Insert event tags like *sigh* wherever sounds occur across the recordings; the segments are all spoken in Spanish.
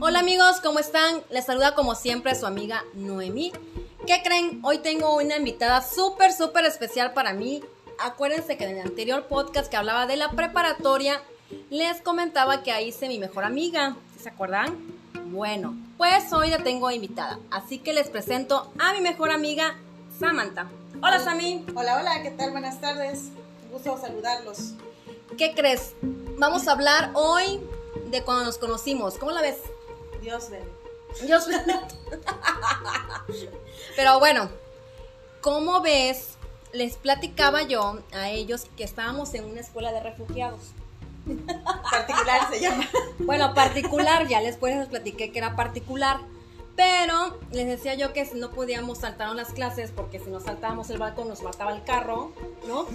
Hola amigos, ¿cómo están? Les saluda como siempre su amiga Noemí. ¿Qué creen? Hoy tengo una invitada súper, súper especial para mí. Acuérdense que en el anterior podcast que hablaba de la preparatoria, les comentaba que ahí hice mi mejor amiga. ¿Sí ¿Se acuerdan? Bueno, pues hoy la tengo invitada. Así que les presento a mi mejor amiga, Samantha. Hola, Sammy. Hola, hola, ¿qué tal? Buenas tardes. Un gusto saludarlos. ¿Qué crees? Vamos a hablar hoy de cuando nos conocimos. ¿Cómo la ves? Dios ven. Dios mío. Pero bueno, como ves, les platicaba yo a ellos que estábamos en una escuela de refugiados. Particular *laughs* se llama. Bueno, particular, ya después les platiqué que era particular. Pero les decía yo que si no podíamos saltar las clases porque si nos saltábamos el balcón nos mataba el carro, ¿no?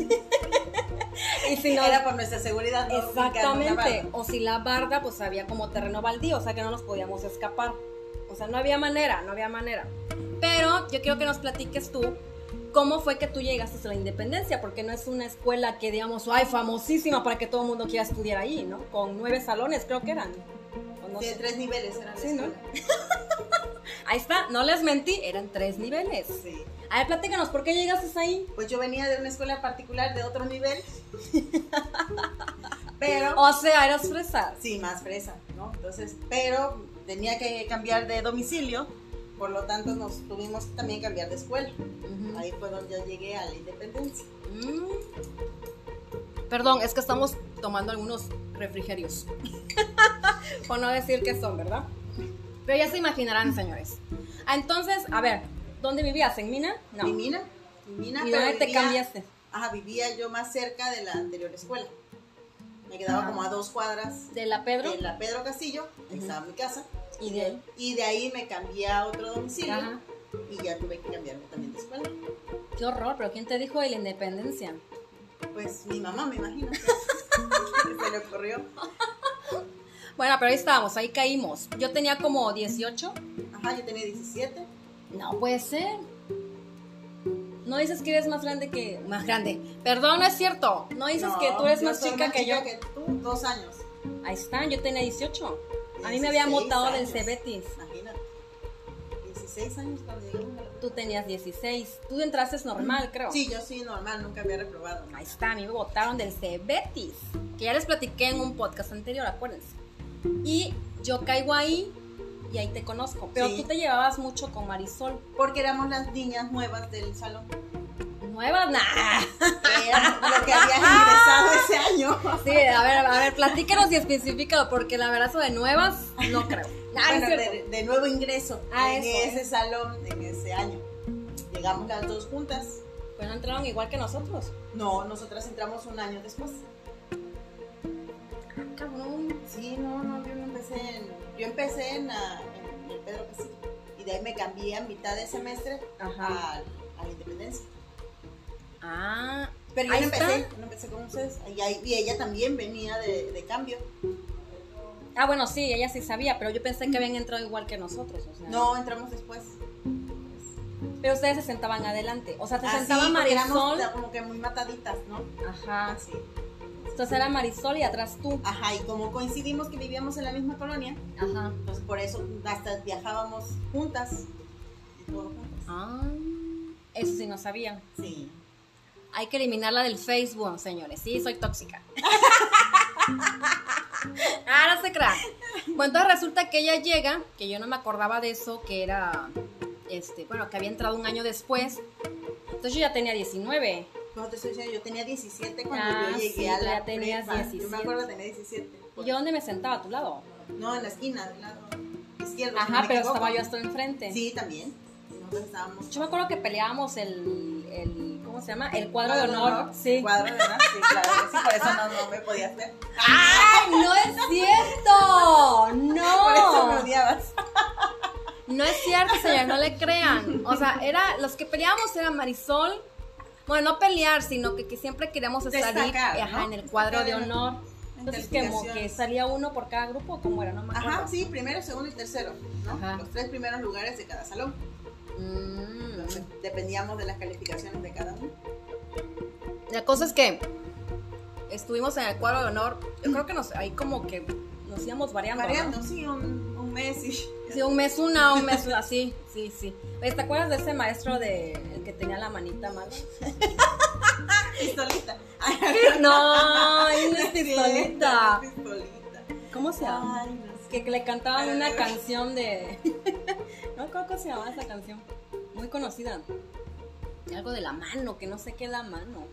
*laughs* y si no, Era por nuestra seguridad. no ubicar Exactamente. una O si la barda, pues había como terreno baldío, o sea que no nos podíamos escapar. O sea, no había manera, no había manera. Pero yo quiero que nos platiques tú cómo fue que tú llegaste a la independencia, porque no es una escuela que digamos, ay, famosísima para que todo el mundo quiera estudiar ahí, ¿no? Con nueve salones, creo que eran. O barra. no De sé. tres niveles era la Sí, ¿no? escuela. Ahí está, no les mentí, eran tres niveles. Sí. A ver, platícanos, ¿por qué llegaste ahí? Pues yo venía de una escuela particular de otro nivel. *laughs* pero. O sea, eras fresa. Sí, más fresa, ¿no? Entonces, pero tenía que cambiar de domicilio. Por lo tanto, nos tuvimos que también cambiar de escuela. Ujú. Ahí fue donde yo llegué a la independencia. Mm. Perdón, es que estamos tomando algunos refrigerios. *laughs* Por no decir que son, ¿verdad? Pero ya se imaginarán, señores. Ah, Entonces, a ver, ¿dónde vivías? ¿En Mina? No. ¿Y ¿Y Mina? ¿Y Mina? pero dónde te vivía- cambiaste? Ajá, vivía yo más cerca de la anterior escuela. Me quedaba Ah. como a dos cuadras ¿De la Pedro? de la Pedro Castillo, ahí estaba mi casa. ¿Y de él? Y de ahí me cambié a otro domicilio Ajá. y ya tuve que cambiarme también de escuela. Qué horror, pero ¿quién te dijo de la independencia? Pues mi mamá, me *laughs* imagino. que- que se le ocurrió. Bueno, pero ahí estábamos, ahí caímos. Yo tenía como 18. Ajá, yo tenía 17. No puede ser. No dices que eres más grande que. Más grande. Perdón, no es cierto. No dices No, que tú eres yo más soy chica que yo. que tú, dos años. Ahí están, yo tenía 18. A mí me había 16 botado del años. Cebetis. Imagínate. 16 años cuando llegamos. a la- Tú tenías 16. Tú entraste normal, creo. Mm, Sí, yo sí, normal, nunca había reprobado. Ahí está, a mí me botaron del Cebetis. Que ya les platiqué en un podcast anterior, acuérdense. Y yo caigo ahí y ahí te conozco. Pero Sí. tú te llevabas mucho con Marisol. Porque éramos las niñas nuevas del salón. Nuevas, nah. que era lo que habías ingresado Ah. ese año. Sí, a ver, a ver, platícanos y específicalo, porque la verdad, eso de nuevas, no *laughs* creo. Nah, no Ah, es Bueno, cierto. de, de nuevo ingreso Ah, en eso, ese salón, en ese año. Llegamos las dos juntas. Pues no entraron igual que nosotros. No, nosotras entramos un año después. Ah, Cabrón. Sí, no, no, yo no empecé en. Yo empecé en, ah, en el Pedro Castillo. Y de ahí me cambié a mitad de semestre Ajá. a, a la independencia. Ah, Pero yo Ahí no empecé, está. yo no empecé con ustedes. Y, ahí- y ella también venía de, de cambio. Ah, bueno, sí, ella sí sabía, pero yo pensé que habían entrado igual que nosotros. O sea, No, entramos después. Pero ustedes se sentaban adelante. O sea, se Así, sentaba Ah, porque éramos Marisol. Ah. como que muy mataditas, ¿no? Ajá. Así. Entonces era Marisol y atrás tú. Ajá, y como coincidimos que vivíamos en la misma colonia, Ajá. entonces por eso hasta viajábamos juntas. y todo juntas. Ah, eso sí no sabía. Sí. Hay que eliminarla del Facebook, señores. Sí, soy tóxica. ah, no se crean. Bueno, entonces resulta que ella llega, que yo no me acordaba de eso, que era, este, bueno, que había entrado un año después. Entonces yo ya tenía 19. No te estoy diciendo, yo tenía 17 cuando Ah, yo llegué sí, a tú la ya tenías prepa. Yo me 17. acuerdo tenía 17. ¿Y yo dónde me sentaba? ¿A tu lado? No, en la esquina, del lado izquierdo. si no Ajá, me pero equivoco. estaba yo hasta enfrente. Sí, también. Nosotros estábamos. Yo me acuerdo que peleábamos el, el- ¿cómo se llama? El cuadro de honor. Sí. Sí. Cuadro de honor, sí, claro. que Sí, por eso no, no me podías ver. ¡Ay, no es cierto! Por eso me *laughs* ¡No! odiabas. No es cierto, señor, no le crean. O sea, era, los que peleábamos era Marisol. Bueno, no pelear, sino que, que siempre queríamos estar ahí, Destacar, ajá, ¿no? en el cuadro de Destacar en la- honor. Entonces, como que salía uno por cada grupo, ¿o ¿cómo era? No me acuerdo. Ajá, sí, primero, segundo y tercero, ¿no? Ajá. Los tres primeros lugares de cada salón. Mm. Entonces, dependíamos de las calificaciones de cada uno. La cosa es que estuvimos en el cuadro de honor. Yo creo que nos, ahí como que nos íbamos variando. ¿no? Variando, sí, un, un mes y... *laughs* Sí, un mes una, un mes una, sí, sí, sí. Oye, ¿Te acuerdas de ese maestro de el que tenía la manita *laughs* mala? Pistolita. *laughs* No, ay, no es Sí, pistolita. una Pistolita. ¿Cómo se llama? Ay, no sé. Que le cantaban una Ay. canción de. *laughs* No, ¿cómo se llama esa canción? Muy conocida. Algo de la mano, que no sé qué es la mano.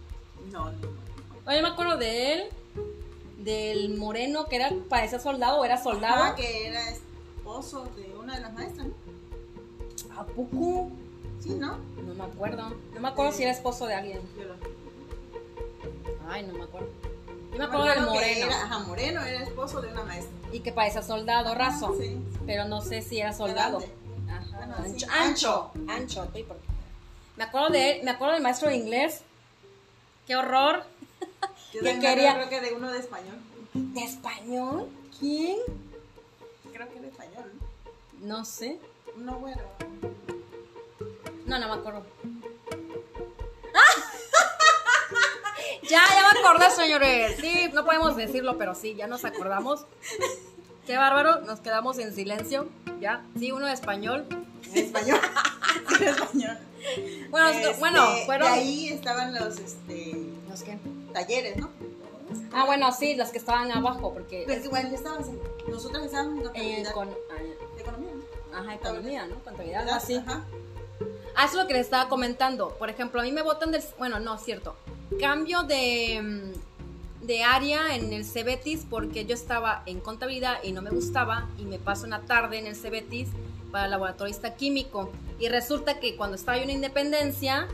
No, no. Oye, me acuerdo de él, del moreno que era, parecía soldado o era soldado. Ah, que era esposo de una de las maestras, ¿no? ¿A poco? Sí, ¿no? No me acuerdo. No me acuerdo si era esposo de alguien. Yo lo- Ay, no me acuerdo. Yo me acuerdo del que moreno. Era, ajá, Moreno era esposo de una maestra. Y que parecía soldado raso. Sí. Pero no sé si era soldado. Grande. Ajá, Bueno, sí. ancho, ancho, ancho, estoy por- Me acuerdo de él, me acuerdo del maestro de inglés. Qué horror. Yo Que también quería- creo que de uno de español. ¿De español? ¿Quién? Creo que era español, ¿no? No sé. Uno bueno. No, no me acuerdo. *laughs* ya, ya me acordé, señores. Sí, no podemos decirlo, pero sí, ya nos acordamos. Qué bárbaro, nos quedamos en silencio. Ya, sí, uno de *laughs* español. Español. *laughs* Sí, era español. Bueno, Este, bueno, fueron. De ahí estaban los este, ¿Los qué? talleres, ¿no? Ah, bueno, sí, las que estaban abajo, porque Pues igual ya estabas en- Nosotros estábamos en la eh, facultad con, ah, de economía, ¿no? ajá, economía, ¿no? Contabilidad, algo ¿Verdad? así. Ajá. Ah, eso es lo que les estaba comentando. Por ejemplo, a mí me botan del. Bueno, no, cierto. Cambio de, mm, de área en el Cebetis porque yo estaba en contabilidad y no me gustaba. Y me paso una tarde en el Cebetis para laboratorista químico. Y resulta que cuando estaba yo en Independencia,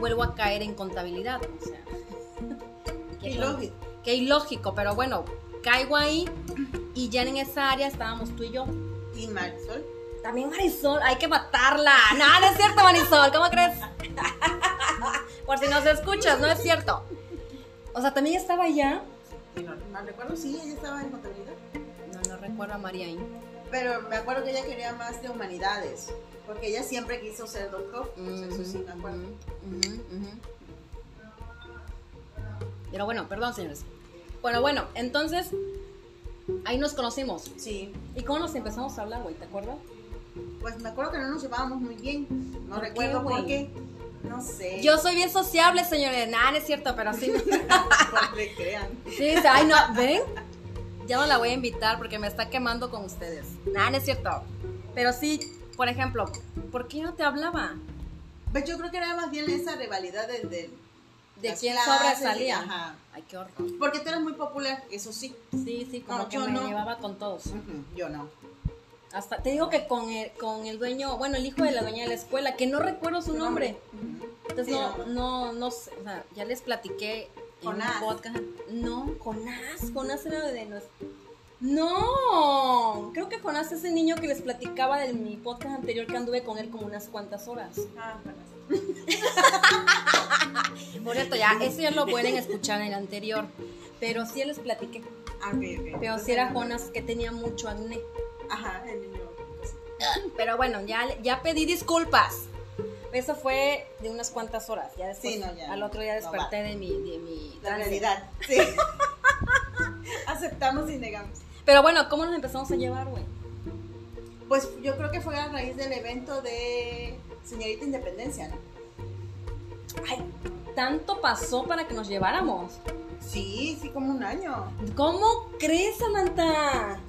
vuelvo a caer en contabilidad. O sea. qué Y tonto. luego, Qué ilógico, pero bueno, caigo ahí y ya en esa área estábamos tú y yo. y Marisol. También Marisol, hay que matarla. No, no es cierto, Marisol, ¿cómo crees? *laughs* Por si nos escuchas, no es cierto. O sea, también estaba allá. y no mal recuerdo, sí, ella estaba en contabilidad. No, no recuerdo a María ahí. Pero me acuerdo que ella quería más de humanidades, porque ella siempre quiso ser doctor. entonces Eso sí, Mm, me acuerdo. Mm-hmm. Ujú, ujú, ujú. mm, Pero bueno, perdón, señores. Bueno, bueno, entonces ahí nos conocimos. Sí, ¿Y cómo nos empezamos a hablar, güey? ¿Te acuerdas? pues me acuerdo que no nos llevábamos muy bien. No ¿Por qué, recuerdo por güey? qué. No sé. Yo soy bien sociable, señores. Nada, no es cierto, pero *laughs* sí. No le crean. Sí, dice, ay, no, ven. Ya no la voy a invitar porque me está quemando con ustedes. Nada, no es cierto. Pero sí, por ejemplo, ¿por qué no te hablaba? Pues yo creo que era más bien esa rivalidad de, de, ¿De las quién clases, sobresalía? Ajá. Ay, qué horror. Porque tú eras muy popular, eso sí. Sí, sí, como No, que yo me no. llevaba con todos. Yo no. Hasta, te digo que con el, con el dueño, bueno, el hijo de la dueña de la escuela, que no recuerdo su nombre. Entonces, Sí, no, no. no, no sé, o sea, ya les platiqué en un Jonás. podcast. No, Jonás, Jonás era de los... No, creo que Jonás es el niño que les platicaba de mi podcast anterior que anduve con él como unas cuantas horas. Ah, Por cierto, ya, eso ya lo pueden escuchar en el anterior. Pero sí les platiqué. Ah, Pero sí era Jonas que tenía mucho acné. Ajá, el niño. Pero bueno, ya, ya pedí disculpas. Eso fue de unas cuantas horas. Ya después, Sí, no, ya. al otro día No desperté de mi, de mi La trance. realidad. *laughs* Sí. Aceptamos y negamos. Pero bueno, ¿cómo nos empezamos a llevar, güey? Pues yo creo que fue a raíz del evento de Señorita Independencia, ¿no? Ay, tanto pasó para que nos lleváramos. Sí, sí, como un año. ¿Cómo crees, Samantha?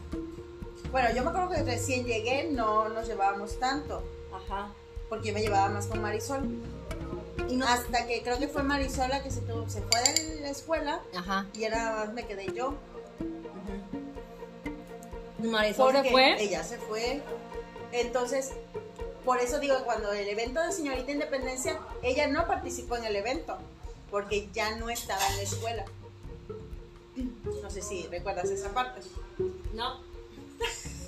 Bueno, yo me acuerdo que recién llegué, no nos llevábamos tanto, Ajá. porque yo me llevaba más con Marisol. Y nos- Hasta que creo que fue Marisol la que se, tuvo- se fue de la escuela Ajá. y ya nada más me quedé yo. ujú. Marisol se porque fue. Ella se fue. Entonces, por eso digo, cuando el evento de Señorita Independencia, ella no participó en el evento, porque ya no estaba en la escuela. No sé si recuerdas esa parte. No. *laughs*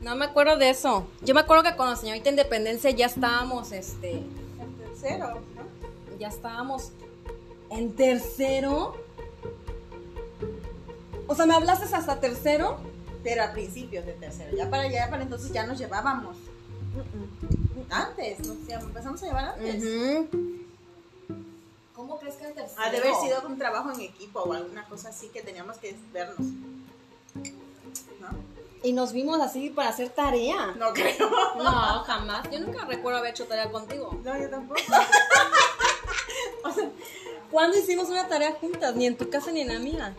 No me acuerdo de eso. Yo me acuerdo que con la señorita Independencia ya estábamos, este, En tercero, ¿no? ya estábamos en tercero. O sea, ¿me hablaste hasta tercero? Pero a principios de tercero, ya para allá, para entonces ya nos llevábamos. Antes, nos ya empezamos a llevar antes. ¿Cómo crees que en tercero? Ha de haber sido un trabajo en equipo o alguna cosa así que teníamos que vernos. ¿No? Y nos vimos así para hacer tarea. No creo. No, jamás. Yo nunca recuerdo haber hecho tarea contigo. No, yo tampoco. ¿Cuándo hicimos una tarea juntas? Ni en tu casa ni en la mía.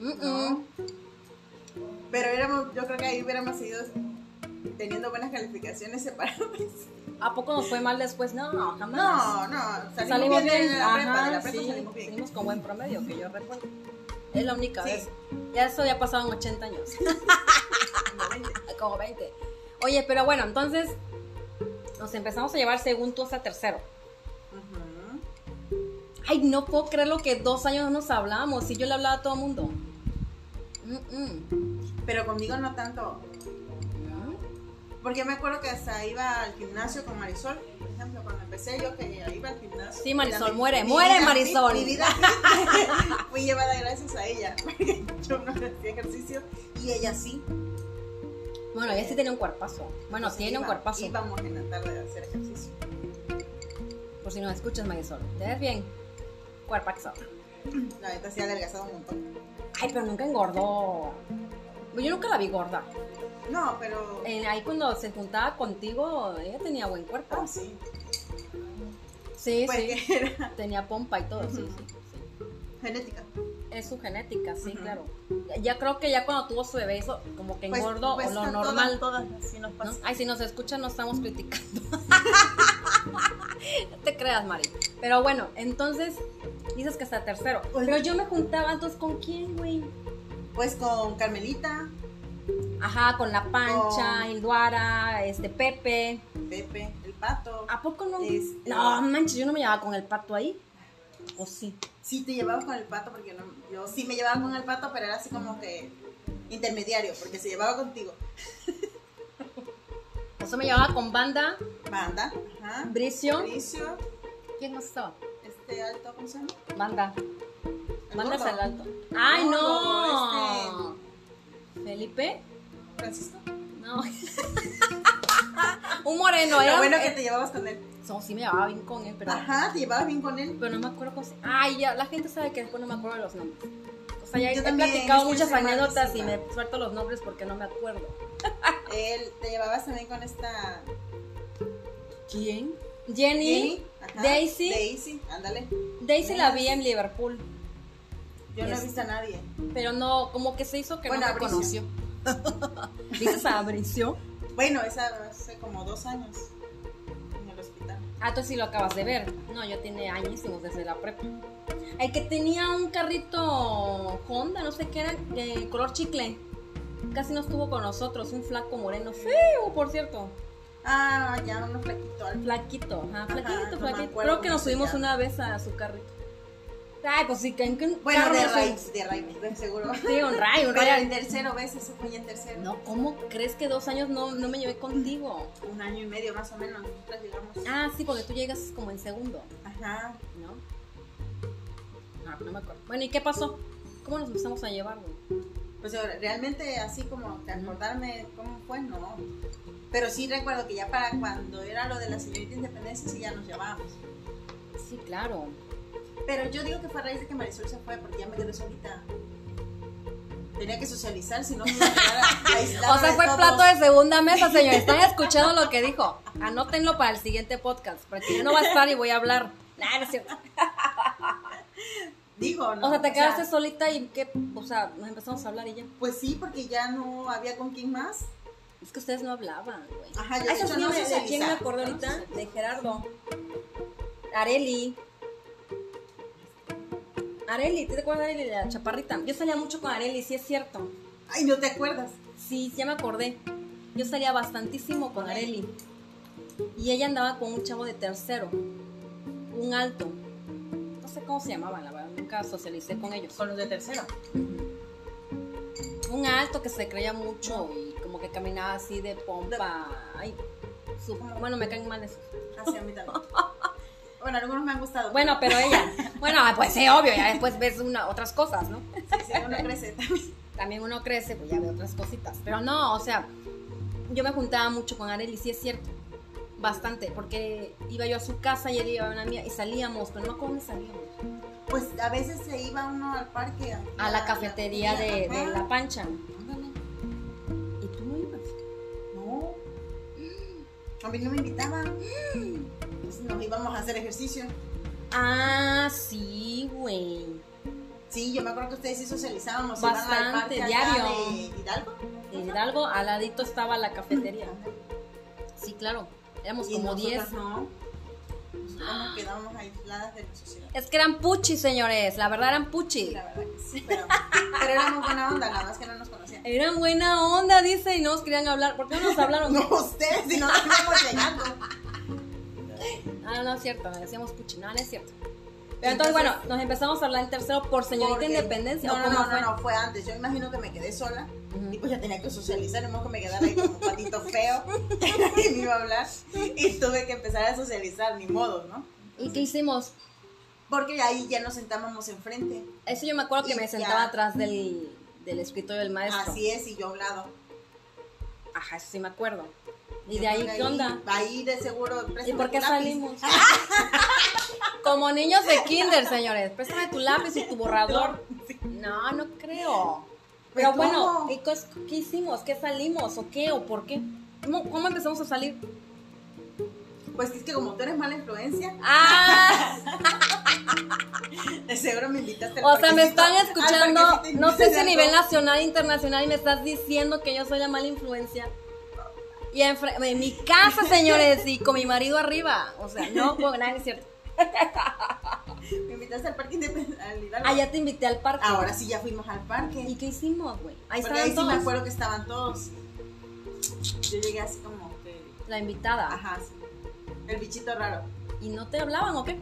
Mm, mm. Pero éramos, yo creo que ahí hubiéramos seguido teniendo buenas calificaciones separadas. ¿A poco nos fue mal después? No, jamás. No, no. Salimos, salimos bien, bien. de la prepa, de la Ajá, prepa sí. salimos bien. Salimos con buen promedio, que yo recuerdo. Es la única Sí. vez. Ya eso ya pasaron 80 *laughs* años. Como 20. Oye, pero bueno, entonces nos empezamos a llevar según tú hasta tercero. Ujú. Ay, no puedo creer lo que dos años no nos hablamos y yo le hablaba a todo el mundo. Mm, Pero conmigo no tanto. mm. Porque me acuerdo que hasta iba al gimnasio con Marisol, por ejemplo, cuando empecé yo que iba al gimnasio. Sí, Marisol, Era mi- muere, mi muere, vida Marisol. fit, Mi vida fit. *laughs* fui llevada gracias a ella, porque yo no hacía ejercicio y ella sí. Bueno, ella sí tenía un cuerpazo. Bueno, Entonces, tiene un iba- cuerpazo. Íbamos en la tarde a hacer ejercicio. Por si no escuchas, Marisol. ¿Te ves bien? Cuerpazo. La neta sí ha adelgazado un montón. Ay, pero nunca engordó. Pues Yo nunca la vi gorda. No, pero... Eh, ahí cuando se juntaba contigo, ella tenía buen cuerpo. Ah, sí. Sí, Pues sí. que era *laughs* Tenía pompa y todo, sí, Ujú. sí, sí. genética. Es su genética, sí, Ujú. claro. Ya- Ya creo que ya cuando tuvo su bebé, eso como que Pues- engordó pues o lo a todas- normal. Todas, así nos ¿no? pasa. Pues, Ay, si nos escuchan, no estamos *laughs* criticando. no te creas, Mari. Pero bueno, entonces dices que hasta tercero. Oye. Pero yo me juntaba entonces con quién, güey. Pues con Carmelita, Ajá, con La Pancha, Con- Induara, este Pepe. Pepe, el pato. ¿A poco no? Este- No, manches, yo no me llevaba con el pato ahí. ¿O sí? Sí, te llevabas con el pato, porque no- yo sí me llevaba con el pato, pero era así como que intermediario, porque se llevaba contigo. Eso me llevaba con Banda, Banda, ajá. Bricio. Mauricio, ¿Quién más estaba? este alto, ¿cómo se llama? Banda. El Banda es gordo, el alto. ¡Ay, no! No, este. ¿Felipe? Francisco. No. *laughs* Un moreno, Lo era. bueno que te llevabas con él. No, sí me llevaba bien con él, pero. Ajá, te llevabas bien con él. Pero no me acuerdo cómo se. Ay, ya, la gente sabe que después no me acuerdo de los nombres. O sea, ya Yo he también, platicado es que muchas soy anécdotas y me malísima. suelto los nombres porque no me acuerdo. Él, te llevabas también con esta... ¿Quién? Jenny. Jenny. ajá, Daisy. Daisy, ándale. Daisy la vi en Liverpool. Yo no Es- he visto a nadie. Pero no, como que se hizo que Bueno, no a me Bricio. *laughs* conoció. ¿Viste a Bricio? Bueno, esa hace como dos años en el hospital. Ah, tú sí lo acabas de ver. No, yo tiene añísimos desde la prepa. El que tenía un carrito Honda, no sé qué era, de color chicle. Casi no estuvo con nosotros, un flaco moreno, feo, por cierto. Ah, ya, uno flaquito. alto. Flaquito, ajá, flaquito, no me flaquito. acuerdo Creo que nos cómo se subimos llama. una vez a su carrito. Ay, pues sí, que en qué Bueno, carro de nos raíz, de raíz, de seguro. subimos? Sí, un rayo, *laughs* un Pero rayo. en tercero, ¿ves? Eso fue ya en tercero. No, ¿cómo crees que dos años no, no me llevé contigo? Un año y medio más o menos, nosotras llegamos. Ah, sí, porque tú llegas como en segundo. Ajá. ¿no? Ah, no me acuerdo. Bueno, ¿y qué pasó? ¿Cómo nos empezamos a llevar, güey? Pues yo realmente así como que acordarme cómo fue, no. Pero sí recuerdo que ya para cuando era lo de la señorita Independencia sí ya nos llevábamos. Sí, claro. Pero yo digo que fue a raíz de que Marisol se fue porque ya me quedé solita. Tenía que socializar, si no me iba a *laughs* quedar aislada O sea, de fue todos. plato de segunda mesa, señor. ¿Están escuchando lo que dijo? Anótenlo para el siguiente podcast, porque yo no va a estar y voy a hablar. Nah, no es cierto. Digo, ¿no? O sea, te quedaste solita y qué, o sea, nos empezamos a hablar y ya. Pues sí, porque ya no había con quién más. Es que ustedes no hablaban, güey. Ajá, Ah, yo de hecho, ¿sabes no quién me- de quién me socializaba. acordé No ahorita? socializaba. De Gerardo. Areli. Areli, ¿tú ¿te acuerdas de Areli, la chaparrita? Yo salía mucho con Areli, sí es cierto. Ay, no te acuerdas. Sí, ya me acordé. Yo salía bastantísimo con Areli. Y ella andaba con un chavo de tercero. Un alto. No sé cómo se llamaban, la verdad. Nunca socialicé con ellos. Con los de tercero. Un alto que se creía mucho y como que caminaba así de pompa. Ay, su- bueno, me caen mal esos. Así Ah, a mí *laughs* también. Bueno, algunos me han gustado. Bueno, pero ella. Bueno, pues sí, obvio. Ya después ves una, otras cosas, ¿no? pero sí, sí, uno crece también. también uno crece, pues ya ve otras cositas. Pero no, o sea, yo me juntaba mucho con Areli, sí es cierto. Bastante, porque iba yo a su casa y él iba a la mía y salíamos, pero no me acuerdo dónde salíamos. Pues a veces se iba uno al parque. A la cafetería de, de ajá. La Pancha. Ándale. A mí no me invitaban. Entonces nos íbamos a hacer ejercicio. Ah, sí, güey. Sí, yo me acuerdo que ustedes sí socializaban. O Bastante, iban al parque acá diario. de Hidalgo. En Hidalgo, al ladito estaba la cafetería. Sí, claro. Éramos Y como nosotras 10. No. Nosotras nos quedábamos aisladas de la sociedad. Es que eran puchis, señores. La verdad eran Sí, puchis. la verdad que sí. Pero, pero éramos buena onda, nada más que no nos conocían. Eran buena onda, dice, y no nos querían hablar. ¿Por qué no nos hablaron? *laughs* No ustedes, si no nos íbamos llegando. Ah, no es cierto, le decíamos puchi. No, no es cierto. Pero Pero entonces, bueno, nos empezamos a hablar el tercero por señorita porque- independencia. pues, No, ¿o no, cómo no, fue? no, no, fue antes. Yo imagino que me quedé sola. Ujú. Y pues ya tenía que socializar, no que me quedara ahí como un patito feo. y *laughs* me iba a hablar. Y tuve que empezar a socializar, ni modo, ¿no? ¿Y qué hicimos? Porque ahí ya nos sentábamos enfrente. Eso yo me acuerdo que Y me ya. sentaba atrás del, del escritorio del maestro. Así es, y yo a un lado. Ajá, eso sí me acuerdo. Y Yo de ahí, creo que ¿qué onda? Ahí de seguro. ¿Y préstame por qué tu lápiz. Ah, salimos? *laughs* Como niños de kinder, señores. Préstame tu lápiz y tu borrador. *laughs* No, no creo. Pero ¿Cómo? bueno, ¿y cos- ¿qué hicimos? ¿Qué salimos? ¿O qué? ¿O por qué? ¿Cómo, cómo empezamos a salir? Pues es que como tú eres mala influencia, ¡Ah! de seguro me invitaste al O sea, me parquecito. están Al escuchando, parquecito no sé si a invitaste nivel algo. nacional, internacional, y me estás diciendo que yo soy la mala influencia. Y en, fre- en mi *laughs* casa, señores, y con mi marido arriba. O sea, no, con nada, es cierto. Me invitaste al parque independiente. Ah, ya te invité al parque. Ahora sí ya fuimos al parque. ¿Y qué hicimos, güey? Ahí Porque ahí estaban sí me todos. acuerdo que estaban todos. Yo llegué así como que. La invitada. Ajá, sí. El bichito raro. ¿Y no te hablaban o qué?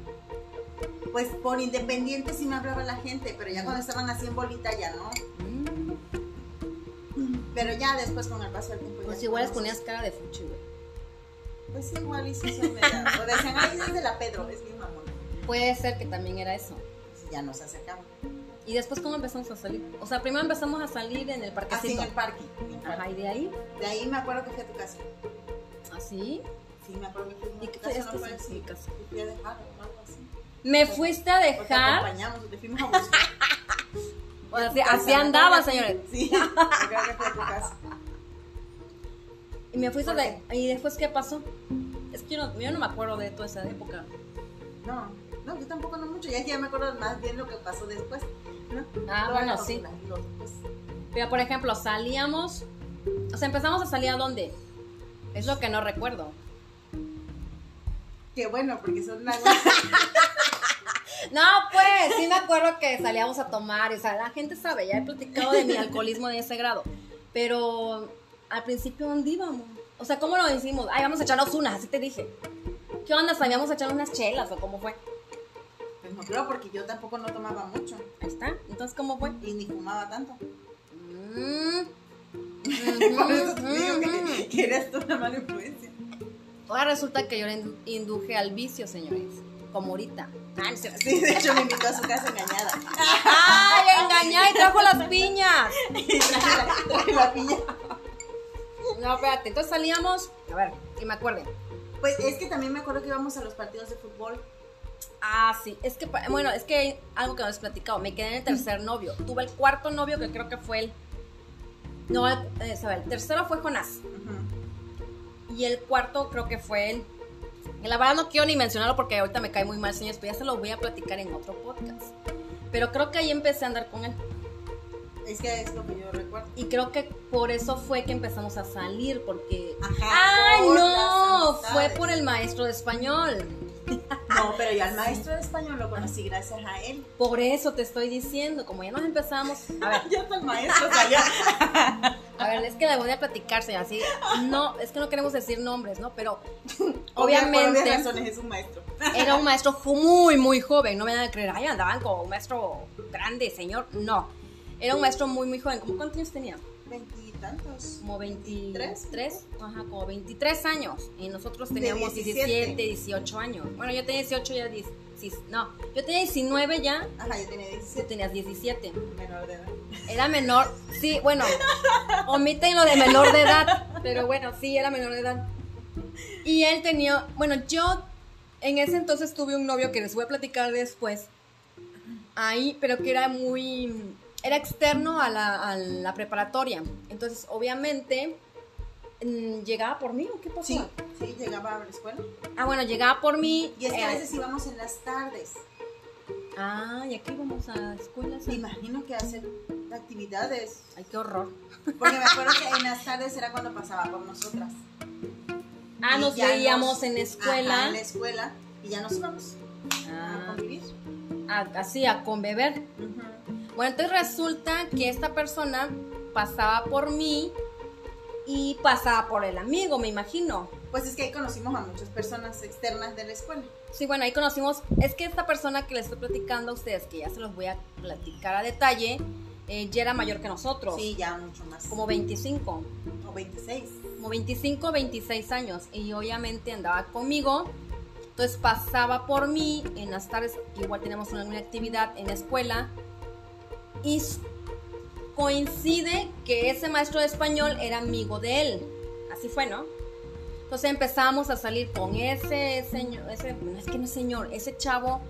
Pues por independiente sí me hablaba la gente, pero ya cuando estaban así en bolita ya no. Mm, Pero ya después con el paso del tiempo. ya Pues igual les conoces. ponías cara de fuchi, güey. Pues sí, igual y sí son media- O decían, ay, esa es de la Pedro, es mi mamá. Puede ser que también era eso. Ya nos acercamos. ¿Y después cómo empezamos a salir? O sea, primero empezamos a salir en el Así en parquecito. el parque. en el parque. Ajá, y de ahí, De ahí me acuerdo que fui a tu casa. así. Sí, me acuerdo que fui ¿Y a qué tu fue casa, esto? no fue Sí, mi así. casa. Te fui a dejar o algo así. Me fuiste a O te dejar. acompañamos, o te fuimos a buscar. O sea, así, Entonces, así me andaba, acuerdo que- señores. *laughs* Sí, me acuerdo que fui a tu casa. Y me fuiste de. ¿Y después qué pasó? Es que yo no, yo no me acuerdo de toda esa época. *laughs* No, no, yo tampoco no mucho. Ya es que ya me acuerdo más bien lo que pasó después. ¿no? Ah, Todas bueno, las sí. cosas, los- pues, Pero por ejemplo, salíamos. O sea, empezamos a salir a dónde? Es lo que no recuerdo. Qué bueno, porque son las. No, pues, sí me acuerdo que salíamos a tomar, y, o sea, la gente sabe, ya he platicado de *laughs* mi alcoholismo de ese grado, pero al principio, ¿dónde íbamos? O sea, ¿cómo lo hicimos? Ay, vamos a echarnos unas, así te dije. ¿Qué onda? ¿Sabíamos echar unas chelas o cómo fue? *laughs* Pues no creo, porque yo tampoco no tomaba mucho Ahí está. Entonces, ¿cómo fue? y ni fumaba tanto. *laughs* Mm. Por eso te digo Ujú, que, ujú. que eras tú una mala influencia. Ahora resulta que yo le indu- induje al vicio, señores. Como ahorita. Ah, no es cierto. Sí, de hecho me invitó a su casa engañada. *laughs* ¡Ay, engañé y trajo las piñas! Y traje la, traje la piña. No, espérate, entonces salíamos. A ver, que me acuerden. Pues es que también me acuerdo que íbamos a los partidos de fútbol. Ah, sí. Es que, pa- bueno, es que hay algo que no les he platicado. Me quedé en el tercer novio. Tuve el cuarto novio que creo que fue el. No, el, eh, sabe, el tercero fue Jonás. Y el cuarto creo que fue él. Y La verdad no quiero ni mencionarlo porque ahorita me cae muy mal, señores, pero ya se lo voy a platicar en otro podcast. Pero creo que ahí empecé a andar con él. Es que es lo que yo recuerdo. Y creo que por eso fue que empezamos a salir, porque... Ajá. ¡Ay, Ah, por no! las Fue amistades. por el maestro de español. No, pero yo al maestro de español lo conocí gracias a *laughs* él. Por eso te estoy diciendo, como ya nos empezamos... A ver, Yo soy maestro, o sea, *laughs* ya. A ver, es que la voy a platicar, señora, así. No, es que no queremos decir nombres, ¿no? Pero *laughs* Por obvias obviamente razones es un maestro. era un maestro fu- muy, muy joven. No me van a creer, ay, andaban con un maestro grande, señor. No. Era un maestro muy, muy joven. ¿Cómo cuántos años tenía? Veintitantos. Como 23. ¿Tres? Ajá, como 23 años. Y nosotros teníamos 17. 17, 18 años. Bueno, yo tenía 18 ya. 10, no, yo tenía 19 ya. Ajá, yo tenía Tú 17. tenías 17. Menor de edad. Era menor, sí, bueno, omiten lo de menor de edad, pero bueno, sí, era menor de edad. Y él tenía, bueno, yo en ese entonces tuve un novio que les voy a platicar después, ahí, pero que era muy, era externo a la, a la preparatoria. Entonces, obviamente, mm, llegaba por mí, ¿o qué pasó? Sí. Sí, llegaba a la escuela. Ah, bueno, llegaba por mí. Y es que a eh, veces íbamos en las tardes. Ah, y aquí vamos a escuelas. Me imagino que hacer actividades. Ay, qué horror. Porque me acuerdo que en las tardes era cuando pasaba por nosotras. Ah, Y nos ya veíamos nos- en escuela. Ajá, en la escuela. Y ya nos íbamos a Ah, convivir. a- así, a conbeber. Bueno, entonces resulta que esta persona pasaba por mí y pasaba por el amigo, me imagino. Pues es que ahí conocimos a muchas personas externas de la escuela. Sí, bueno, ahí conocimos, es que esta persona que les estoy platicando a ustedes, que ya se los voy a platicar a detalle, eh, ya era mayor que nosotros, Sí, ya mucho más. como 25, o 26. como 25, 26 años, y obviamente andaba conmigo, entonces pasaba por mí en las tardes, igual tenemos una, una actividad en la escuela, y s- coincide que ese maestro de español era amigo de él, así fue, ¿no? Entonces empezamos a salir con ese señor, ese, no, es que no es señor, ese chavo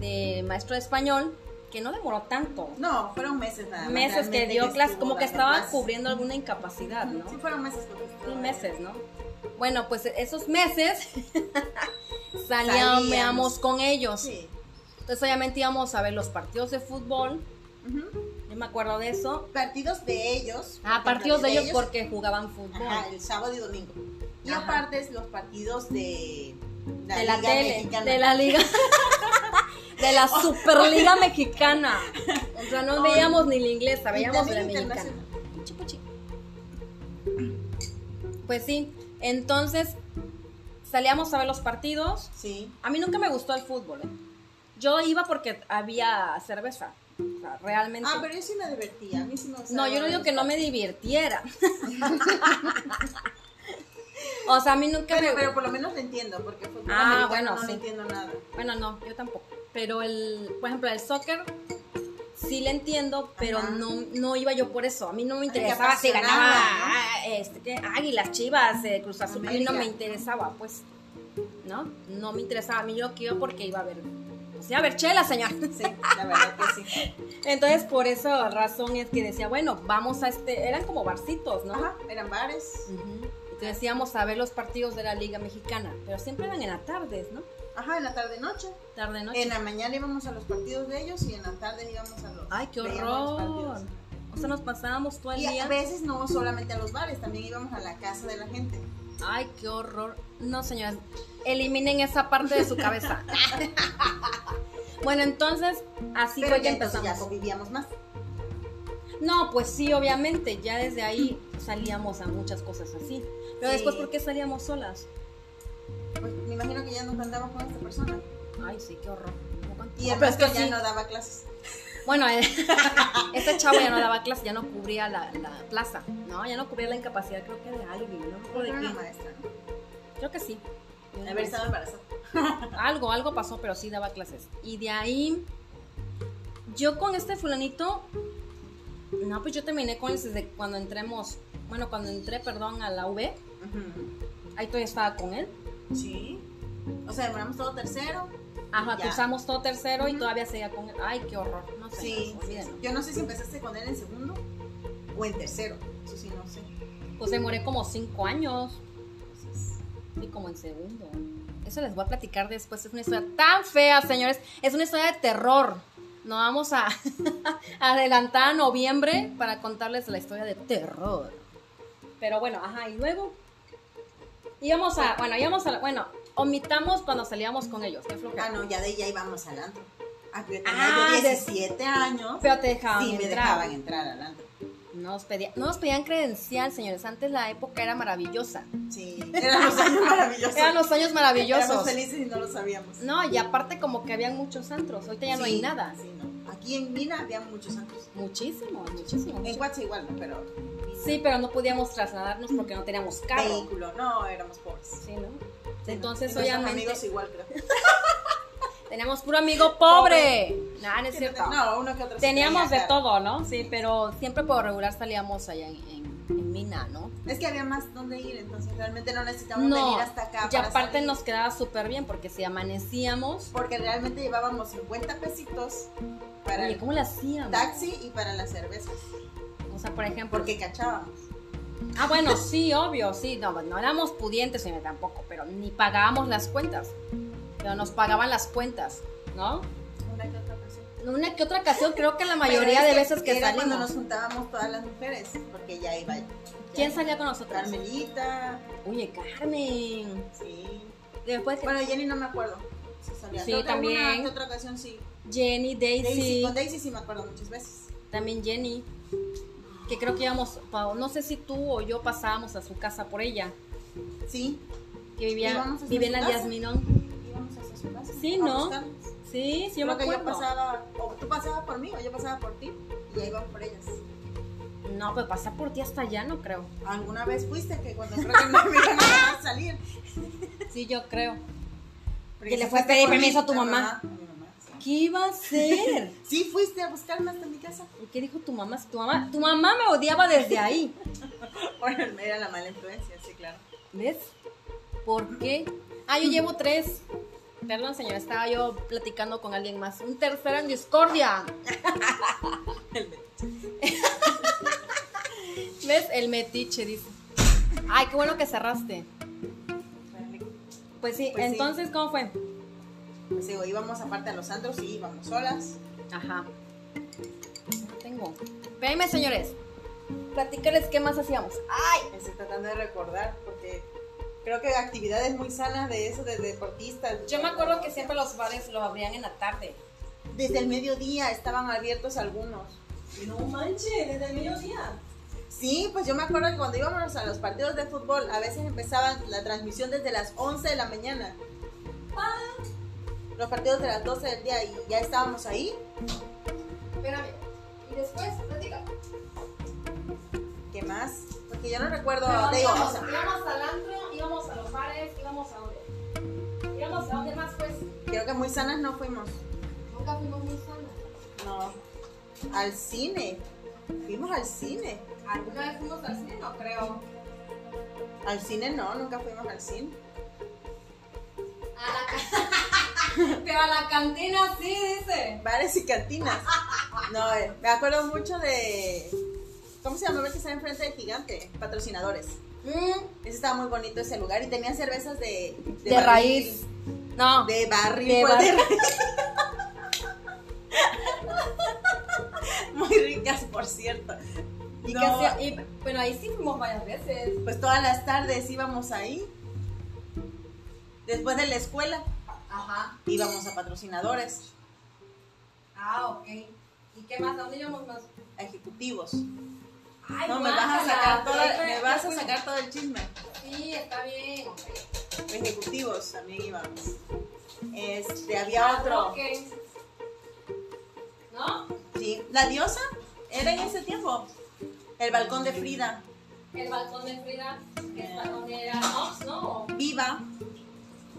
de maestro de español que no demoró tanto. No, fueron meses nada más. Meses que Ah, realmente dio clases, estuvo como que dando estaba clases. cubriendo alguna incapacidad, ¿no? Sí, fueron meses. porque Sí, estuvo- meses, ¿no? Bueno, pues esos meses *laughs* Salíamos. salíamos con ellos. Sí. Entonces obviamente íbamos a ver los partidos de fútbol, Ujú. yo me acuerdo de eso. Partidos de ellos. Ah, porque partidos de ellos porque porque jugaban fútbol. Ajá, el sábado y domingo. Y Ajá. aparte es los partidos de la, de la Liga tele, Mexicana. Oh. de la *laughs* liga, de la Superliga Mexicana. O sea, no Ay. veíamos ni la inglesa, Oh. Y veíamos la también mexicana. internacional. Puchi, puchi. Pues sí, entonces salíamos a ver los partidos. Sí. A mí nunca me gustó el fútbol. ¿eh? Yo iba porque había cerveza. O sea, realmente. Ah, pero yo sí me divertía. A mí sí me No, gustaba yo no ver digo los que no me partidos. divirtiera. *laughs* o sea, a mí nunca Pero, me. pero por lo menos lo entiendo, porque fútbol Ah, americano bueno, no sí. le entiendo nada. Bueno, no, yo tampoco. Pero el, por ejemplo, el soccer sí le entiendo, pero Ajá. no, no iba yo por eso. A mí no me te interesaba si ganaba apasionaba, ah, este, ¿qué? Águilas, Chivas, eh, Ah, Cruz Azul. A mí no América. me interesaba, pues. ¿No? No me interesaba. A mí yo lo que iba porque iba a ver. Pues iba a ver chela, señor. Sí, la verdad que sí. Entonces, por esa razón es que decía, bueno, vamos a este. Eran como barcitos, ¿no? Ajá, eran bares. Ujú. Entonces íbamos a ver los partidos de la Liga Mexicana, pero siempre eran en las tardes, ¿no? Ajá, en la tarde-noche. Tarde-noche. En la mañana íbamos a los partidos de ellos y en la tarde íbamos a los. Ay, qué veíamos los horror. partidos. O sea, nos pasábamos todo el Y a día. veces no solamente a los bares, también íbamos a la casa de la gente. Ay, qué horror. No, señoras, eliminen esa parte de su *laughs* cabeza. bueno, entonces, así pero fue que ya entonces empezamos. ya convivíamos más. No, pues sí, obviamente, ya desde ahí salíamos a muchas cosas así. Pero Sí. después, ¿por qué salíamos solas? Pues me imagino que ya nos andamos con esta persona. Ay, sí, qué horror. No contigo. Y el Pero es que maestro ya sí. no daba clases. Bueno, *laughs* eh, este chavo ya no daba clase, ya no cubría la, la plaza, ¿no? Ya no cubría la incapacidad, creo que de alguien, no me acuerdo de Era una quién. maestra, ¿no? Creo que sí. De haber estado embarazada. Algo, algo pasó, pero sí daba clases. Y de ahí, yo con este fulanito, no, pues yo terminé con él desde cuando entremos, bueno, cuando entré, perdón, a la UB, ahí todavía estaba con él. Sí. O sea, demoramos todo tercero. Ajá, Ya. cursamos todo tercero y Ujú. todavía seguía con él. Ay, qué horror, no sé, Sí. olvídenlo. Yo no sé si empezaste con él en segundo o en tercero. Eso sí, no sé. Pues demoré como cinco años. Entonces, Y como en segundo. Eso les voy a platicar después. Es una historia tan fea, señores. Es una historia de terror. No vamos a *laughs* adelantar a noviembre para contarles la historia de terror. Pero bueno, ajá, y luego íbamos a, bueno, íbamos a, la- bueno, omitamos cuando salíamos con ellos. Qué Ah, flojera. no, ya de ahí ya íbamos al antro. Ah, pero yo tenía Ah, yo de- 17 años. Pero te dejaban Sí, me entrar. dejaban entrar al antro. No nos pedía- no nos pedían credencial, señores. Antes la época era maravillosa. Sí. *laughs* Eran los años maravillosos. Eran los años maravillosos. Éramos felices y no lo sabíamos. No, y aparte como que habían muchos antros. Ahorita ya no hay Sí, nada. Sí, no. Aquí en Mina había muchos antros. Muchísimo, muchísimo. En mucho. Guacha igual, no, pero Sí, pero no podíamos trasladarnos porque no teníamos carro. vehículo. No, éramos pobres. Sí, ¿no? Entonces, Y nuestros obviamente, amigos igual, creo. teníamos puro amigo pobre. Nada, no es Que *laughs* no te- cierto. No, uno que otro. sí Teníamos de tenía, claro. todo, ¿no? Sí, pero siempre por regular salíamos allá en, en- en Mina, ¿no? Es que había más donde ir, entonces realmente no necesitábamos No, venir hasta acá. y para aparte salir, nos quedaba súper bien porque si amanecíamos, Porque realmente llevábamos 50 pesitos para oye, el ¿cómo lo hacíamos? taxi y para las cervezas. O sea, por ejemplo, Porque cachábamos. Ah, bueno, sí, obvio, sí. No, no éramos pudientes, señor, tampoco, pero ni pagábamos las cuentas. Pero nos pagaban las cuentas, ¿no? Una que otra ocasión. Una que otra ocasión, creo que la Pero mayoría es de veces que era cuando salimos. nos juntábamos todas las mujeres, porque ya iba. ya ¿Quién salía con nosotros? Carmelita, Oye, Carmen. sí. Después que- Bueno, Jenny no me acuerdo. si salía. Sí, Creo que también. alguna que otra ocasión sí. Jenny, Daisy, Daisy, Con Daisy sí me acuerdo muchas veces. también Jenny. Que creo que íbamos, pa- no sé si tú o yo pasábamos a su casa por ella. Sí. Que vivía, ¿Íbamos a su vivía en la casa? Yasminón. Íbamos hasta su casa. Sí, a ¿no? buscarlas. Sí, sí, yo Creo me que yo acuerdo. pasaba, o tú pasabas por mí, o yo pasaba por ti, y ya iban por ellas. No, pues pasar por ti hasta allá, no *laughs* creo. ¿Alguna vez fuiste que cuando creo que no me iban a dejar salir? Sí, yo creo. Porque Que le sí fue a fuiste pedir por mí, permiso a tu mamá. A mi mamá, sí. ¿Qué iba a *laughs* ser? Sí, fuiste a buscarme hasta mi casa. ¿Y qué dijo tu mamá? Tu mamá, tu mamá me odiaba desde ahí. Bueno, era la mala influencia, sí, claro. ¿Ves? ¿Por qué? Ah, yo llevo tres. Perdón, señora, estaba yo platicando con alguien más. Un tercero en discordia. *laughs* ¿Ves? El metiche, dice. Ay, qué bueno que cerraste. Pues sí, Pues sí. entonces, ¿cómo fue? Pues digo, íbamos aparte a los antros y íbamos solas. Ajá. No tengo. Espérenme, señores. Platicarles qué más hacíamos. ¡Ay! Estoy tratando de recordar porque creo que actividades muy sanas de eso, de deportistas. Yo me acuerdo que siempre los bares los abrían en la tarde. Desde el mediodía estaban abiertos algunos. No manches, desde el mediodía. Sí, pues yo me acuerdo que cuando íbamos a los partidos de fútbol, a veces empezaban la transmisión desde las 11 de la mañana. Ah. Los partidos de las 12 del día y ya estábamos ahí. Espérame. Y después, platica. ¿Qué más? Porque yo no recuerdo. Pero te digo, o íbamos, sea, íbamos al antro, íbamos a los bares, íbamos a donde. Íbamos a donde más, pues. creo que muy sanas no fuimos. Nunca fuimos muy sanos. No. Al cine. Fuimos al cine. ¿Alguna vez fuimos al cine? No creo. Al cine no, nunca fuimos al cine. A la ca- *laughs* Pero a la cantina sí, dice. Bares y cantinas. No, eh, me acuerdo mucho de. ¿Cómo se llamaba el que está enfrente del gigante? Patrocinadores. Ese estaba muy bonito ese lugar y tenían cervezas de. De, barril. raíz. No. De barril. De pues, de barril. raíz. *laughs* muy ricas, por cierto. ¿Y No, qué hacía? Y- pero ahí sí fuimos varias veces. Pues todas las tardes íbamos ahí. Después de la escuela Ajá. íbamos a patrocinadores. Ah, ok. ¿Y qué más? ¿A dónde íbamos más? a ejecutivos. Ay, No, me vas a guácala. sacar todo, Sí, me vas a fuimos. sacar todo el chisme. Sí, está bien. ok. Ejecutivos también íbamos. Este, había Ah, otro. ok. ¿No? Sí, la diosa era en ese tiempo. El balcón de Frida. El balcón de Frida, que está donde era Ops, ¿no? Viva.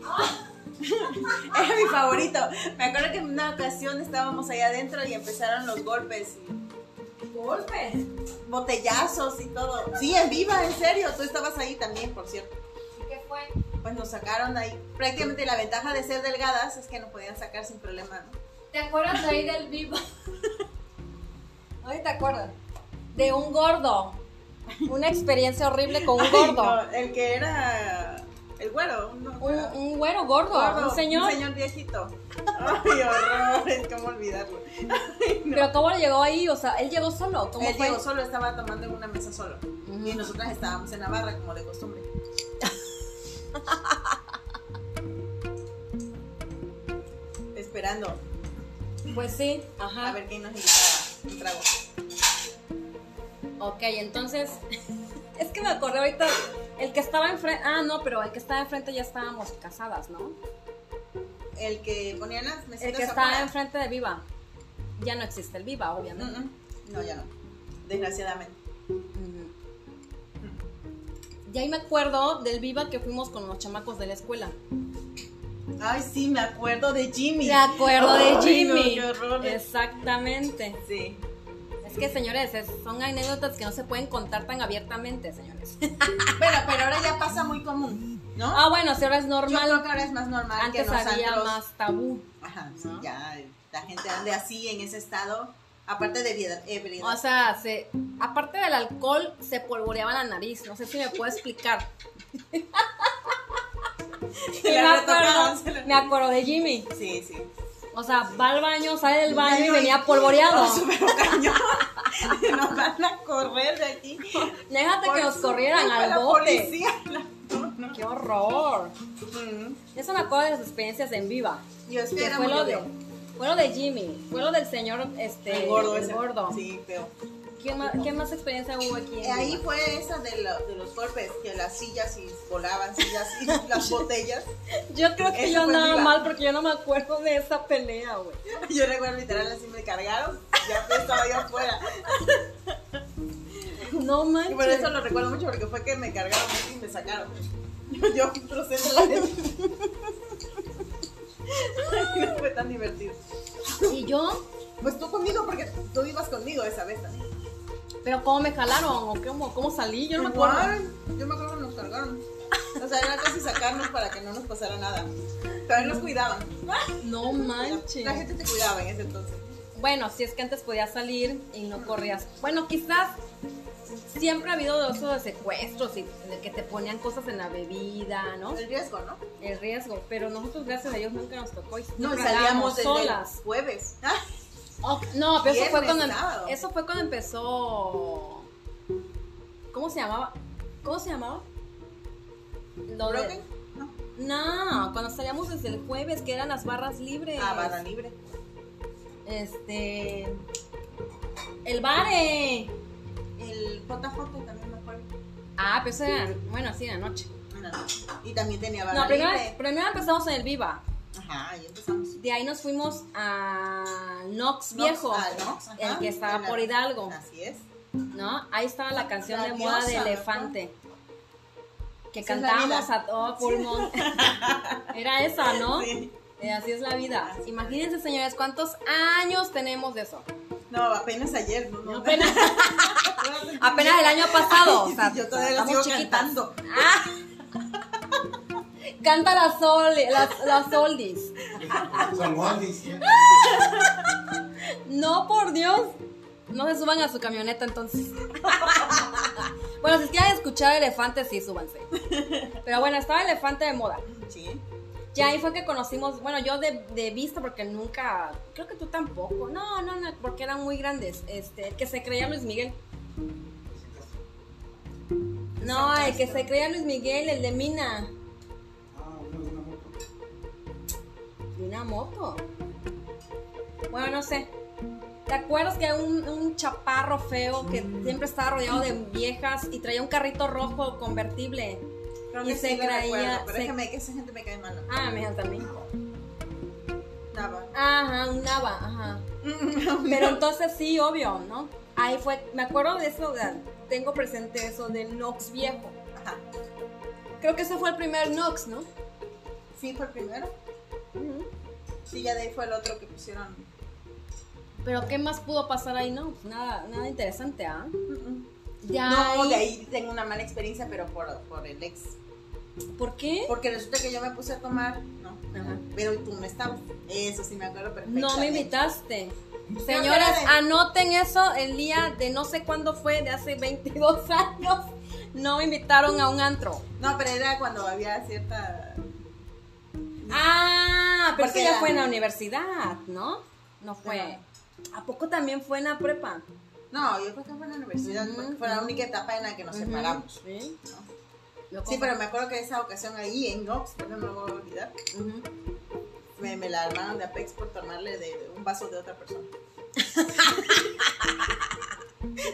Ah. *laughs* Era mi favorito. Me acuerdo que en una ocasión estábamos ahí adentro y empezaron los golpes y Golpe. ¿Y botellazos y todo. Sí, en viva, en serio. Tú estabas ahí también, por cierto. qué fue? Pues nos sacaron ahí. Prácticamente la ventaja de ser delgadas es que nos podían sacar sin problema, ¿no? ¿Te acuerdas de ahí del *laughs* vivo? Ay, ¿te acuerdas? De un gordo. Una experiencia horrible con un Ay, gordo. no, *laughs* el que era el güero. no, Un, güero. un güero gordo, Gordo, un señor. Un señor viejito. Ay, horrores, cómo olvidarlo. Pero ¿cómo le llegó ahí? O sea, él llegó solo. ¿Cómo Él fue? llegó solo, estaba tomando en una mesa solo. Ujú. Y nosotras estábamos en la barra, como de *laughs* costumbre. Esperando Pues sí. Ajá. a ver quién nos invitaba un trago. Ok, entonces. *laughs* es que me acordé ahorita. El que estaba enfrente. Ah, no, pero el que estaba enfrente ya estábamos casadas, ¿no? El que ponía las mesitas El que afuera. estaba enfrente de Viva. Ya no existe el Viva, obviamente. Mm, mm. No, ya no. Desgraciadamente. Ujú. Y ahí me acuerdo del Viva que fuimos con los chamacos de la escuela. Ay, sí, me acuerdo de Jimmy. Me acuerdo de Ay, no, Jimmy. qué horrores. Exactamente. Sí. Es que, señores, es- son anécdotas que no se pueden contar tan abiertamente, *laughs* señores. Bueno, pero ahora ya pasa muy común, ¿no? Ah, bueno, si ahora es Yo creo normal. que ahora es más normal que Antes en los había antros. más tabú. Ajá, sí, ¿no? ya la gente ande así en ese estado Aparte de vida, ebriedad. O sea, se, aparte del alcohol, se polvoreaba la nariz. No sé si me puedo *laughs* explicar. Se me, la retocaban, acuerdo, se la- me acuerdo de Jimmy. Sí, sí. O sea, va al baño, sale del baño y Ay, venía polvoreado. *laughs* no, súper cañón. Nos van a correr de aquí. Déjate *laughs* Por que nos su corrieran culpa, al la bote. policía. *laughs* No, no. ¡Qué horror! Mm. Eso me acuerdo de las experiencias en viva. Yo es que Que era fue muy lo de, feo. fue lo de Jimmy, fue lo del señor este, El gordo el ese. gordo. Sí, feo. ¿Qué, ma- qué más, experiencia hubo aquí? Eh, en Ahí Viva? fue esa de, lo- de los golpes, que las sillas y volaban sillas *laughs* y las botellas. Yo creo que Eso yo fue en andaba Viva. mal porque yo no me acuerdo de esa pelea, güey. Yo recuerdo literal así me cargaron, ya estaba yo afuera. No Y manches. por eso lo recuerdo mucho porque fue que me cargaron así y me sacaron. Yo, yo crucé *laughs* de la gente. Ay, No fue tan divertido. Y yo, Pues tú conmigo porque tú ibas conmigo esa vez también. pero cómo me jalaron o cómo, cómo salí, yo no me acuerdo. Igual, yo me acuerdo que nos cargaron. O sea, era casi sacarnos para que no nos pasara nada. También nos cuidaban. No manches. La gente te cuidaba en ese entonces. Bueno, si es que antes podías salir y no corrías. Bueno, quizás siempre ha habido eso de secuestros y de que te ponían cosas en la bebida, ¿no? El riesgo, ¿no? El riesgo, pero nosotros gracias a Dios nunca nos tocó y No, siempre salíamos andábamos desde solas. el jueves. Ah, Oh, no, pero eso fue, Viernes, cuando, em- sábado. eso fue cuando empezó. ¿Cómo se llamaba? ¿Cómo se llamaba? Lo de- ¿Broken? No. Pues, no, cuando salíamos desde el jueves, que eran las barras libres. Ah, barra libre. Este. El eh. bare. El JJ también me acuerdo. Ah, pero eso era. Bueno, sí, en la noche. Una noche. Y también tenía barra No, primero, libre. primero empezamos en el Viva. Ajá, ahí empezamos. De ahí nos fuimos a Nox Viejo, Nox, ah, Nox, ajá. el que estaba Era- por Hidalgo, Así es. ¿no? Ahí estaba la canción La de moda de diosa, ¿verdad? Elefante, que Así es la cantábamos vida. a todo *laughs* pulmón. Era esa, ¿no? Sí. Eh, Así es la vida. Así es. Imagínense, señores, cuántos años tenemos de *laughs* eso. No, apenas ayer. No, no. *laughs* Apenas, apenas el año pasado. o sea, Yo todavía la estamos sigo chiquitas. Ah. cantando. Canta las, oli- las, las oldies. Son Wandis. *laughs* No, por Dios. No se suban a su camioneta entonces. bueno, si quieren escuchar elefante, sí, súbanse. Pero bueno, estaba elefante de moda. Sí. Ya ahí fue que conocimos, bueno, yo de, de vista porque nunca, creo que tú tampoco. No, no, no, porque eran muy grandes. Este, el que se creía Luis Miguel. No, el que se creía Luis Miguel, el de Mina. Ah, una, una moto. Y una moto. Bueno, no sé. ¿Te acuerdas que un, un chaparro feo que siempre estaba rodeado de viejas y traía un carrito rojo convertible? Creo Y que se sí lo creía- recuerdo, Pero se- es que, me- que esa gente me cae mal. Ah, me también. Nada. Ajá, un nava, ajá. Pero entonces sí, obvio, ¿no? Ahí fue, me acuerdo de eso, de- tengo presente eso del Nox viejo. Ajá. Creo que ese fue el primer Nox, ¿no? Sí, fue el primero. Sí, ya de ahí fue el otro que pusieron. Pero ¿qué más pudo pasar ahí? No, Pues nada, nada interesante, ¿ah? Ya No, ahí- de ahí tengo una mala experiencia, pero por, por el ex. ¿Por qué? Porque resulta que yo me puse a tomar, no, Ajá. pero tú no estabas. Eso sí me acuerdo perfectamente. No me invitaste. No, Señoras, espérame. anoten eso el día de no sé cuándo fue, de hace 22 *laughs* años. No me invitaron a un antro. No, pero era cuando había cierta. Ah, pero eso Porque ya la- fue en la universidad, ¿no? No fue. Ajá. ¿A poco también fue en la prepa? No, yo creo que fue en la universidad, Ujú. porque fue la única etapa en la que nos Ujú, separamos. Sí, ¿no? Yo Sí, como- pero me acuerdo que esa ocasión ahí en Oxford, no me voy a olvidar, Ujú. me, me la armaron de Apex por tomarle de, de un vaso de otra *laughs* persona.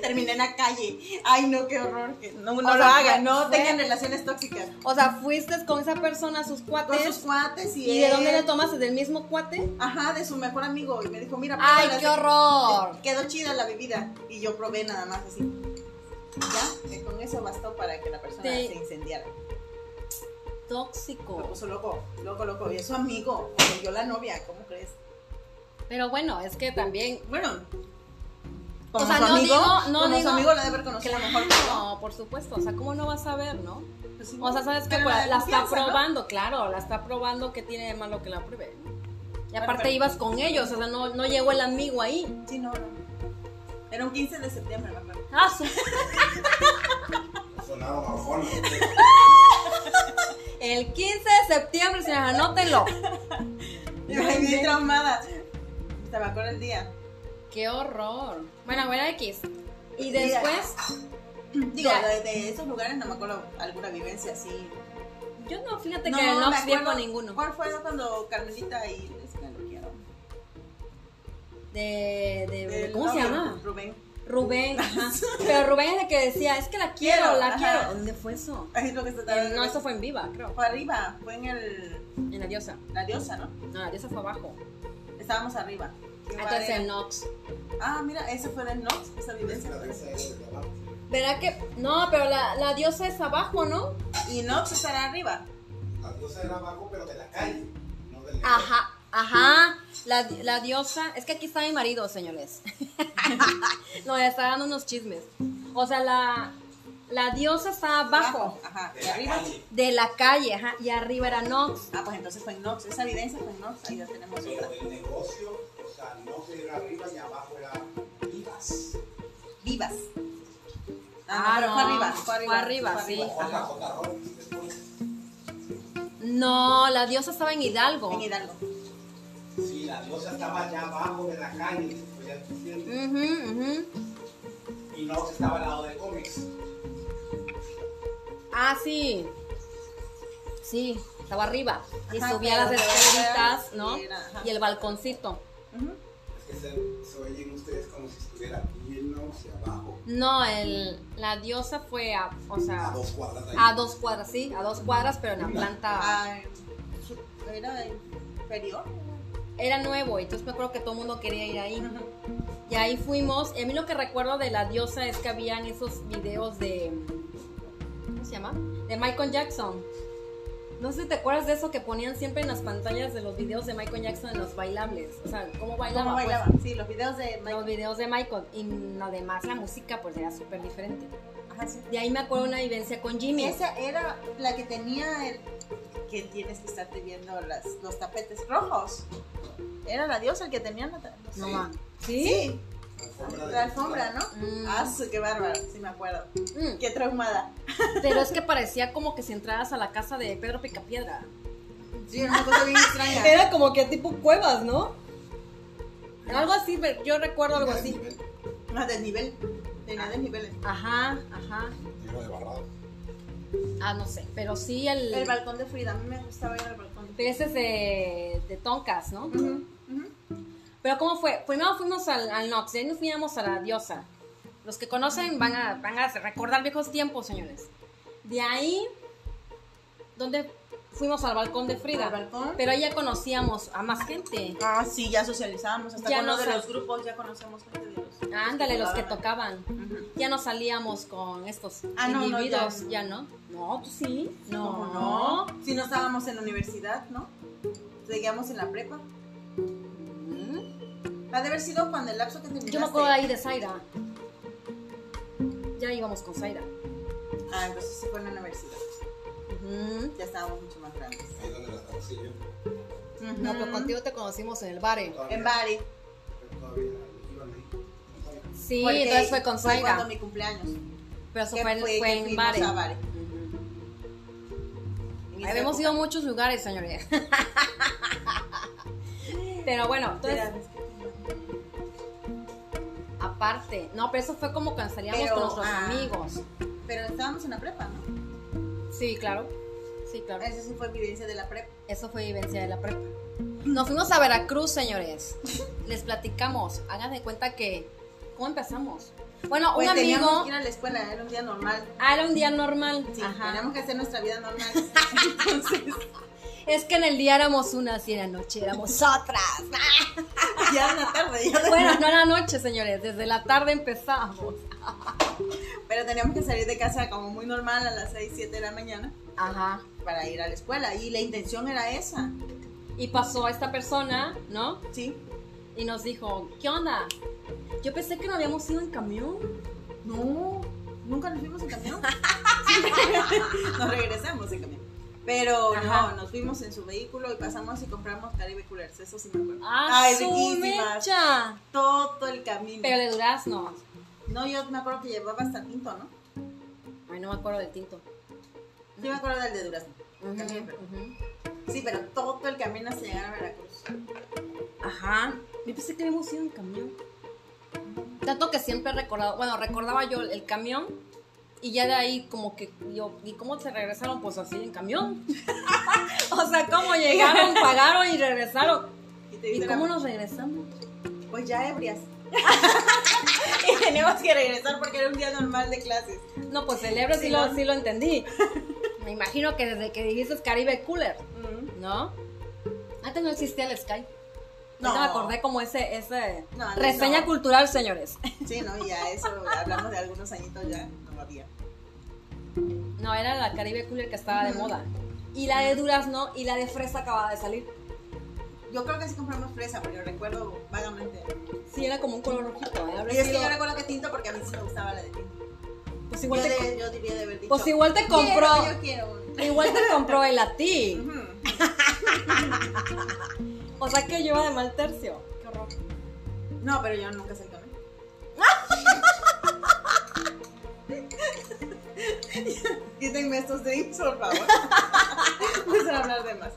Terminé en la calle. Ay, no, qué horror. que No, no sea, lo hagan, fue- no fue- tengan relaciones tóxicas. O sea, fuiste con esa persona, sus Con cuates. sus cuates y. ¿Y de él- dónde le tomaste? ¿Del mismo cuate? Ajá, de su mejor amigo. Y me dijo, mira, ¡Ay, pruébala, qué así- horror! Quedó chida la bebida y yo probé nada más así. Ya, que con eso bastó para que la persona Sí. se incendiara. Me Tóxico. puso loco, loco, loco. Y es su amigo, porque yo la novia, ¿cómo crees? Pero bueno, es que también Bueno, O sea, no digo- no como digo- su amigo la debe haber conocido mejor que yo. Claro, por supuesto. O sea, ¿cómo no vas a ver, no? Pues sí. O sea, ¿sabes qué? Pero Pues, la de la está confianza, ¿no? probando, claro, la está probando. ¿Qué tiene de malo que la pruebe? no? Y aparte pero- ibas con ellos, o sea, no, no llegó el amigo ahí. Sí, no, no. Era un 15 de septiembre, me *laughs* acuerdo. Ah, *laughs* su- Sonaba bajona. El 15 de septiembre, señores, anótenlo. Yo Ay, ahí bien no. traumada. Se me acuerda el día. *laughs* ¡Qué horror! Bueno, bueno, X. Y Mira. después, "Ah". *clears throat* Digo, Ya. de, de esos lugares no me acuerdo alguna vivencia así. yo no, fíjate no, que no me fui con acuerdo. ninguno. ¿Cuál fue cuando Carmelita y Luis me lo quiero? De, de, Del Eh, ¿Cómo se novio, llama? Rubén. Rubén. *laughs* ajá. Pero Rubén es el que decía, es que la quiero, Quiero, la ajá. quiero. ¿Dónde fue eso? Ay, Es lo que se Eh, tardó. no, eso fue en Viva, creo. Fue arriba, fue en el, En la diosa. la diosa, ¿no? No, la diosa fue abajo. Ah, Estábamos arriba. Qué Entonces padre. el Nox. Ah, mira, ese fue del Nox, esa Es que vivencia. la diosa era de abajo. ¿Verdad que? No, pero la, la diosa es abajo, ¿no? Y Nox estará arriba. La diosa era abajo, pero de la calle. No del Ajá, ajá. La, la diosa. Es que aquí está mi marido, señores. *laughs* no, ya está dando unos chismes. O sea, la, la diosa está abajo Ajá, De y la arriba. calle. de la calle, ajá. Y arriba era Nox. Ah, pues entonces fue en Nox, esa vivencia fue en Nox, ahí ya tenemos Pero otra. del negocio, o sea, no que era arriba y abajo era vivas. Vivas. Ah, pero no, fue arriba, fue arriba. fue arriba, sí. J, J, Rollins, después. No, la diosa estaba en Hidalgo. En Hidalgo. Sí, la diosa estaba allá abajo de la calle. pues ya tú entiendes. Ujú, ujú. Y no que estaba al lado de cómics. Ah, sí. Sí, estaba arriba. Y Ajá, subía pero las era- escaleritas, ¿no? era, ajá. Y el balconcito. Ujú. Es que se, se oyen ustedes como si estuviera bien no hacia abajo. No, el, la diosa fue a, o sea, A dos cuadras de ahí. a dos cuadras, sí, a dos cuadras, pero en la planta Ah, su- era inferior. era nuevo, entonces me acuerdo que todo el mundo quería ir ahí. Ujú. Y ahí fuimos, y a mí lo que recuerdo de la diosa es que habían esos videos de, ¿cómo se llama? De Michael Jackson. No sé si te acuerdas de eso que ponían siempre en las pantallas de los videos de Michael Jackson en los bailables, o sea, cómo bailaba. ¿Cómo pues. bailaba? Sí, los videos de los Michael. videos de Michael y además la música pues era súper diferente. Ajá, sí. De ahí me acuerdo una vivencia con Jimmy. Esa era la que tenía el. Que tienes que estarte viendo las, los tapetes rojos. Era la diosa el que tenía la. ta- los- No Sí. ma. ¿Sí? Sí, Alfombra de la alfombra, ¿no? Mm. Ah, su, qué bárbaro, sí me acuerdo. Mm. Qué traumada. Pero es que parecía como que si entraras a la casa de Pedro Picapiedra. Sí, *laughs* era una cosa bien extraña. Era como que tipo cuevas, ¿no? Algo así, pero yo recuerdo algo así. No, desnivel. Tenía desniveles. Ajá, ajá. Tiro de barrado. Ah, no sé. Pero sí el. El balcón de Frida, a mí me gustaba ir al balcón. pero ese es de, de Tonkas, ¿no? Ujú, ujú. Pero ¿cómo fue? Primero fuimos al, al Nox, de ahí nos fuimos a la diosa. Los que conocen van a, van a recordar viejos tiempos, señores. De ahí, donde fuimos al balcón de Frida. Al balcón. Pero ahí ya conocíamos a más gente. Ah, sí, ya socializábamos. Hasta Ya con lo no de sal- los grupos ya conocemos gente de los. Ándale, los que tocaban. tocaban. Ujú. Ya no salíamos con estos Ah, no, no, individuos, ya, ya no. No, tú sí. ¿Cómo No, no? Si no estábamos en la universidad, ¿no? Seguíamos en la prepa. Mm. Ha de haber sido cuando el lapso que terminaste. Yo me acuerdo ahí de Zaira. Ya íbamos con Zaira. Ah, entonces sí fue en la universidad. Ujú. Ya estábamos mucho más grandes. Ahí donde la conocí yo. No, pero contigo te conocimos en el bar. eh. Todavía- En Bari. pero Todavía iban ahí. Todavía. Sí, porque entonces fue con Zaira. cuando mi cumpleaños. pero eso que fue, en- fue fue que en fuimos bar. eh. a Bari. Ujú. En esa Habíamos época. ido a muchos lugares, señores. *laughs* pero bueno, entonces, Era- aparte. No, pero eso fue como cuando salíamos Pero, con nuestros ah. amigos. Pero estábamos en la prepa, ¿no? Sí, claro. Sí, claro. Esa sí fue evidencia de la prepa. Eso fue vivencia de la prepa. Nos fuimos a Veracruz, *laughs* señores. Les platicamos. Hagan de cuenta que. ¿Cómo empezamos? Bueno, Pues un teníamos amigo. que ir a la escuela, era un día normal. Ah, era un día normal. Sí, Ajá. teníamos que hacer nuestra vida normal. *laughs* Entonces, Es que en el día éramos unas y en la noche *laughs* éramos otras. ya en la tarde, ya Bueno, no era noche, señores. Desde la tarde empezábamos. Pero teníamos que salir de casa como muy normal a las 6, 7 de la mañana Ajá. para ir a la escuela. Y la intención era esa, Y pasó esta persona, ¿no? ¿sí? Y nos dijo, ¿qué onda? Yo pensé que no habíamos ido en camión. *laughs* No, nunca nos fuimos en camión. Nos regresamos en camión. Pero Ajá. no, nos fuimos en su vehículo y pasamos y compramos Caribe Coolers, eso sí me acuerdo. ¡Ah, Ay, su riquísimas. mecha! Todo el camino. Pero de durazno. No, yo me acuerdo que llevaba hasta tinto, ¿no? Ay, no me acuerdo del tinto. Sí me acuerdo del de durazno. Ujú, También, pero- ujú. Sí, pero todo el camino hasta llegar a Veracruz. Ajá. Yo pensé que habíamos ido en camión. Tanto que siempre he recordado, bueno, recordaba yo el camión y ya de ahí como que yo, ¿y cómo se regresaron? Pues así en camión. *laughs* o sea, ¿cómo *laughs* llegaron, pagaron y regresaron? Y te ¿Y dice la- cómo nos regresamos? Pues ya *laughs* ebrias. *laughs* y teníamos que regresar porque era un día normal de clases. No, pues el Ebro sí, Sí, lo, ¿no? sí lo *laughs* entendí. Me imagino que desde que dijiste Caribe Cooler, ¿no? Antes Ah, no existía el Sky. No. No. me acordé como ese, ese No, antes reseña no. cultural, señores. Sí, ¿no? Y ya eso, hablamos de algunos añitos ya, no había. No, era la Caribe Cooler que estaba de Ujú. moda. Y la de durazno y la de fresa acababa de salir. Yo creo que sí compramos fresa, pero recuerdo vagamente. Sí, era como un color rojito. ¿eh? Habrá Y es que sido- yo recuerdo que tinto porque a mí sí me gustaba la de tinto. pues Yo, igual te, de- yo diría de haber dicho. pues igual te "Quiero, compró. Yo quiero un-". Igual te compró el a ti. Ujú. O sea que yo iba de mal tercio. Qué horror. No, pero yo nunca se lo tomé. *laughs* Quítenme estos drinks, por *laughs* favor. Vamos a hablar de más.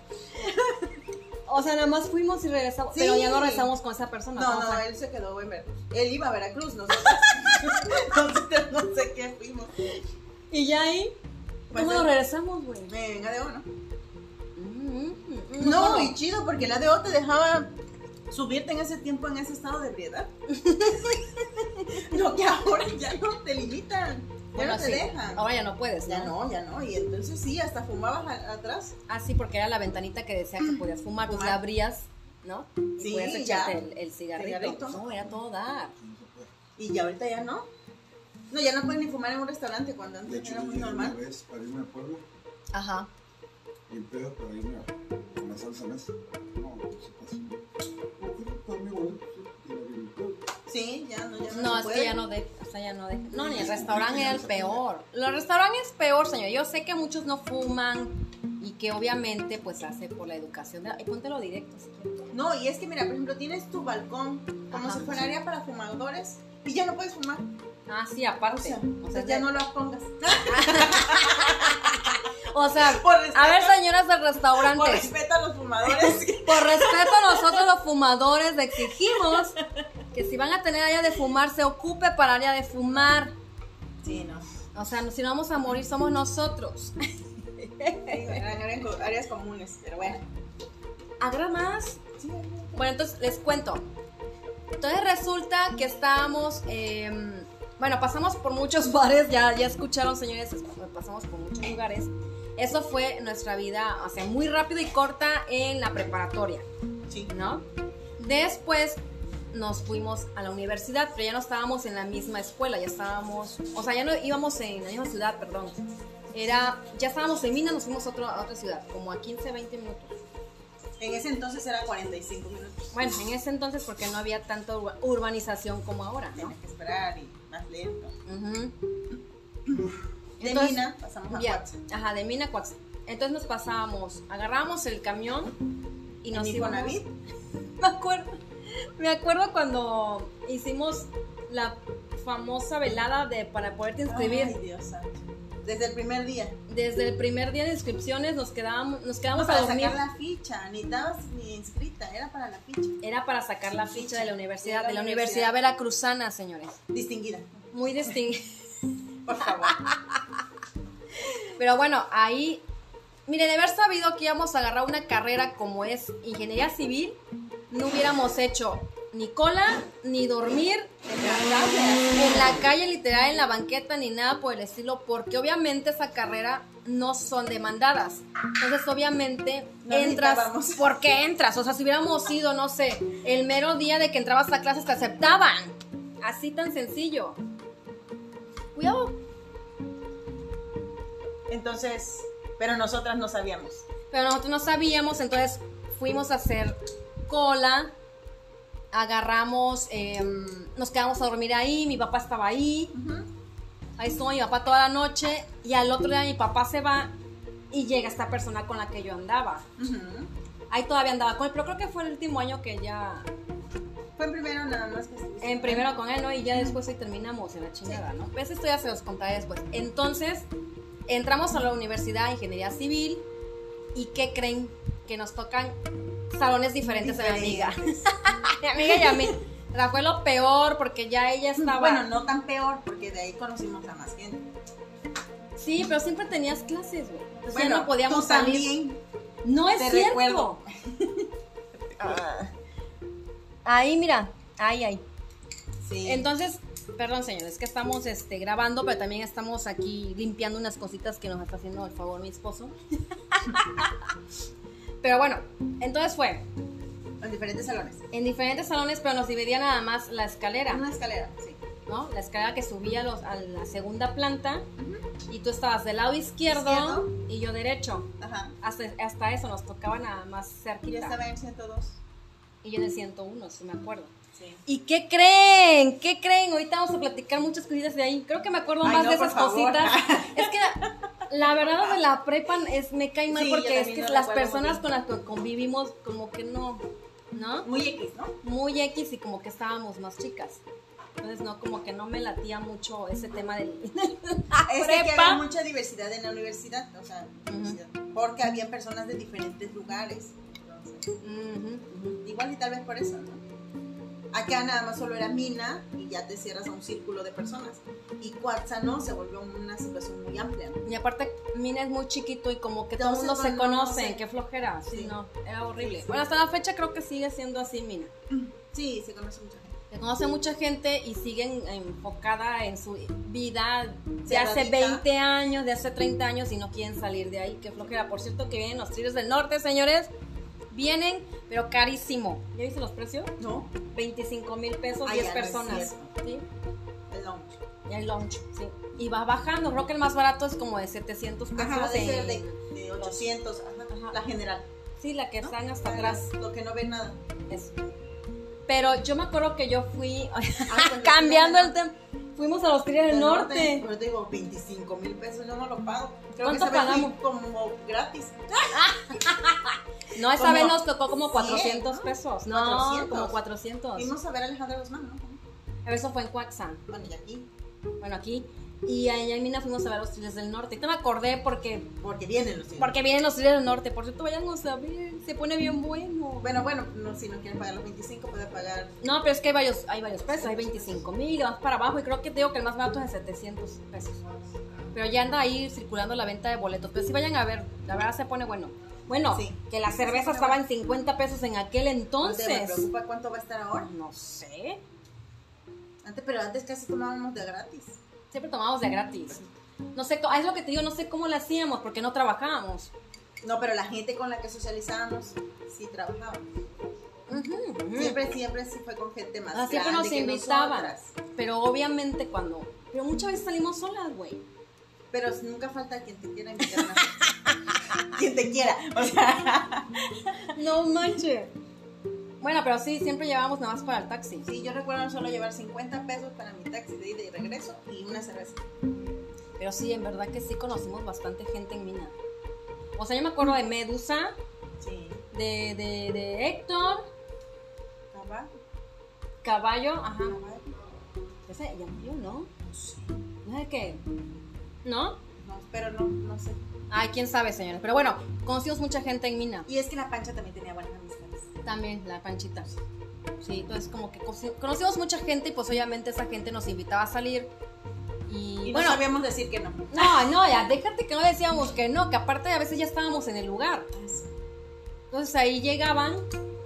O sea, nada más fuimos y regresamos. Sí. Pero ya no regresamos con esa persona. No, O no, sea, él se quedó en Veracruz. Él iba a Veracruz, nosotros. *laughs* Nosotros no sé qué fuimos. Y ya ahí, Pues ¿cómo él- nos regresamos, güey? Eh, En ADO, ¿no? Mm, mm, No, bueno. y chido, porque el ADO te dejaba subirte en ese tiempo en ese estado de *laughs* ebriedad. Lo que ahora ya no te limitan. Ya Bueno, no te sí, dejan. Ahora ya no puedes, Ya ¿no? no, ya no. Y entonces sí, hasta fumabas a- atrás. Ah, sí, porque era la ventanita que decía que podías fumar, pues Fumar. la abrías, ¿no? Y Sí, podías ya. echarte el, el cigarrito. Cigarrito. No, era todo dar. Y ya ahorita ya no. No, ya no pueden ni fumar en un restaurante cuando De antes hecho, era yo muy llegué una normal. vez para irme a Puebla Ajá. y un pedo para irme a, a la salsa mesa. No, no se pasa. Porque yo también, bueno, sí, era bien cool. Sí, ya no, ya no. No, se es puede. que ya no de, o sea, ya no de. No, ni el restaurante era el peor. Los restaurantes es peor, señor. Yo sé que muchos no fuman y que obviamente pues hace por la educación. De la- y póntelo directo si quieres. No, y es que mira, por ejemplo, tienes tu balcón como Ajá. si fuera área para fumadores y ya no puedes fumar. Ah, sí, O aparte. sea, O pues sea, ya de- no lo pongas. o sea, *laughs* Por a ver, respeto- señoras del Por restaurante. respeto a *laughs* los fumadores. Por respeto a nosotros los fumadores le exigimos que si van a tener área de fumar, se ocupe para área de fumar. sí, no. O sea, si no vamos a morir, somos nosotros. Eran eran co- áreas comunes, pero bueno. ¿Habrá más? Bueno, entonces les cuento. Entonces resulta que estábamos, em, bueno, pasamos por muchos *laughs* bares, ya, ya escucharon señores, es- pues, pasamos por muchos lugares. Eso fue nuestra vida, o sea, muy rápida y corta en la preparatoria. Sí. ¿no? Después nos fuimos a la universidad, pero ya no estábamos en la misma escuela, ya estábamos, o sea, ya no íbamos en la misma ciudad, perdón. Era, ya estábamos en Minas, nos fuimos a, otro- a otra ciudad, como a 15, 20 minutos. En ese entonces era 45 minutos. Bueno, en ese entonces porque no había tanta urba- urbanización como ahora, ¿no? Tienes que esperar y más lento. Ujú. De Entonces, Mina pasamos a Ya, Cuatza. ajá, de Mina a Coaxa. Entonces nos pasábamos, agarrábamos el camión y nos En íbamos. Infonavit. *laughs* Me acuerdo, me acuerdo cuando hicimos la famosa velada de para poderte inscribir. Ay, Dios santo. Desde el primer día. Desde el primer día de inscripciones nos quedábamos, nos quedamos No a para dormir. sacar la ficha, ni estabas ni inscrita, era para la ficha. Era para sacar la ficha de la universidad, de la, universidad. universidad. veracruzana, señores. Distinguida, Muy distinguida. *laughs* por favor. Pero bueno, ahí, mire, de haber sabido que íbamos a agarrar una carrera como es ingeniería civil, no hubiéramos hecho ni cola, ni dormir en la calle, literal, en la banqueta, ni nada por el estilo, porque obviamente esa carrera no son demandadas. Entonces, obviamente, No entras. necesitábamos. *laughs* ¿Por qué entras? O sea, si hubiéramos ido, no sé, el mero día de que entrabas a clases te aceptaban. Así tan sencillo. Cuidado, Entonces, pero nosotras no sabíamos. Pero nosotros no sabíamos, entonces fuimos a hacer cola, agarramos, em, nos quedamos a dormir ahí, mi papá estaba ahí, ahí estuvo mi papá toda la noche y al otro día mi papá se va y llega esta persona con la que yo andaba. Ujú. Ahí todavía andaba con él, pero creo que fue el último año que ya Fue en primero nada más que estuviste. en primero con él, ¿no? Y ya después ahí terminamos en la chingada, ¿no? Pues esto ya se los contaré después. Entonces, entramos a la Universidad de Ingeniería Civil y ¿qué creen? Que nos tocan salones diferentes a mi amiga. A *laughs* mi amiga y a mí. O sea, fue lo peor porque ya ella estaba... Bueno, no tan peor, porque de ahí conocimos a más gente. Sí, pero siempre tenías clases, güey. Entonces Pues ya bueno, no podíamos tú salir. también. No es Te cierto. *laughs* recuerdo. Ah. Ahí, mira. Ahí, ahí. Sí. Entonces, perdón, señores, que estamos este, grabando, pero también estamos aquí limpiando unas cositas que nos está haciendo el favor mi esposo. *laughs* pero bueno, entonces fue en diferentes salones. en diferentes salones, pero nos dividía nada más la En escalera, una escalera, sí. ¿no? La escalera que subía a los- a la segunda planta y tú estabas del lado izquierdo, Izquierdo. y yo derecho. Ajá. Hasta, hasta eso nos tocaba nada más Yo cerquita. estaba en 102. Y yo en el 101, si me acuerdo. Sí. ¿Y qué creen? ¿Qué creen? Ahorita vamos a platicar muchas cositas de ahí. Creo que me acuerdo Ay, más no, de por esas favor. *laughs* cositas. Es que la verdad lo de la prepa es, me cae mal Sí, yo porque es también que no las recuerdo personas muy con las que convivimos como que no, ¿no? Muy X, ¿no? Muy X y como que estábamos más chicas. Entonces no, como que no me latía mucho ese tema del... Es que aquí prepa. había mucha diversidad en la universidad, o sea, diversidad, porque había personas de diferentes lugares. Entonces, Ujú, ujú. igual y tal vez por eso, ¿no? Acá nada más solo era mina y ya te cierras a un círculo de personas. Y Cuatza no, se volvió una situación muy amplia. ¿no? Y aparte, Mina es muy chiquito y como que todo el Entonces, mundo se cuando no conoce. se- Qué flojera. Sí, Sí. no, era horrible. Sí, sí. Bueno, hasta la fecha creo que sigue siendo así, Mina. Sí, se conoce mucha gente. Se conoce mucha gente y siguen enfocada en su vida de hace Cerradita. 20 años, de hace 30 años y no quieren salir de ahí. Qué flojera. Por cierto, que vienen los trillos del norte, señores. Vienen, pero carísimo. ¿Ya viste los precios? No, 25 mil pesos, Ah, 10 ya, no es personas. ¿sí? el lounge. Y el lunch, sí. Y va bajando. Creo que el más barato es como de 700 pesos. Ajá, de, en- ser de, de 800, ajá, Ajá. la general. Sí, la que ¿no? están hasta atrás. Lo que no ve nada. Eso. Pero yo me acuerdo que yo fui, *laughs* Ah, cuando cambiando fui a el tema, fuimos a los trillos del norte. Pero te digo, 25 mil pesos, yo no lo pago. Creo ¿Cuánto que esa vez fui pagamos? como gratis. No, esa Como vez nos tocó como 400 100, Ah, ¿no? pesos. No, 400. como 400. Fuimos a ver a Alejandro Guzmán, ¿no? Eso fue en Coaxan, Bueno, y aquí, bueno, aquí. Y allá en Mina fuimos a ver los Trilles del Norte. Y te me acordé porque, porque vienen los hijos. porque vienen los Trilles del Norte. Por cierto, váyanos a ver, se pone bien bueno. Bueno, bueno, no, si no quieren pagar los 25, pueden pagar. No, pero es que hay varios, hay varios precios, hay 25 mil, vas para abajo y creo que te digo que el más barato es de 700 pesos. Pero ya anda ahí circulando la venta de boletos. Pero si vayan a ver, la verdad se pone bueno. Bueno, Sí. que la Sí, se cerveza pone estaba en bueno. 50 pesos en aquel Entonces, me entonces. preocupa cuánto va a estar ahora. No sé. Antes, pero antes casi tomábamos de gratis. Siempre tomábamos de gratis. No sé, co- ah, es lo que te digo, no sé cómo lo hacíamos porque no trabajábamos. No, pero la gente con la que socializábamos sí trabajaba. Ujú. Siempre, siempre sí fue con gente más. Ah, siempre nos grande que invitaban. nosotras. Pero obviamente cuando... Pero muchas veces salimos solas, güey. Pero nunca falta quien te quiera invitar. a una fiesta. quien te quiera. O sea, *laughs* No manches. Bueno, pero sí, siempre llevábamos nada más para el taxi. sí, yo recuerdo solo llevar 50 pesos para mi taxi de ida y regreso y una cerveza. Pero sí, en verdad que sí conocimos bastante gente en Mina. O sea, yo me acuerdo de Medusa, Sí. de, de, de Héctor, Caballo. Caballo, ajá. caballo. Ese ya murió, ¿no? No sé qué. ¿No? No, pero no, no sé. Ay, quién sabe, señores. Pero bueno, conocimos mucha gente en Mina. Y es que la pancha también tenía buenas amistades. También, la panchita. Sí, entonces como que conoci- conocimos mucha gente y pues obviamente esa gente nos invitaba a salir. Y, Y bueno, Ah, no sabíamos decir que no. no, no, ya, déjate que no decíamos que no, que aparte a veces ya estábamos en el lugar. Entonces ahí llegaban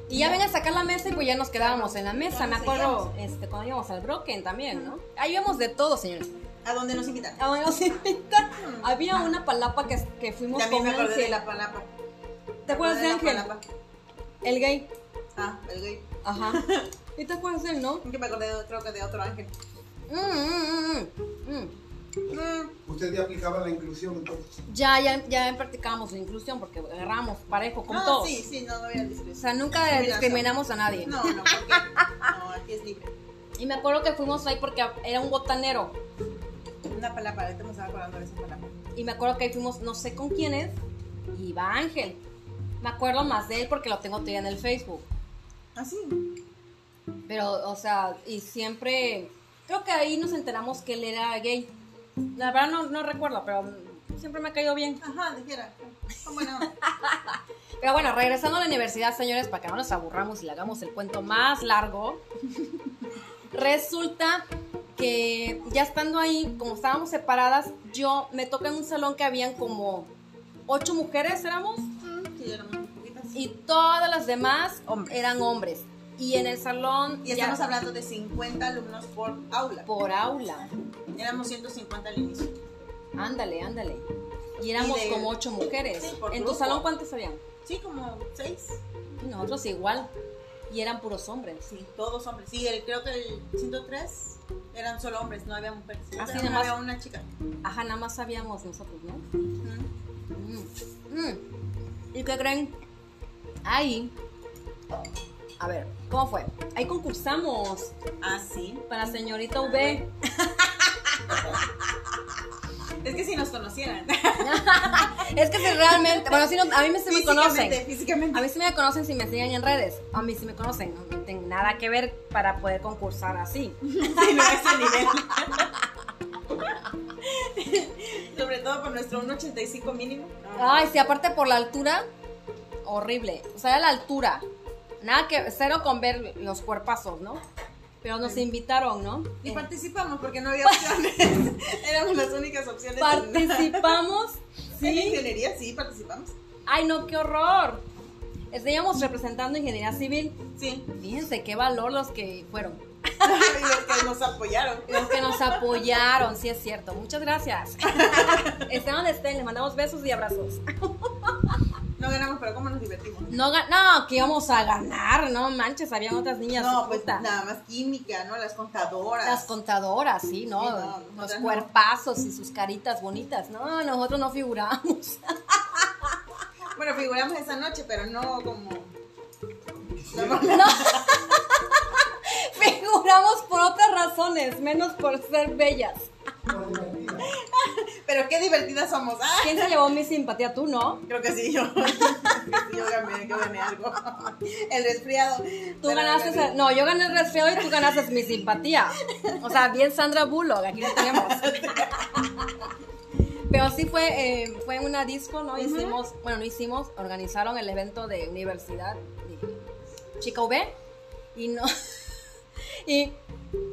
y ya ven a sacar la mesa y pues ya nos quedábamos en la mesa. Me acuerdo este, cuando íbamos al Brocken también, ¿no? Ahí íbamos de todo, señores. Ah, ¿A dónde nos invitaron? A donde nos invitan. Había una palapa que, que fuimos También con me acordé de Ángel. la palapa. ¿Te acuerdas de Ángel? La palapa. El gay. Ah, el gay. Ajá. ¿Y te acuerdas de él, no? Que me acordé, de- creo que de otro Ángel. Mm, mm, mm, mm. Mm, Usted ya aplicaba la inclusión entonces. Ya, ya, ya practicábamos la inclusión porque agarramos parejo con ah, todos. sí, sí, no, no había O discriminación. sea, nunca Discriminación. discriminamos a nadie. No, no, porque no, aquí es libre. Y me acuerdo que fuimos ahí porque era un botanero. Una palapa, ahorita me estaba acordando de esa palapa. Y me acuerdo que ahí fuimos, no sé con quiénes, y va Ángel. Me acuerdo más de él porque lo tengo todavía en el Facebook. Ah, sí. Pero, o sea, y siempre. Creo que ahí nos enteramos que él era gay. La verdad no, no recuerdo, pero siempre me ha caído bien. Ajá, dijera. ¿Cómo no? Pero bueno, regresando a la universidad, señores, para que no nos aburramos y le hagamos el cuento más largo. *laughs* resulta que ya estando ahí, como estábamos separadas, yo me toca en un salón que habían como ocho mujeres, éramos, Sí, eran muy poquitas. Y, y todas las demás eran hombres. Y en el salón ya estamos hablando de 50 alumnos por aula. por aula. Éramos 150 al inicio. Ándale, ándale. Y éramos Y de- como ocho mujeres. Sí, por en tu grupo. salón cuántas habían? Sí, como 6. Y nosotros igual. Y eran puros hombres. Sí, todos hombres. Sí, el- creo que el 103 eran solo hombres, no había mujeres. Ah, sí, no nomás- había una chica. Ajá, nada más sabíamos nosotros, ¿no? Ujú. Mm, mm. ¿Y qué creen? Ahí. A ver, ¿cómo fue? Ahí concursamos Ah, sí. para señorita V. Es que si nos conocieran. Es que si realmente. Bueno, si no, a mí me- se me conocen. *laughs* Físicamente. *laughs* A mí se me conocen si me siguen en redes. A mí sí me conocen. No tengo nada que ver para poder concursar así. Sí, no a ese nivel. *laughs* Sobre todo por nuestro 1.85 mínimo. No. Ay, sí, aparte por la altura. Horrible. O sea, era la altura. Nada que. Cero con ver los cuerpazos, ¿no? Pero nos invitaron, ¿no? Ni Eh, participamos porque no había *laughs* opciones. Éramos las únicas opciones. Participamos. En Sí. ingeniería sí participamos. Ay, no, qué horror. Estábamos representando ingeniería civil. Sí. Fíjense qué valor los que fueron. *laughs* y los que nos apoyaron. Los que nos apoyaron, sí es cierto. Muchas *laughs* gracias. Estén donde estén, les mandamos besos y abrazos. No ganamos, pero cómo nos divertimos. No, ga- no que íbamos a ganar, no manches, habían otras niñas. No, pues puta. nada más química, ¿no? Las contadoras. Las contadoras, sí, ¿no? Sí, no, Los nosotras no. cuerpazos y sus caritas bonitas. No, nosotros no figuramos. *laughs* Bueno, figuramos esa noche, pero no como. *laughs* figuramos por otras razones, menos por ser bellas. Pero qué divertidas somos. ¡Ah! ¿Quién se llevó mi simpatía? Tú, ¿no? Creo que sí, yo. *laughs* Sí, yo gané, yo gané algo. *laughs* El resfriado. Tú ganaste. esa- No, yo gané el resfriado y tú ganaste mi simpatía. O sea, bien Sandra Bullock, aquí lo tenemos. Pero sí fue, eh, fue en una disco, ¿no? Hicimos, bueno, no hicimos, organizaron el evento de universidad de Chica V y no. *laughs* Y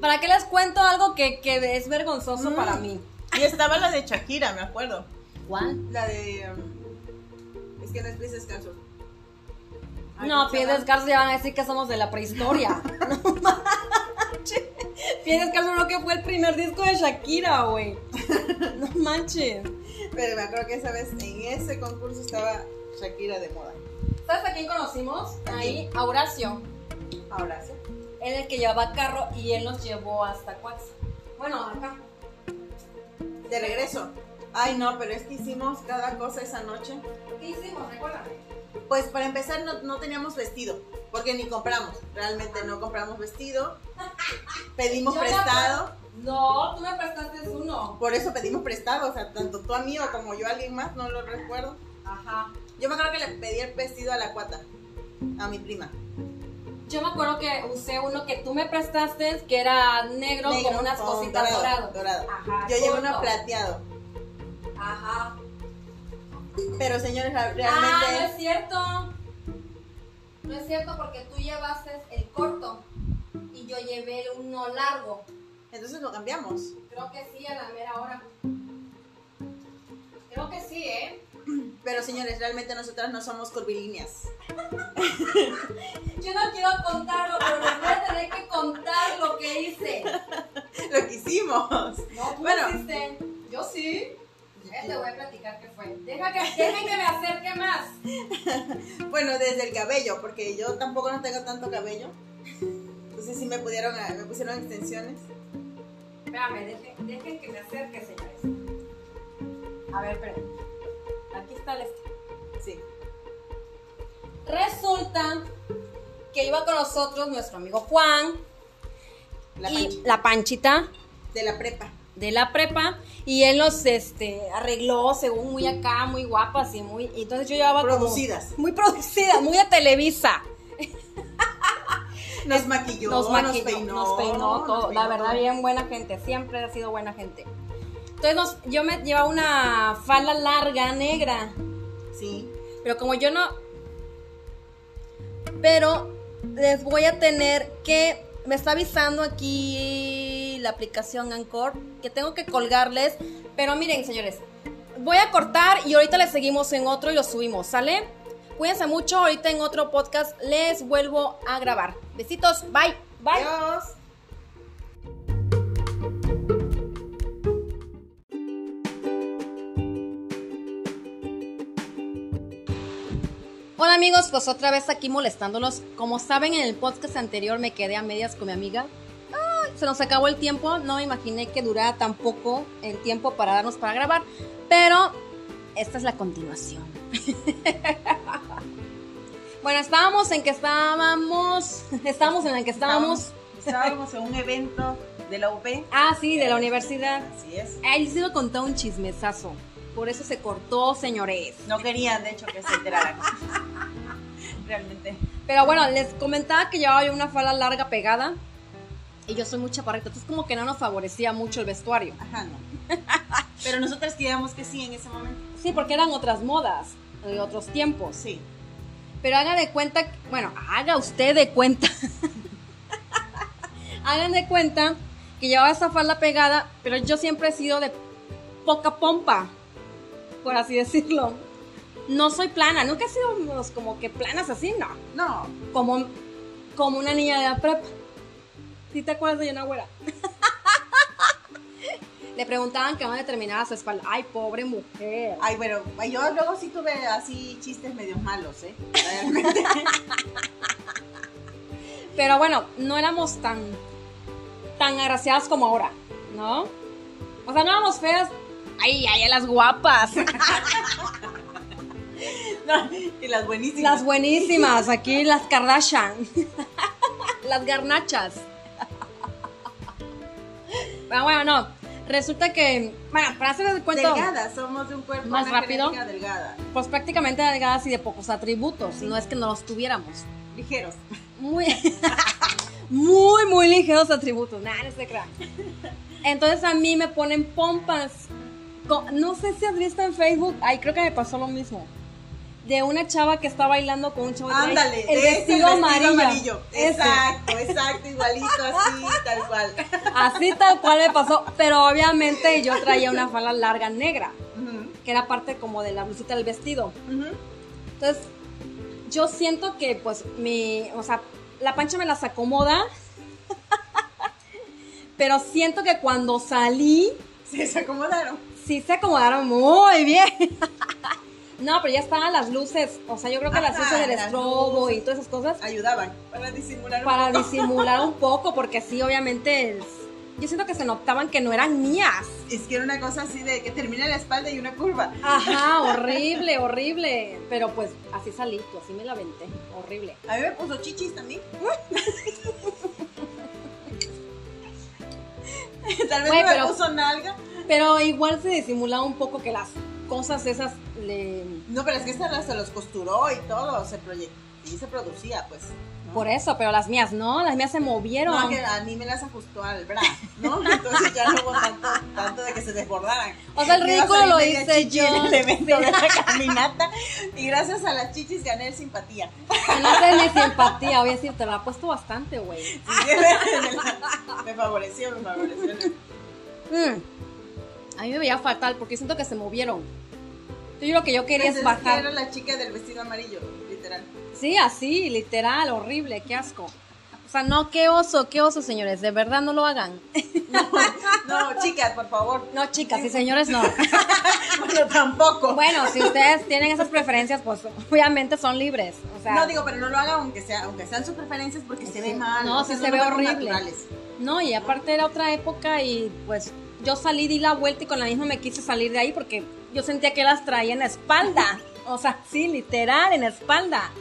para qué les cuento algo que, que es vergonzoso Mm. para mí. Y estaba la de Shakira, me acuerdo. ¿Cuál? La de. um, es que no es Pris Descanso. Ay, No, ¿cómo se pies llama? descalzos ya van a decir que somos de la *laughs* prehistoria. *laughs* No manches. Pies descalzos creo que fue el primer disco de Shakira, güey. *laughs* No manches. Pero me acuerdo que esa vez en ese concurso estaba Shakira de moda. ¿Sabes a quién conocimos? ¿A Ahí, a Horacio. Ahora sí. Él es el que llevaba carro y él nos llevó hasta Cuatza. Bueno, acá. De regreso. Ay, no, pero es que hicimos cada cosa esa noche. ¿Qué hicimos? Recuérdame. Pues para empezar no, no teníamos vestido, porque ni compramos. Realmente no compramos vestido. Pedimos Yo me prestado. No, tú me prestaste uno. Por eso pedimos prestado, o sea, tanto tú a mí o como yo a alguien más, no lo recuerdo. Ajá. Yo me acuerdo que le pedí el vestido a la cuata, a mi prima. Yo me acuerdo que usé uno que tú me prestaste, que era negro, con unas con cositas dorado, doradas. dorado. Ajá, Yo llevo uno corto. plateado. Ajá. Pero señores, la- Ah, no es realmente cierto. No es cierto porque tú llevaste el corto y yo llevé uno largo. entonces lo cambiamos. Creo que sí, a la mera hora. Creo que sí, ¿eh? Pero señores, realmente nosotras no somos curvilíneas. *laughs* Yo no quiero contarlo, pero les voy a tener que contar lo que hice. Lo que hicimos. No, tú Bueno. lo hiciste. Yo sí. Ya te voy a platicar qué fue. Deja que, dejen que me acerque más. Bueno, desde el cabello, porque yo tampoco no tengo tanto cabello. Entonces sí me pudieron, me pusieron extensiones. Espérame, dejen, dejen que me acerque, señores. A ver, espérame. Aquí está el... este. Sí. Resulta que iba con nosotros nuestro amigo Juan La y pancha. la Panchita De la prepa. de la prepa y él los este, arregló según muy acá, muy guapas y muy... y entonces yo llevaba como- Producidas. muy producidas, muy de Televisa. Nos maquilló, nos, maquilló, peinó. nos peinó nos todo. peinó la verdad, todo. bien buena gente. Siempre ha sido buena gente. Entonces nos- yo me llevaba una falda larga, negra. Sí. Pero como yo no. Pero les voy a tener que. Me está avisando aquí la aplicación Anchor que tengo que colgarles. Pero miren, señores, voy a cortar y ahorita les seguimos en otro y lo subimos, ¿sale? Cuídense mucho. Ahorita en otro podcast les vuelvo a grabar. Besitos, bye, bye. Adiós. Hola amigos, pues otra vez aquí molestándolos. Como saben, en el podcast anterior me quedé a medias con mi amiga. Ah, se nos acabó el tiempo, no me imaginé que durara tan poco el tiempo para darnos para grabar, pero esta es la continuación. *laughs* bueno, estábamos en que estábamos, estábamos en el que estábamos. Estábamos en un evento de la UP. Ah, sí, de la universidad. Así es. Ahí sí lo contó un chismesazo. Por eso se cortó, señores. No querían, de hecho, que se *laughs* enteraran. Realmente. Pero bueno, les comentaba que llevaba yo una falda larga pegada. Y yo soy muy chaparrita, entonces como que no nos favorecía mucho el vestuario. *laughs* Ajá, no. Pero nosotras creíamos que sí en ese momento. Sí, porque eran otras modas, de otros tiempos. Sí. Pero haga de cuenta, bueno, haga usted de cuenta. *laughs* Hagan de cuenta que llevaba esa falda pegada, pero yo siempre he sido de poca pompa, por así decirlo. No soy plana, nunca he sido pues, como que planas así, no. No, como, como una niña de la prepa. ¿Sí te acuerdas de una güera? *laughs* Le preguntaban que dónde terminaba su espalda. Ay, pobre mujer. Ay, bueno, yo luego sí tuve así chistes medio malos, ¿eh? *laughs* Realmente. Pero bueno, no éramos tan, tan agraciadas como ahora, ¿no? O sea, no éramos feas. Ay, ay, a las guapas. No, y las buenísimas. Las buenísimas, aquí las Kardashian. *laughs* Las garnachas. Pero bueno, no. Resulta que, bueno, para hacerles el cuento. delgadas, somos de un cuerpo ¿Más una rápido? genética delgada. pues prácticamente delgadas y de pocos atributos, no es que no los tuviéramos. Ligeros. Muy, *laughs* muy, muy ligeros atributos, nada, no se crean. Entonces a mí me ponen pompas. Co- No sé si has visto en Facebook, ay, creo que me pasó lo mismo. De una chava que está bailando con un chavo que trae Ándale, el ese vestido amarillo. Ese. Exacto, exacto, igualito así, tal cual. Así tal cual me pasó, pero obviamente yo traía una falda larga negra, Ujú, que era parte como de la blusita del vestido. ujú. Entonces, yo siento que, pues, mi. O sea, la pancha me las acomoda. *laughs* pero siento que cuando salí, Sí, se acomodaron. sí se acomodaron muy bien. *laughs* no, pero ya estaban las luces. O sea, yo creo que las Ajá, luces del Ah, las estrobo luces. y todas esas cosas. Ayudaban para disimular un Para poco. disimular un poco, porque sí, obviamente. es- Yo siento que se notaban que no eran mías. Es que era una cosa así de que termina la espalda y una curva. Ajá, horrible, horrible. Pero pues así salí, yo así me la venté. Horrible. A mí me puso chichis también. *laughs* Tal vez Güey, no me pero- puso nalga. Pero igual se disimulaba un poco que las cosas esas le... No, pero es que esta se los costuró y todo, se proye- y se producía, pues. ¿no? Por eso, pero las mías no, las mías se movieron. No, que a mí me las ajustó al bra, ¿no? *laughs* Entonces ya no hubo tanto, tanto de que se desbordaran. O sea, el Yo iba ridículo lo saliendo ya hice chichi yo. En el evento de la caminata. Y gracias a las chichis gané el simpatía. Que No sé ni simpatía, voy a decir, te la ha puesto bastante, güey. Así que *laughs* me- me favoreció, me favoreció. Mm. A mí me veía fatal porque siento que se movieron. Entonces, Yo lo que yo quería Pues es es bajar. que Era la chica del vestido amarillo, literal. Sí, así, literal, horrible, qué asco. O sea, no, qué oso, qué oso, señores. De verdad, no lo hagan. *laughs* No, chicas, por favor. No, chicas y señores, *laughs* no. Bueno, tampoco. Bueno, si ustedes tienen esas preferencias, pues obviamente son libres. O sea, No digo, pero no lo hagan aunque sea, aunque sean sus preferencias porque se ve Sí. mal. No, o sea, sí se ve lo vemos horrible. naturales. No, y aparte era otra época y pues yo salí, di la vuelta y con la misma me quise salir de ahí porque yo sentía que las traía en la *laughs* espalda. O sea, sí, literal, en la espalda. *laughs*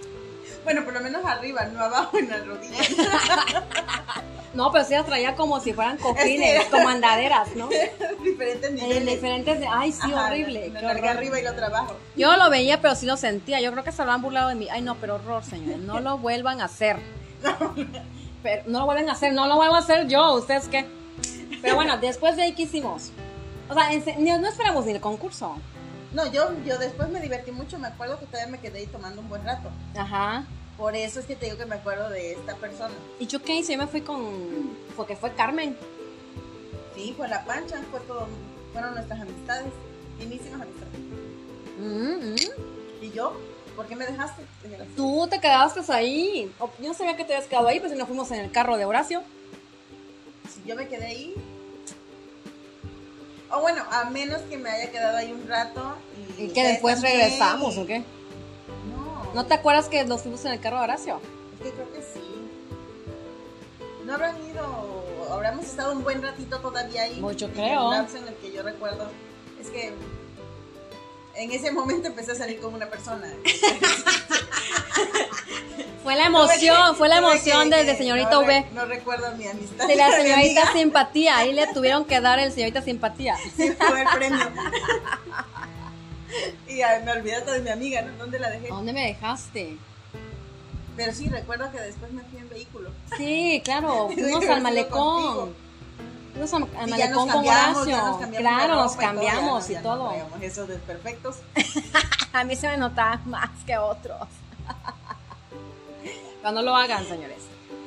Bueno, por lo menos arriba, no abajo en las rodillas. No, pero sí las traía como si fueran *laughs* cojines, que- como andaderas, *laughs* ¿no? *laughs* diferentes En niveles. diferentes. de- Ay, sí, Ajá, horrible. La, qué la larga horror. arriba y la otra abajo. Yo lo veía, pero sí lo sentía. Yo creo que se habrán burlado de mí. Ay, no, pero horror, señores. No lo vuelvan a hacer. Pero no lo vuelven a hacer. No lo vuelvo a hacer yo. ¿Ustedes qué? Pero bueno, después de ahí, ¿qué hicimos? O sea, en se- ni- no esperamos ni el concurso. No, yo, yo después me divertí mucho. Me acuerdo que todavía me quedé ahí tomando un buen rato. Ajá. Por eso es que te digo que me acuerdo de esta persona. ¿Y yo qué hice? Yo me fui con. Porque fue Carmen. Sí, fue la pancha, fue todo. Fueron nuestras amistades, finísimas amistades. Mm, mm. ¿Y yo? ¿Por qué me dejaste? desgraciada? Tú te quedaste ahí. O- Yo no sabía que te habías quedado ahí, pues si nos fuimos en el carro de Horacio. Si yo me quedé ahí. O bueno, a menos que me haya quedado ahí un rato. Y, Y que ustedes después también. regresamos, ¿o qué? No. ¿No te acuerdas que nos fuimos en el carro de Horacio? Es que creo que sí. No habrán ido, habríamos estado un buen ratito todavía ahí. Mucho, En Pues creo. Un lapso en el que yo recuerdo. Es que en ese momento empecé a salir con *laughs* una persona. Fue la emoción, fue la Tuve que- emoción de, de que- señorita no V. re- No recuerdo mi amistad. De la mi señorita amiga. simpatía, ahí le tuvieron que dar el señorita simpatía. Sí, fue el premio. *laughs* y ay, me olvidé hasta de mi amiga, ¿no? ¿Dónde la dejé? ¿A ¿Dónde me dejaste? Pero sí, recuerdo que después me fui en vehículo. Sí, *laughs* claro, fuimos Hubiera al sido malecón. contigo. Fuimos al al Y ya malecón nos con cambiamos, Horacio. ya nos cambiamos de claro, nos ropa y todo, ya cambiamos no- y ya no todo. traíamos esos desperfectos. A mí se me notaba más que otros. *laughs* Cuando lo hagan, señores.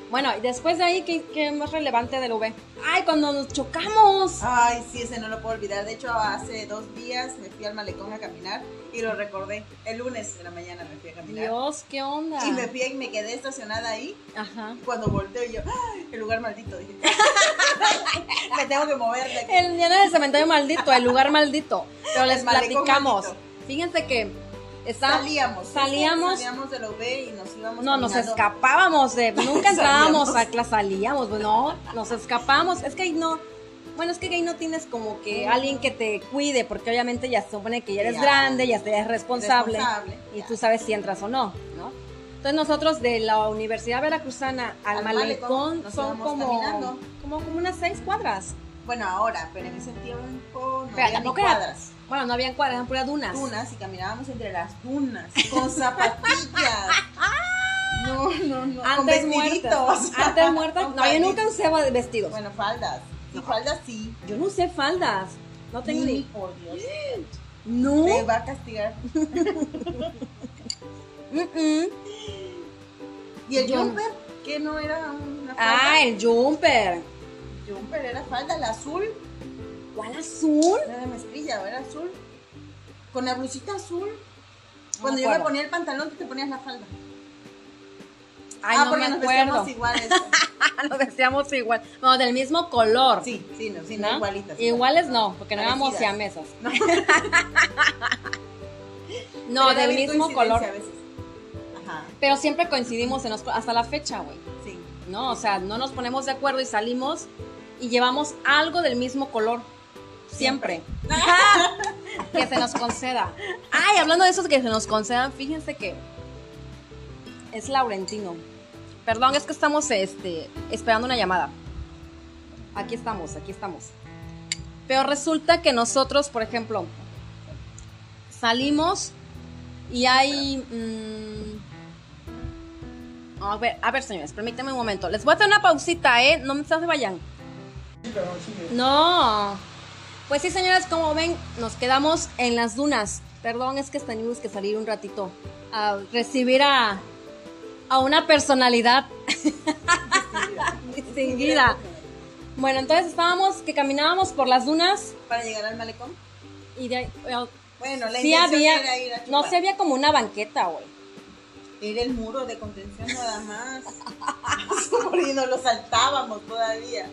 Bueno, y después de ahí, ¿qué, qué más relevante del V? ¡Ay, cuando nos chocamos! Ay, sí, ese no lo puedo olvidar. De hecho, hace dos días me fui al malecón a caminar y lo recordé. El lunes de la mañana me fui a caminar. Dios, ¿qué onda? Y me fui y me quedé estacionada ahí. Ajá. Y cuando volteo yo, ¡ay! el lugar maldito. Dije, *laughs* me tengo que mover de aquí. El lleno del cementerio maldito, el lugar maldito. Pero les El malecón platicamos. maldito. Fíjense que está, Salíamos. salíamos- Salíamos de la UB y nos íbamos no, nos caminando. escapábamos de, nunca entrábamos *laughs* Salíamos. a clase, salíamos, pues, no, nos escapábamos. Es que ahí no, bueno, es que ahí no tienes como que alguien que te cuide, porque obviamente ya se supone que ya eres Ya. grande, ya eres responsable. Responsable. y Ya. tú sabes si entras o no, ¿no? Entonces nosotros de la Universidad Veracruzana al, Al malecón, malecón, nos son íbamos como, caminando. como como unas seis cuadras. Bueno, ahora, pero en ese tiempo no Pero había ni tampoco era- cuadras. Bueno, no habían cuadras, eran puras dunas. dunas y caminábamos entre las dunas *laughs* con zapatillas. No, no, no. con Antes muertas. vestiditos. Antes muertas. Con No, yo falditas. nunca usaba de vestidos. *laughs* Bueno, faldas. Sí, faldas sí. Yo no usé faldas. No tengo Mimi, ni. por Dios. No. Te va a castigar. Mm-mm. ¿Y el Yo no. jumper? Que no era una falda. Ah, el jumper. el jumper era falda, el azul. ¿Cuál azul? Era de mezclilla, era azul. Con la blusita azul. me Cuando yo me acuerdo. ponía el pantalón, tú te ponías la falda. Ay, ah, no me porque nos vestíamos acuerdo. iguales. *laughs* Nos vestíamos igual. No, del mismo color. Sí, sí, no, sí, ¿no? no, igualitas. Iguales no, porque no éramos Parecidas. siamesas. No. *laughs* No, Pero era del bien mismo coincidencia color. a veces. Ajá, Pero siempre coincidimos en los, hasta la fecha, güey. sí. No, o sea, no nos ponemos de acuerdo y salimos y llevamos algo del mismo color. Siempre. *laughs* que se nos conceda. Ay, hablando de esos que se nos concedan, fíjense que es Laurentino. Perdón, es que estamos este, esperando una llamada. Aquí estamos, aquí estamos. Pero resulta que nosotros, por ejemplo, salimos y hay... mm, a ver, a ver, señores, permítanme un momento. Les voy a hacer una pausita, ¿eh? No me se vayan. No. Pues sí, señores, como ven, nos quedamos en las dunas. Perdón, es que tenemos que salir un ratito a recibir a, a una personalidad *laughs* distinguida. Bueno, entonces estábamos que caminábamos por las dunas Para llegar al malecón. y de ahí- eh, Bueno, la sí intención había, era ir a no chupar. se había como una banqueta, güey. Era el muro de contención nada más. *laughs* Porque nos lo saltábamos todavía.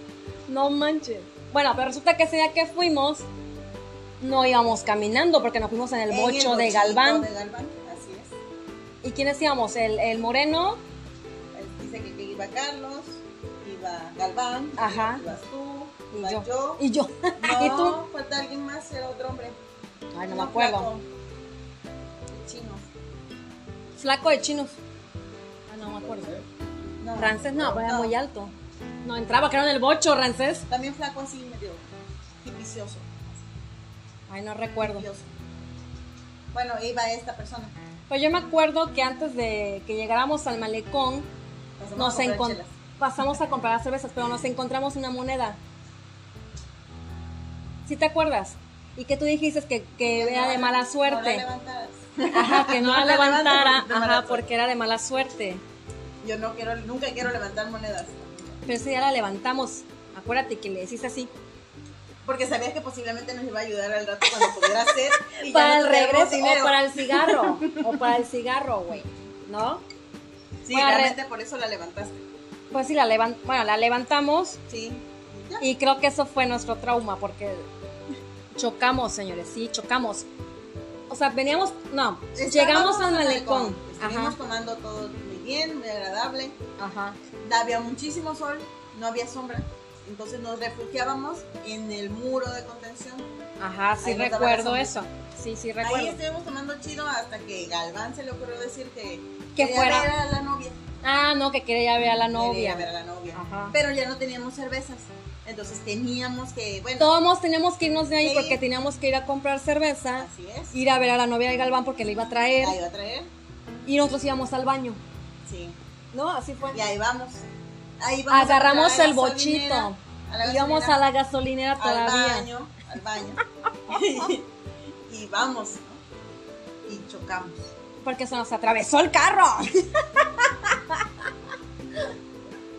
No manches. Bueno, pero resulta que ese día que fuimos, no íbamos caminando porque nos fuimos en el En bocho de bochito Galván. de Galván, así es. ¿Y quiénes íbamos? El, el moreno, Él Dice que, que iba Carlos, iba Galván, Ajá. ibas tú, Y iba yo. yo. y yo. *laughs* No, ¿Y tú? falta alguien más, era otro hombre. Ay, no me Uno acuerdo. flaco. El Chino. Flaco de chinos. Ah, no me acuerdo. No. Francés no, pero era muy alto. No entraba, que era en el bocho, Rancés. También flaco así, medio vicioso. Ay, no recuerdo. Bueno, iba esta persona. Pues yo me acuerdo que antes de que llegáramos al malecón, Pasamos nos a comprar encon- chelas. pasamos a comprar las cervezas, pero nos encontramos una moneda. ¿Sí te acuerdas? Y que tú dijiste que, que era de mala No suerte. la levantaras. Ajá, que no No la la levantes levantara, porque es de mala ajá, suerte. porque era de mala suerte. Yo no quiero, nunca quiero levantar monedas. Pero ese día la levantamos. Acuérdate que le decís así. Porque sabías que posiblemente nos iba a ayudar al rato cuando pudiera hacer. Y ya Para no el regreso tuviéramos dinero. o para el *laughs* cigarro. o para el cigarro, güey. ¿No? Sí, para re- realmente por eso la levantaste. Pues sí, la, levan- bueno, la levantamos Sí. Ya. Y creo que eso fue nuestro trauma, porque chocamos, señores, sí, chocamos. O sea, veníamos, no, llegamos Estábamos al en el malecón. balcón. Estuvimos Ajá, tomando todo muy bien, muy agradable. ajá. Había muchísimo sol, no había sombra. Entonces nos refugiábamos en el muro de contención. Ajá, sí Ahí nos daba recuerdo la sombra. eso. Sí, sí Ahí recuerdo. estuvimos tomando chido hasta que Galván se le ocurrió decir que Que quería fuera- ver a la novia. Ah, no, que quería ver a la Quería ver novia. a la novia. Ajá. Pero ya no teníamos cervezas. Entonces teníamos que, bueno, Todos teníamos que irnos de ahí Sí. porque teníamos que ir a comprar cerveza, así es. ir a ver a la novia de Galván porque le iba a traer La iba a traer. y nosotros íbamos al baño. Sí. ¿No? Así fue. Y ahí vamos. Ahí vamos a Agarramos comprar el la gasolinera, bochito. a la Íbamos gasolinera. a la gasolinera al todavía. baño, al baño. *laughs* y vamos, ¿no? Y chocamos. Porque se nos atravesó el carro. *laughs*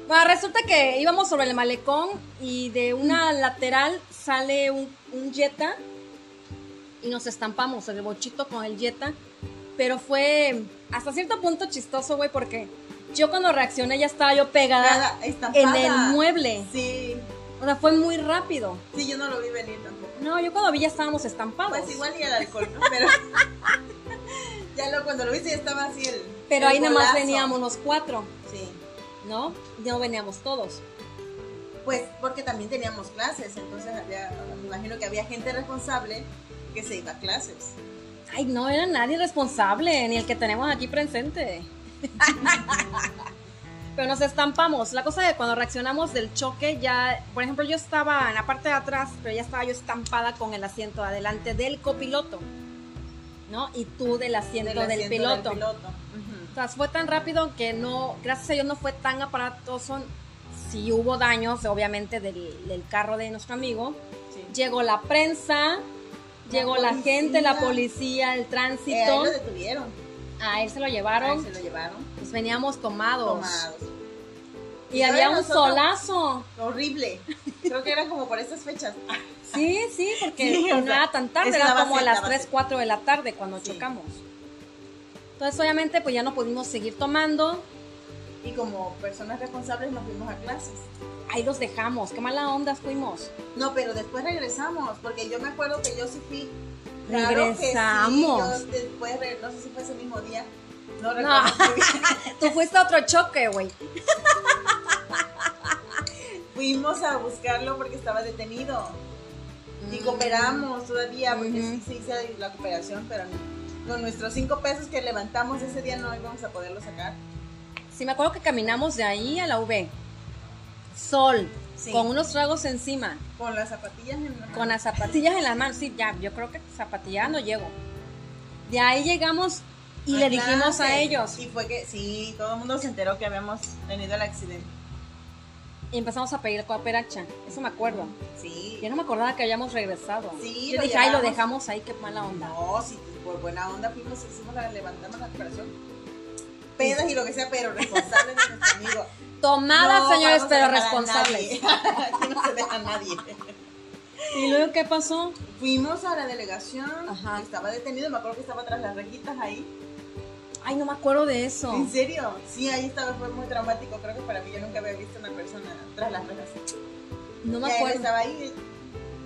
bueno, resulta que íbamos sobre el malecón y de una lateral sale un, un Jetta y nos estampamos en el bochito con el Jetta. Pero fue hasta cierto punto chistoso, güey, porque yo cuando reaccioné ya estaba yo pegada Nada, estampada. en el mueble. Sí, O sea, fue muy rápido. sí, yo no lo vi venir tampoco. No, yo cuando vi ya estábamos estampados. Pues igual y el alcohol, ¿no? Pero *laughs* ya lo, cuando lo viste ya estaba así el Pero el ahí nada más golazo. veníamos los cuatro, Sí, ¿no? No veníamos todos. pues porque también teníamos clases, entonces había, me imagino que había gente responsable que se iba a clases. Ay, no era nadie responsable, ni el que tenemos aquí *laughs* presente. Pero nos estampamos. La cosa es que cuando reaccionamos del choque, ya, por ejemplo, yo estaba en la parte de atrás, pero ya estaba yo estampada con el asiento de adelante del copiloto, ¿no? Y tú del asiento del, asiento piloto. Del piloto. Ujú. O sea, fue tan rápido que no, gracias a Dios no fue tan aparatoso. Sí hubo daños, obviamente, del, del carro de nuestro amigo. Sí. Llegó la prensa, La llegó la gente, la policía. policía, el tránsito. Eh, ahí lo detuvieron. A él se lo Ahí llevaron, se lo llevaron. pues veníamos tomados. Tomados. Y Y había un todavía nosotros- solazo. *laughs* Horrible. Creo que era como por estas fechas. Sí, sí, porque Sí, no o sea, era tan tarde, es era la como a base, las la 3, base. 4 de la tarde cuando Sí. chocamos. Entonces, obviamente, pues ya no pudimos seguir tomando. Y como personas responsables nos fuimos a clases. Ahí los dejamos. Qué mala onda fuimos. No, pero después regresamos, porque yo me acuerdo que yo sí fui. Regresamos. Claro que sí, yo después, re- no sé si fue ese mismo día. No. No recuerdo. muy bien. *laughs* Tú fuiste a otro choque, güey. Fuimos a buscarlo porque estaba detenido. Y cooperamos todavía, porque Mm. Ujú. sí se hizo la cooperación, pero no- con nuestros cinco pesos que levantamos ese día no íbamos a poderlo sacar. Sí, me acuerdo que caminamos de ahí a la V. Sol, Sí. con unos tragos encima, Con las zapatillas en la con mano. las zapatillas en la mano. Sí, ya, yo creo que zapatillando llego. De ahí llegamos y A le dijimos a clases. ellos. Y fue que sí, todo el mundo se enteró que habíamos tenido el accidente. Y empezamos a pedir cooperacha. Eso me acuerdo. Sí. Yo no me acordaba que habíamos regresado. Sí, yo lo dije, ay, lo llevamos". dejamos ahí, qué mala onda. No, si por buena onda fuimos, hicimos la, levantamos la cooperación. Pedas y lo que sea, pero responsables de *laughs* nuestro amigo. Tomadas, No señores, vamos a pero dejar a responsables. nadie. *laughs* Aquí no se deja a nadie. ¿Y luego qué pasó? Fuimos a la delegación, Ajá. estaba detenido, me acuerdo que estaba tras las rejitas ahí. Ay, no me acuerdo de eso. ¿En serio? Sí, ahí estaba, fue muy traumático. Creo que para mí yo nunca había visto una persona tras las rejas. No me Ya él acuerdo. estaba ahí.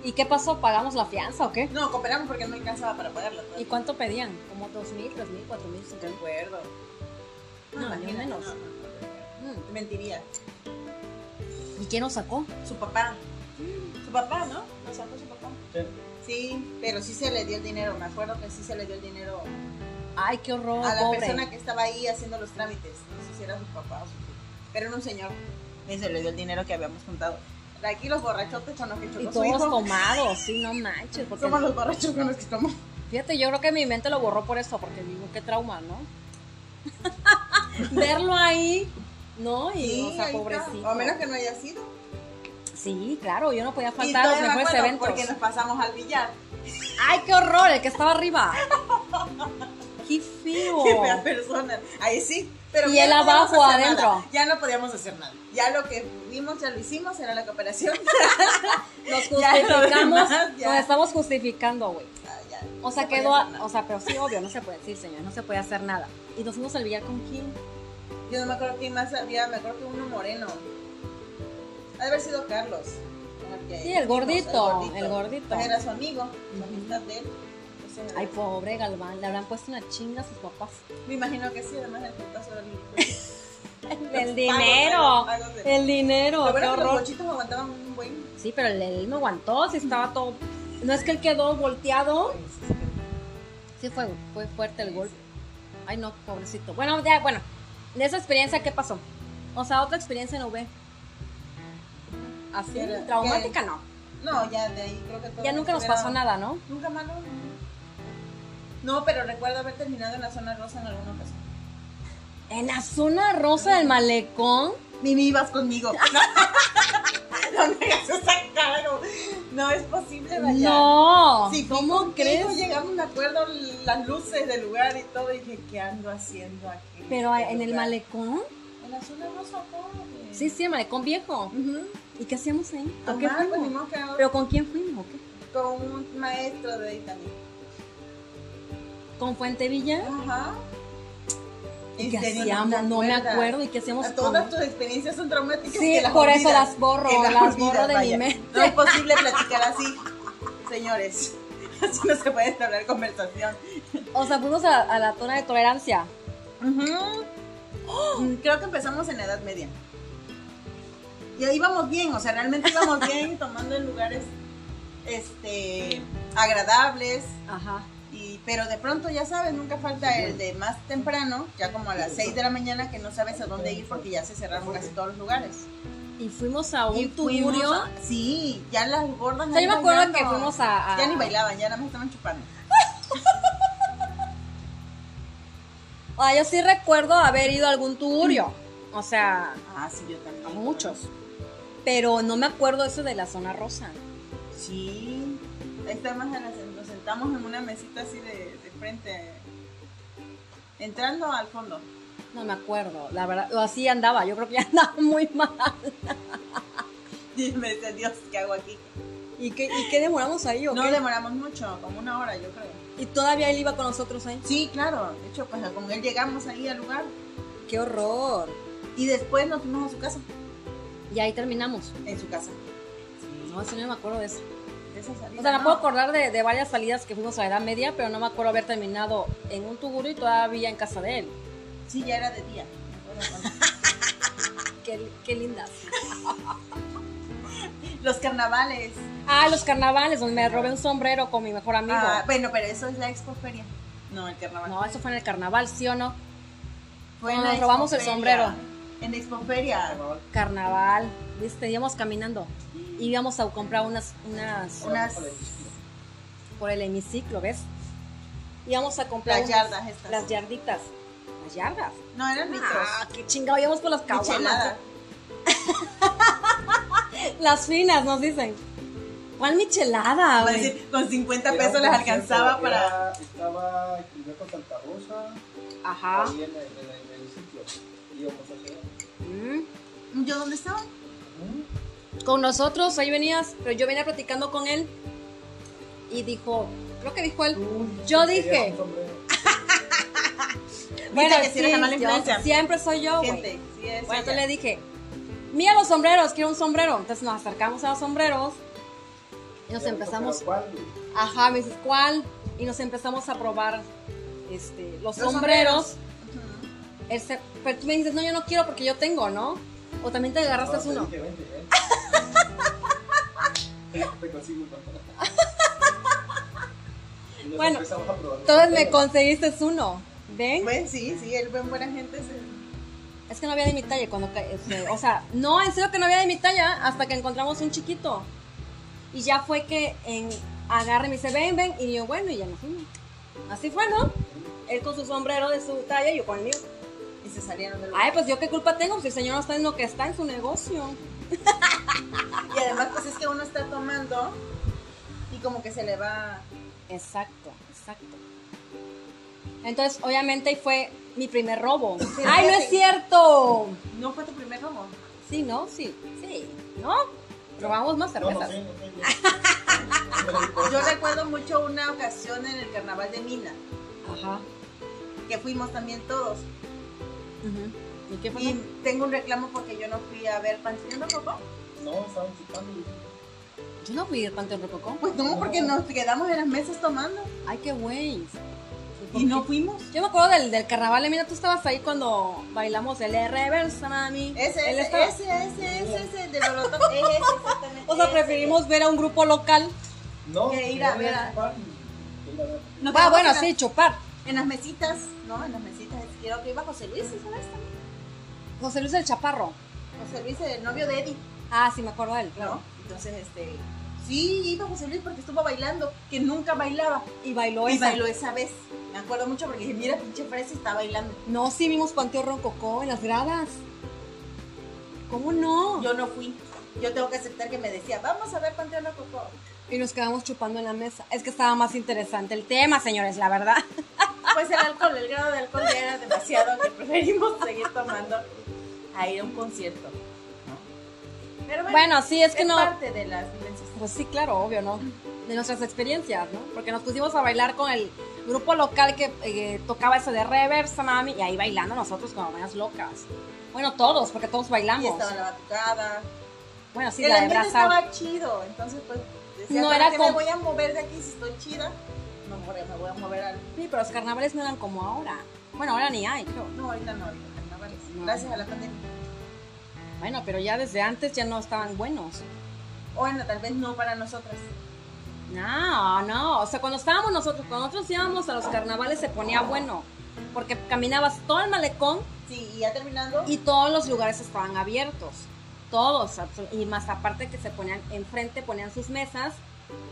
¿Y qué pasó? ¿Pagamos la fianza o qué? No, cooperamos porque no alcanzaba para pagarla. pues, ¿Y cuánto pedían? Como dos mil, tres mil, cuatro mil, De acuerdo. No, ni imagínate, menos. no, no, no. Mentiría. Mm. ¿Y quién nos sacó? Su papá. Su papá, ¿no? Lo sacó su papá. Sí, pero sí se le dio el dinero. Me acuerdo que sí se le dio el dinero Ay, qué horror, a la pobre. persona que estaba ahí haciendo los trámites. No sé si era su papá o su tío. Pero era un señor. Y se le dio el dinero que habíamos juntado. Aquí los borrachotes con los que Y chocó su todos hijo. tomados, sí, no manches. Porque, Somos los borrachos con los que tomó. fíjate, yo creo que mi mente lo borró por eso, porque digo, qué trauma, ¿no? *laughs* Verlo ahí, ¿no? Y, o sea, ahí está. pobrecito. O a menos que no haya sido. Sí, claro, yo no podía Y faltar a los todavía me mejores acuerdo eventos. Porque nos pasamos al billar. ¡Ay, qué horror! El que estaba *laughs* arriba. ¡Qué feo! Qué fea persona. Ahí sí. Pero Y ya él no podíamos abajo, hacer adentro. nada. Ya no podíamos hacer nada. Ya lo que vimos, ya lo hicimos, era la *laughs* cooperación. Nos *laughs* Ya, lo justificamos, demás, ya. nos estamos justificando, güey. Ya, Ah, ya. O sea, No podía quedó, a- hacer nada. o sea, pero sí, obvio, no se puede, sí, señor, no se puede hacer nada. Y nos fuimos al billar con quién. Yo no me acuerdo quién más había, me acuerdo que uno moreno. Ha de haber sido Carlos. Sí, el gordito, el gordito. Pues Era su amigo, su Ujú. amistad de él. Entonces, Ay, pobre Galván, le habrán puesto una chinga a sus *laughs* papás. me imagino que sí, además el putazo *laughs* del El dinero, el dinero, Lo qué bueno es que los horror. bochitos aguantaban un buen. Sí, pero él, él no aguantó, sí estaba todo... No es que él quedó volteado. Sí, fue, fue fuerte el golpe. Ay, no, pobrecito. Bueno, ya, bueno, de esa experiencia, ¿qué pasó? O sea, otra experiencia no ve. Así, ¿Qué era? traumática no. No, ya de ahí creo que todo. Ya nunca nos era- pasó nada, ¿no? Nunca más no. No, pero recuerdo haber terminado en la zona rosa en alguna ocasión. En la zona rosa del malecón. Mimi, ibas *laughs* conmigo. No, me hagas esa cara, no. No es posible, Dayana. No. Sí, fui ¿Cómo contigo, crees? Llegamos, me acuerdo, las luces del lugar y todo. Y dije, ¿qué ando haciendo aquí? Pero Este en el lugar. malecón. En la zona rosa, pobre. Sí, sí, el malecón viejo. Ujú. ¿Y qué hacíamos ahí? ¿O qué Tomar, pues, ni fuimos? modo que ahora- ¿Pero con quién fuimos? o qué? con un maestro de ahí también. ¿Con Fuente Villa? Ajá. ¿Y En qué serio, hacíamos? te No me acuerdas. acuerdo. ¿Y qué hacíamos A Todas con- tus experiencias son traumáticas. Sí, que las por eso olvidas. las borro, Que las, borro olvidas, de mi vaya. mente. No es posible platicar así, señores. *laughs* Así no se puede entablar conversación. O sea, fuimos a, a la zona de tolerancia. Mm, Creo que empezamos en la Edad Media. Y ahí íbamos bien, o sea, realmente *laughs* íbamos bien tomando en lugares este, agradables. Ajá. Y, pero de pronto, ya sabes, nunca falta el de más temprano, ya como a las 6 de la mañana, que no sabes a dónde ir porque ya se cerraron casi todos los lugares. Y fuimos a un fuimos tuburio. a- Sí, ya las gordas. O sea, ahí yo me acuerdo bailando. que fuimos a. a- Ya ni bailaban, ya nada más estaban chupando. Ah, yo sí recuerdo haber ido a algún tuburio. O sea, Ah, sí, yo también. a muchos. Pero no me acuerdo eso de la zona rosa. Sí. Ahí estamos, en la- nos sentamos en una mesita así de, de frente, entrando al fondo. *laughs* No me acuerdo, la verdad. O así andaba, yo creo que *laughs* ya andaba muy mal. Y me decía, Dios, ¿qué hago aquí? ¿Y qué, y qué demoramos ahí o No qué? demoramos mucho, como una hora, yo creo. Y todavía él iba con nosotros ahí. Sí, claro. De hecho, pues con él llegamos ahí al lugar ¡Qué horror! y después nos fuimos a su casa. Y ahí terminamos. En su casa. No, eso no me acuerdo de eso. De esa salida, O sea, me no. puedo acordar de, de varias salidas que fuimos a la Edad Media, pero no me acuerdo haber terminado en un tugurio y todavía en casa de él. Sí, ya era de día. *laughs* Me acuerdo cuando- ¡Qué, qué lindas! Los carnavales. Ah, los carnavales, donde me robé un sombrero con mi mejor amigo. Ah, bueno, pero eso es la expoferia. No, el carnaval. No, eso fue en el carnaval, ¿sí o no? Fue en Nos la robamos el Expoferia. sombrero. En Expoferia. Carnaval, ¿viste? Íbamos caminando. y Íbamos a comprar unas, unas Unas por el hemiciclo, ¿ves? Íbamos a comprar las unas- yardas estas. las yarditas. Las yardas. No, eran litros. Ah, qué chingado, íbamos por las caguamas. Michelada. Ah, ¿eh? Las finas, nos dicen. ¿Cuál michelada, Va a güey? decir, con 50 pesos las Este alcanzaba para. Estaba Quilmeco Santa Rosa, Ah. Ajá. ahí en el, en el, en el sitio. pues, Íbamos a hacer. Mm. ¿Yo dónde estaba? Con nosotros, ahí venías, pero yo venía platicando con él y dijo, creo que dijo él, Yo dije. Bueno, que si eres la mala yo- influencia. siempre soy yo, güey. Gente, sí es. Bueno, ella. entonces le dije, mira los sombreros, quiero un sombrero. Entonces nos acercamos a los sombreros y nos empezamos, ajá, me dices, ¿cuál? Y nos empezamos a probar este, los, Los sombreros. sombreros. Ujú. El se- pero tú me dices, no, yo no quiero porque yo tengo, ¿no? O también te *laughs* agarraste uno. Te, dije, "Vente, ven". te consigo uno. Y nos Bueno, empezamos a probar los Entonces me sombreros. conseguiste uno. ¿Ven? Pues sí, sí, él buen buena gente. se- Es que no había de mi talla cuando ca- este, o sea, no, en serio que no había de mi talla hasta que encontramos un chiquito. Y ya fue que en agarre me dice, "Ven, ven." Y yo, "Bueno, y ya nos fuimos." Así fue, ¿no? Él con su sombrero de su talla y yo con el mío. Y se salieron del Ay, pues yo qué culpa tengo si el señor no está en lo que está en su negocio. Y además, pues es que uno está tomando y como que se le va. Exacto, exacto. Entonces, obviamente, ahí fue mi primer robo. Sí, ¡Ay, no sí. es cierto! ¿No fue tu primer robo? Sí, ¿no? Sí, sí, ¿no? Robamos más No, no cervezas. sé, no sé. Yo recuerdo mucho una ocasión en el carnaval de Mina, Ajá. que fuimos también todos. ujú. ¿Y qué fue? Y tengo un reclamo porque yo no fui a ver Panteón Rococó. No, estaban chupando. Yo no fui al Panteón Rococó. Pues no, porque nos quedamos en las mesas tomando. Ay, qué güey. Y no fuimos. Yo me acuerdo del, del carnaval. Mira, tú estabas ahí cuando bailamos el reversa, mami. Ese, Él ese, estaba- ese, ese, ese, ese, *laughs* de Molotov, es ese, exactamente. O sea, ese. preferimos ver a un grupo local. No, Que ir a no ver había a- chupar. Nos Va, quedamos Ah, bueno, en la- sí, chupar. En las mesitas, ¿no? En las mesitas. Creo que iba José Luis, ¿sabes? También. José Luis el Chaparro. José Luis, el novio de Eddie, Ah, sí, me acuerdo de él. ¿no? Entonces, este. Sí, iba José Luis porque estuvo bailando, que nunca bailaba. Y bailó Y esa. bailó esa vez. Me acuerdo mucho porque dije, mira, pinche Fresa está bailando. No, sí vimos Panteón Rococó en las gradas. ¿Cómo no? Yo no fui. Yo tengo que aceptar que me decía, vamos a ver Panteón Rococó. Y nos quedamos chupando en la mesa. Es que estaba más interesante el tema, señores, la verdad. Pues el alcohol, el grado de alcohol ya era demasiado que preferimos seguir tomando a ir a un concierto. Pero bueno, Bueno, sí, es es que no. parte de las vivencias. Pues sí, claro, obvio, ¿no? De nuestras experiencias, ¿no? Porque nos pusimos a bailar con el grupo local que eh, tocaba eso de reversa, mami, y ahí bailando nosotros como más locas. Bueno, todos, porque todos Y bailamos. estaba la batucada. Bueno, sí, el la de ambiente Braza. estaba chido, entonces pues decía, No "¿Para era qué me como- voy a mover de aquí si estoy chida? No, hombre, me voy a mover al... Sí, pero los carnavales no eran como ahora. Bueno, ahora ni hay, creo. No, ahorita no, ahorita carnavales. No. Gracias a la pandemia. Bueno, pero ya desde antes ya no estaban buenos. Bueno, tal vez no para nosotras. No, no, o sea, cuando estábamos nosotros, cuando nosotros íbamos a los carnavales se ponía bueno, porque caminabas todo el malecón Sí, y ya terminando, y todos los lugares estaban abiertos, todos, absol- y más aparte que se ponían enfrente, ponían sus mesas,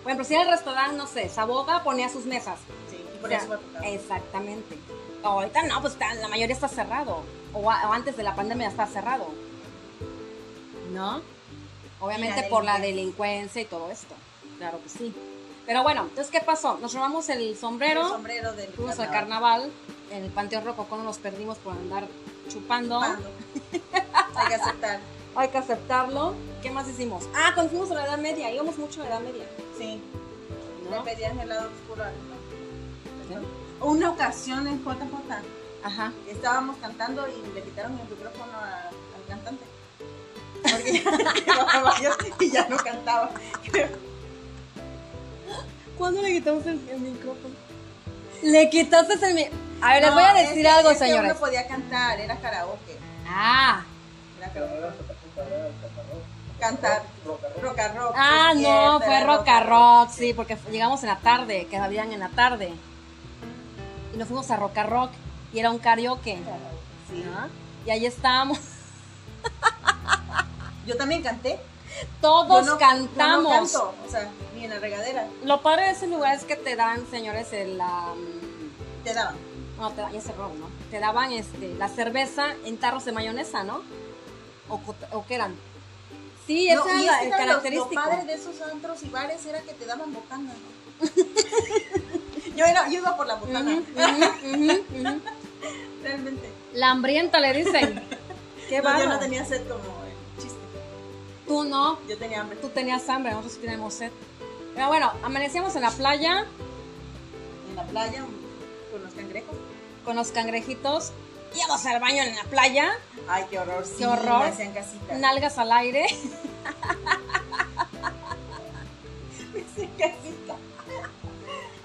por ejemplo, si era el restaurante, no sé, Saboga ponía sus mesas, sí, y por Ya. eso fue batucada. exactamente, ahorita no, pues está- la mayoría está cerrado, o, a- o antes de la pandemia está cerrado, ¿no? Obviamente por la delincuencia y todo esto, claro que sí. Pero bueno, entonces, ¿qué pasó? Nos robamos el sombrero. el sombrero del Fuimos al carnaval. carnaval, en el Panteón Rococó no nos perdimos por andar chupando. *laughs* Hay que aceptar. Hay que aceptarlo. ¿Qué más hicimos? Ah, cuando fuimos a la Edad Media, íbamos mucho a la Edad Media. Sí. Le ¿no? pedían el lado oscuro. al- Una ocasión en JJ Ajá. estábamos cantando y le quitaron el micrófono a- al cantante. Porque ya *laughs* llevaba varios y ya no cantaba. ¿Cuándo le quitamos el, el micrófono? Le quitaste el micrófono. A ver, les voy a No, decir es que- algo, es que señores. uno podía cantar, era karaoke. Ah, Era Pero karaoke. era rock and roll, rock and roll. Cantar. Rock and roll. Rock and rock. ah, es no, cierto, fue era rock a rock, sí, porque fu- llegamos en la tarde, que habían en la tarde. Y nos fuimos a rock a rock, y era un karaoke. Sí. ¿no? Y ahí estábamos, *laughs* Yo también canté. todos Yo no- cantamos. Yo no canto, o sea, ni en la regadera. Lo padre de ese lugar es que te dan, señores, el, la, mm, Te daban. no, te, da- ya se robó, ¿no? Te daban este, la cerveza en tarros de mayonesa, ¿no? ¿O, co- o qué eran? Sí, esa No, y era la- el es que era lo- característico. Lo, padre de esos antros y bares era que te daban botana. *laughs* yo, era, yo iba por la botana, Ujú, ujú, ujú, ujú. realmente. La hambrienta le dicen. *laughs* Qué No, yo bárbaro. no tenía sed como el chiste. Tú no, Yo tenía hambre. tú tenías hambre, nosotros sí teníamos sed. Pero bueno, amanecíamos en la playa En la playa, con los cangrejos. con los cangrejitos, íbamos al baño en la playa, Ay, qué horror. sí, Qué horror. me hacían casitas. *laughs* nalgas al aire. *laughs* Me hacían casita.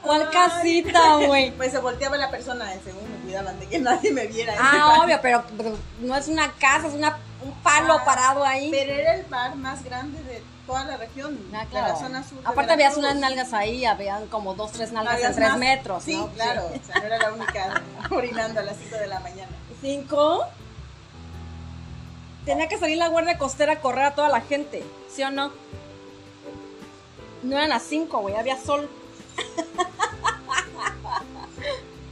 ¿Cuál Ay. casita, güey? *laughs* Pues se volteaba la persona, según me cuidaban de que *laughs* nadie me viera. ¿eh? en el Ah, bar. obvio, pero, pero no es una casa, es una, un palo Ah, parado ahí. Pero era el bar más grande de toda la región, Ah, de claro. la zona sur. de Aparte habías Veracruz. unas nalgas ahí, habían como dos, tres nalgas Habías en tres más. metros, Sí, ¿no? *laughs* claro, o sea, no era la única orinando a las 5 de la mañana. ¿Cinco? Tenía que salir la guardia costera a correr a toda la gente, ¿sí o no? No eran las 5, güey, había sol.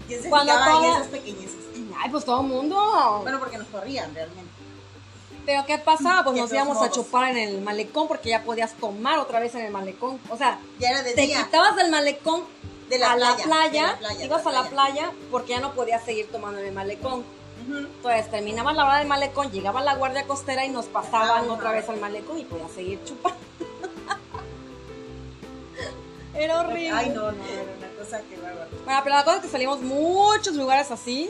¿Quién se Cuando fijaba en toda- esas pequeñeces? Ay, pues todo el mundo. Bueno, porque nos corrían realmente. Pero ¿qué pasaba? Pues Que nos los íbamos a modos. chupar en el malecón porque ya podías tomar otra vez en el malecón. O sea, Ya era de te día. quitabas del malecón De la a playa. la playa, de la playa, de ibas a la playa porque ya no podías seguir tomando en el malecón. Ujú. Entonces Pues terminaba la hora del malecón, llegaba la guardia costera y nos pasaban Ajá. otra vez al malecón y podías seguir chupando. *laughs* Era horrible. Ay, no, no, era una cosa que bárbaro. *laughs* Bueno, pero la cosa es que salimos muchos lugares así.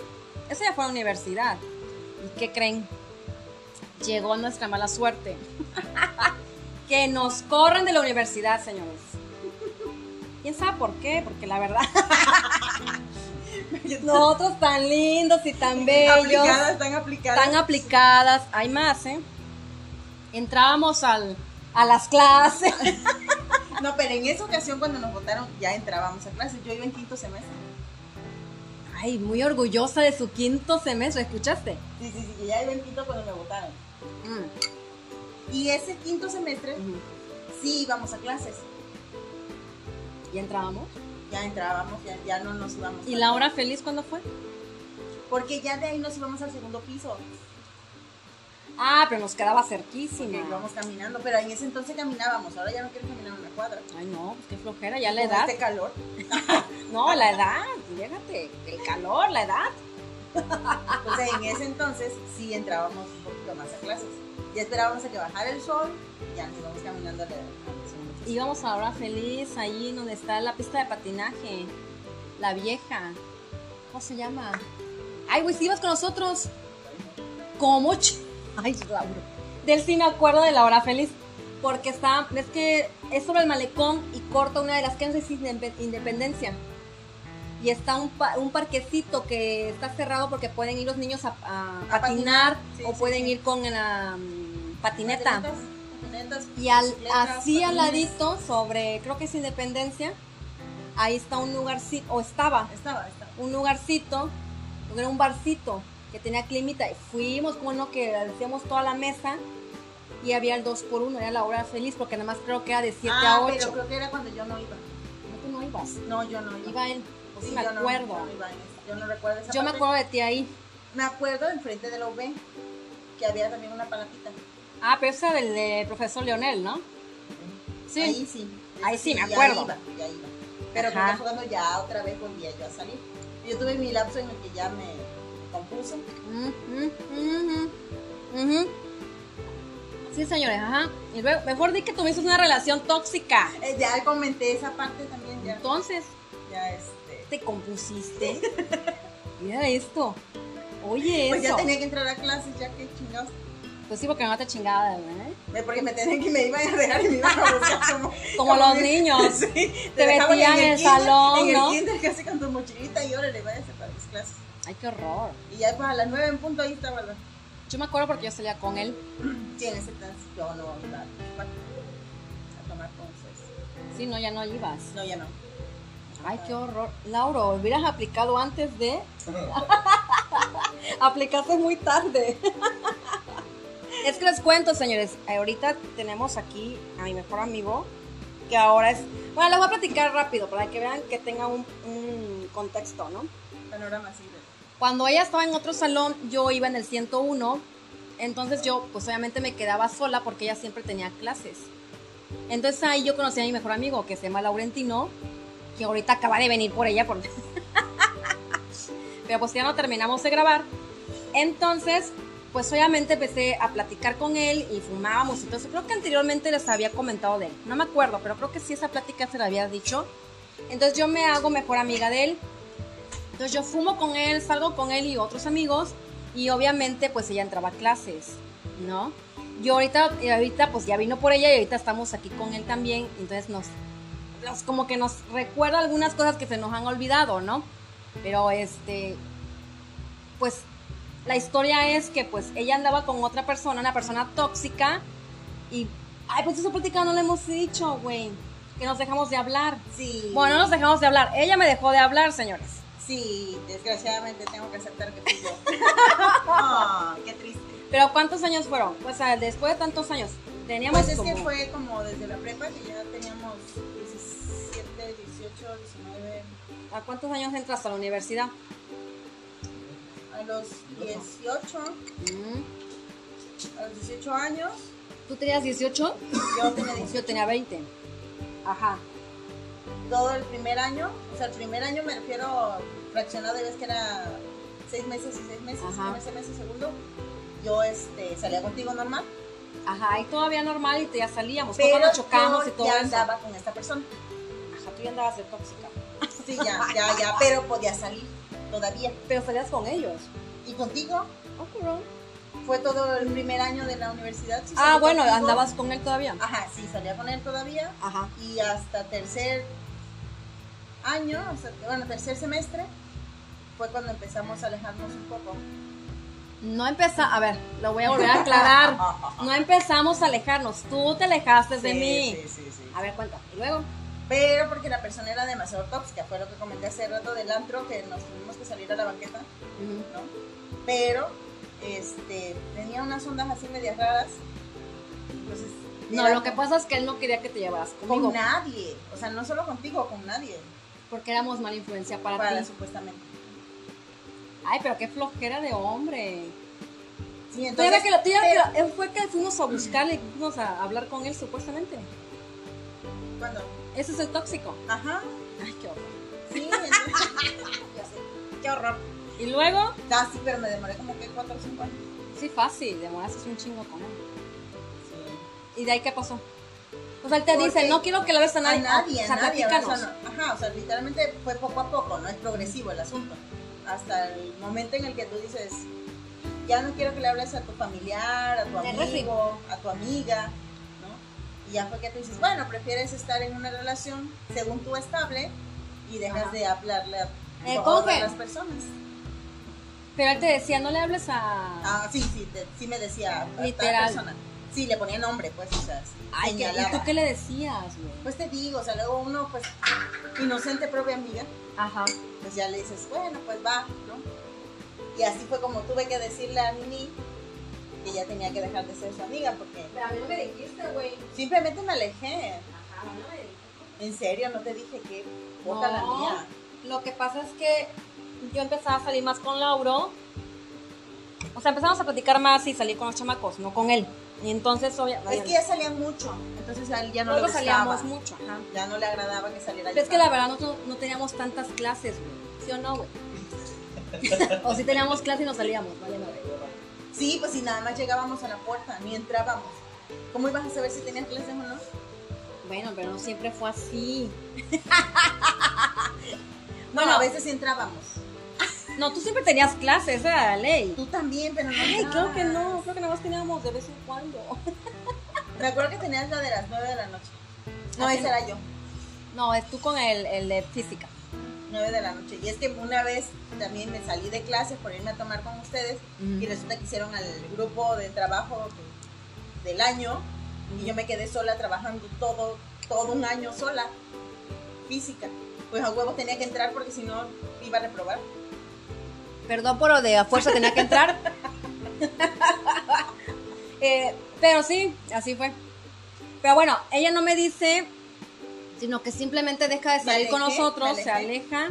Eso ya fue a la universidad. ¿Y qué creen? Llegó nuestra mala suerte. *laughs* que nos corren de la universidad, señores. ¿Quién sabe por qué? Porque la verdad, *laughs* nosotros tan lindos y tan bellos, *laughs* aplicadas, tan aplicadas. tan aplicadas, hay más, ¿eh? Entrábamos al, a las clases. No, pero en esa ocasión cuando nos votaron ya entrábamos a clases. Yo iba en quinto semestre. *laughs* Ay, muy orgullosa de su quinto semestre, ¿escuchaste? Sí, sí, sí, que ya iba en quinto cuando me votaron. Mm, Y ese quinto semestre ujú. sí íbamos a clases. Y entrábamos. Ya entrábamos, ya, ya no nos íbamos. ¿Y a- la hora feliz cuándo fue? Porque ya de ahí nos íbamos al segundo piso. Ah, pero nos quedaba Porque cerquísima. íbamos caminando. Pero en ese entonces caminábamos. Ahora ya no quiero caminar una cuadra. Ay, no, pues qué flojera, ya la Con edad. Este calor. No, la edad, déjate, el calor, la edad. Entonces en ese entonces sí entrábamos un poquito más a clases. Ya esperábamos a que bajara el sol. Ya nos íbamos caminando al al segundo piso. Íbamos a hora feliz ahí donde está la pista de patinaje. La vieja. ¿Cómo se llama? Ay, güey, si ibas con nosotros. ¿Cómo? ch- Ay, Laura. Del sí me acuerdo de la hora feliz. Porque está, ves que es sobre el malecón y corta una de las calles de Inde- Independencia. Y está un, pa- un parquecito que está cerrado porque pueden ir los niños a, a patinar A patinar, sí, o sí, pueden sí. ir con la mm, patineta. Patinetas, patinetas, Y al, bicicletas, así al patines. ladito, sobre, creo que es Independencia, ahí está un lugarcito, o estaba, Estaba, estaba. un lugarcito, porque era un barcito que tenía climita. Y fuimos, como no, que hacíamos toda la mesa y había el 2 por 1 era la hora feliz, porque nada más creo que era de 7 ah, a 8. pero creo que era cuando yo no iba. No, tú no ibas, No, yo no iba. iba él, pues Sí, me yo no- acuerdo. yo No, iba en esa- yo no recuerdo esa Yo me parte. acuerdo de ti ahí. Me acuerdo enfrente de la UB que había también una palatita. Ah, pero esa del de profesor Leonel, ¿no? Sí. Ahí sí. Ahí sí, me ya acuerdo. iba, ya iba. Pero Ajá. porque fue cuando ya otra vez volvía yo a salir. Yo tuve mi lapso en el que ya me compuse. Mm, mm, mm, mm, ujú. Sí, señores, ajá. Y luego, mejor di que tuviste una relación tóxica. Eh, ya comenté esa parte también, ya. Entonces, Ya este. te compusiste. *laughs* Mira esto. Oye, Pues eso. ya tenía que entrar a clases, ya que chingados. Pues sí, porque no te chingada, ¿verdad? ¿eh? Me- Porque me tenían que me iban a dejar y me iban a buscar *laughs* como, Como los mi- niños. *laughs* Sí, Te dejaban metían en el kinder, salón, en ¿no? el kinder casi con tu mochilita y ahora le vayas a para tus clases. Ay, qué horror. Y ya pues a las 9 en punto ahí estaba la... Yo me acuerdo porque yo salía con él. Sí, en ese entonces yo no iba a tomar, a tomar entonces. Sí, no, ya no ibas. No, ya no. Ay, qué horror. Lauro, hubieras aplicado antes de. *laughs* Aplicaste muy tarde. es que les cuento, señores. Ahorita tenemos aquí a mi mejor amigo, que ahora es. Bueno, les voy a platicar rápido para que vean que tengan un, un contexto, ¿no? Panorama así. de- Cuando ella estaba en otro salón, yo iba en el 101. Entonces yo, pues obviamente me quedaba sola porque ella siempre tenía clases. Entonces ahí yo conocí a mi mejor amigo que se llama Laurentino, que ahorita acaba de venir por ella. Por... *laughs* Pero pues ya no terminamos de grabar. Entonces, pues obviamente empecé a platicar con él y fumábamos. Entonces creo que anteriormente les había comentado de él. No me acuerdo, pero creo que sí esa plática se la había dicho. Entonces yo me hago mejor amiga de él. Entonces yo fumo con él, salgo con él y otros amigos y obviamente pues ella entraba a clases, ¿no? Yo ahorita, y ahorita pues ya vino por ella y ahorita estamos aquí con él también, entonces nos, nos- como que nos recuerda algunas cosas que se nos han olvidado, ¿no? Pero este, pues la historia es que pues ella andaba con otra persona, una persona tóxica y, ay, pues eso prácticamente no le hemos dicho, güey, que nos dejamos de hablar. Sí. Bueno, no nos dejamos de hablar, ella me dejó de hablar, señores. *laughs* Sí, desgraciadamente tengo que aceptar que fui yo. Ah, qué triste. Pero ¿cuántos años fueron? O sea, después de tantos años. Teníamos Pues es como... que fue como desde la prepa que ya teníamos 17, 18, 19, ¿A cuántos años entras a la universidad? a los 18, Mm. a los 18 años, ¿Tú tenías 18? yo tenía 18. Yo tenía 20. Ajá. Todo el primer año, o sea, el primer año me refiero fraccionado, ya ves que era 6 meses y 6 meses, Ajá. primer semestre, segundo, yo este, salía contigo normal, Ajá, y todavía normal y te- ya salíamos. Pero pero cuando chocamos yo y todo ya eso. andaba con esta persona. Ajá, tú ya andabas de tóxica. Sí, *laughs* ya, ya, ya, pero podía salir todavía. Pero salías con ellos. Y contigo Oh, cabrón. fue todo el primer año de la universidad. sí, Ah, salí bueno, contigo. andabas con él todavía. Ajá, sí, salía con él todavía. Ajá. Y hasta tercer año, o sea, bueno, tercer semestre, fue cuando empezamos a alejarnos un poco. No empezamos, a ver, lo voy a volver a aclarar. *laughs* No empezamos a alejarnos, tú te alejaste de Ah, Sí, mí. sí, sí, sí. A ver, cuenta. Y luego, Pero porque la persona era demasiado tóxica, fue lo que comenté hace rato del antro, que nos tuvimos que salir a la banqueta, ujú, ¿no? Pero, este, tenía unas ondas así medias raras. Entonces, no, era lo que pasa es que él no quería que te llevaras con conmigo nadie, o sea, no solo contigo, con nadie, porque éramos mala influencia para, para ti. supuestamente. Ay, pero qué flojera de hombre. Sí, Tú ya ves entonces, que lo, tú ya ves que pero- lo- él fue que fuimos a buscarle, fuimos a hablar con él supuestamente. cuando, Ese es el tóxico. ajá, Ay, qué horror. *laughs* sí, entonces, ya sé, qué horror. Y luego, Ah, sí, pero me demoré como que 4 o 5 años. sí, fácil, demoraste un chingo con él. ¿Y de ahí qué pasó? O sea, él te Porque- dice, no quiero que le ves a A nadie. nadie, O a sea, nadie. ¿verdad? O platícanos. sea, no- ajá, o sea, literalmente fue poco a poco, no es progresivo el asunto. Hasta el momento en el que tú dices, ya no quiero que le hables a tu familiar, a tu Del refri. amigo, a tu amiga, ¿no? Y ya fue que tú dices, bueno, prefieres estar en una relación según tú estable y dejas Ajá. de hablarle a Eh, todas coge. las personas. Pero él te decía, no le hables a... Ah, sí, sí, te- sí me decía a tal Literal. persona. Sí, le ponía nombre, pues, o sea, sí, Ay, ¿qué- ¿y señalaba. tú qué le decías, güey? Pues te digo, o sea, luego uno, pues, inocente propia amiga, Ajá. pues ya le dices, bueno, pues va, ¿no? Y así fue como tuve que decirle a Nini que ya tenía que dejar de ser su amiga, porque Pero a mí no me dijiste, güey. simplemente me alejé. Ajá, no me dijiste. En serio, no te dije que boca la No. mía. Lo que pasa es que yo empezaba a salir más con Lauro. O sea, empezamos a platicar más y salir con los chamacos, no con él. Y entonces, obviamente... Es que ya salían mucho, entonces a él ya no le nosotros gustaba. salíamos mucho. Ajá. Ya no le agradaba que saliera Pero es que la verdad nosotros no teníamos tantas clases, güey. ¿Sí o *laughs* no, güey? o sí teníamos clases y nos salíamos, vaya madre. Sí, pues si nada más llegábamos a la puerta, ni entrábamos. ¿Cómo ibas a saber si tenían clases o no? Bueno, pero no siempre fue así. Bueno, Bueno. a veces sí entrábamos. No, tú siempre tenías clases, esa era la ley. Tú también, pero no Ay, entrabas. creo que no, creo que nada más teníamos de vez en cuando. Me acuerdo que tenías la de las 9 de la noche. No, Ah, sí. esa era yo. No, es tú con el, el de física. 9 de la noche. Y es que una vez también me salí de clases por irme a tomar con ustedes y resulta que hicieron al grupo de trabajo de- del año y yo me quedé sola trabajando todo, todo un año sola, física. Pues a huevo tenía que entrar porque si no iba a reprobar. Perdón por lo de a fuerza tenía que *laughs* entrar. Eh, pero sí, así fue. Pero bueno, ella no me dice, sino que simplemente deja de Me salir con alejé, nosotros, me se alejé. aleja.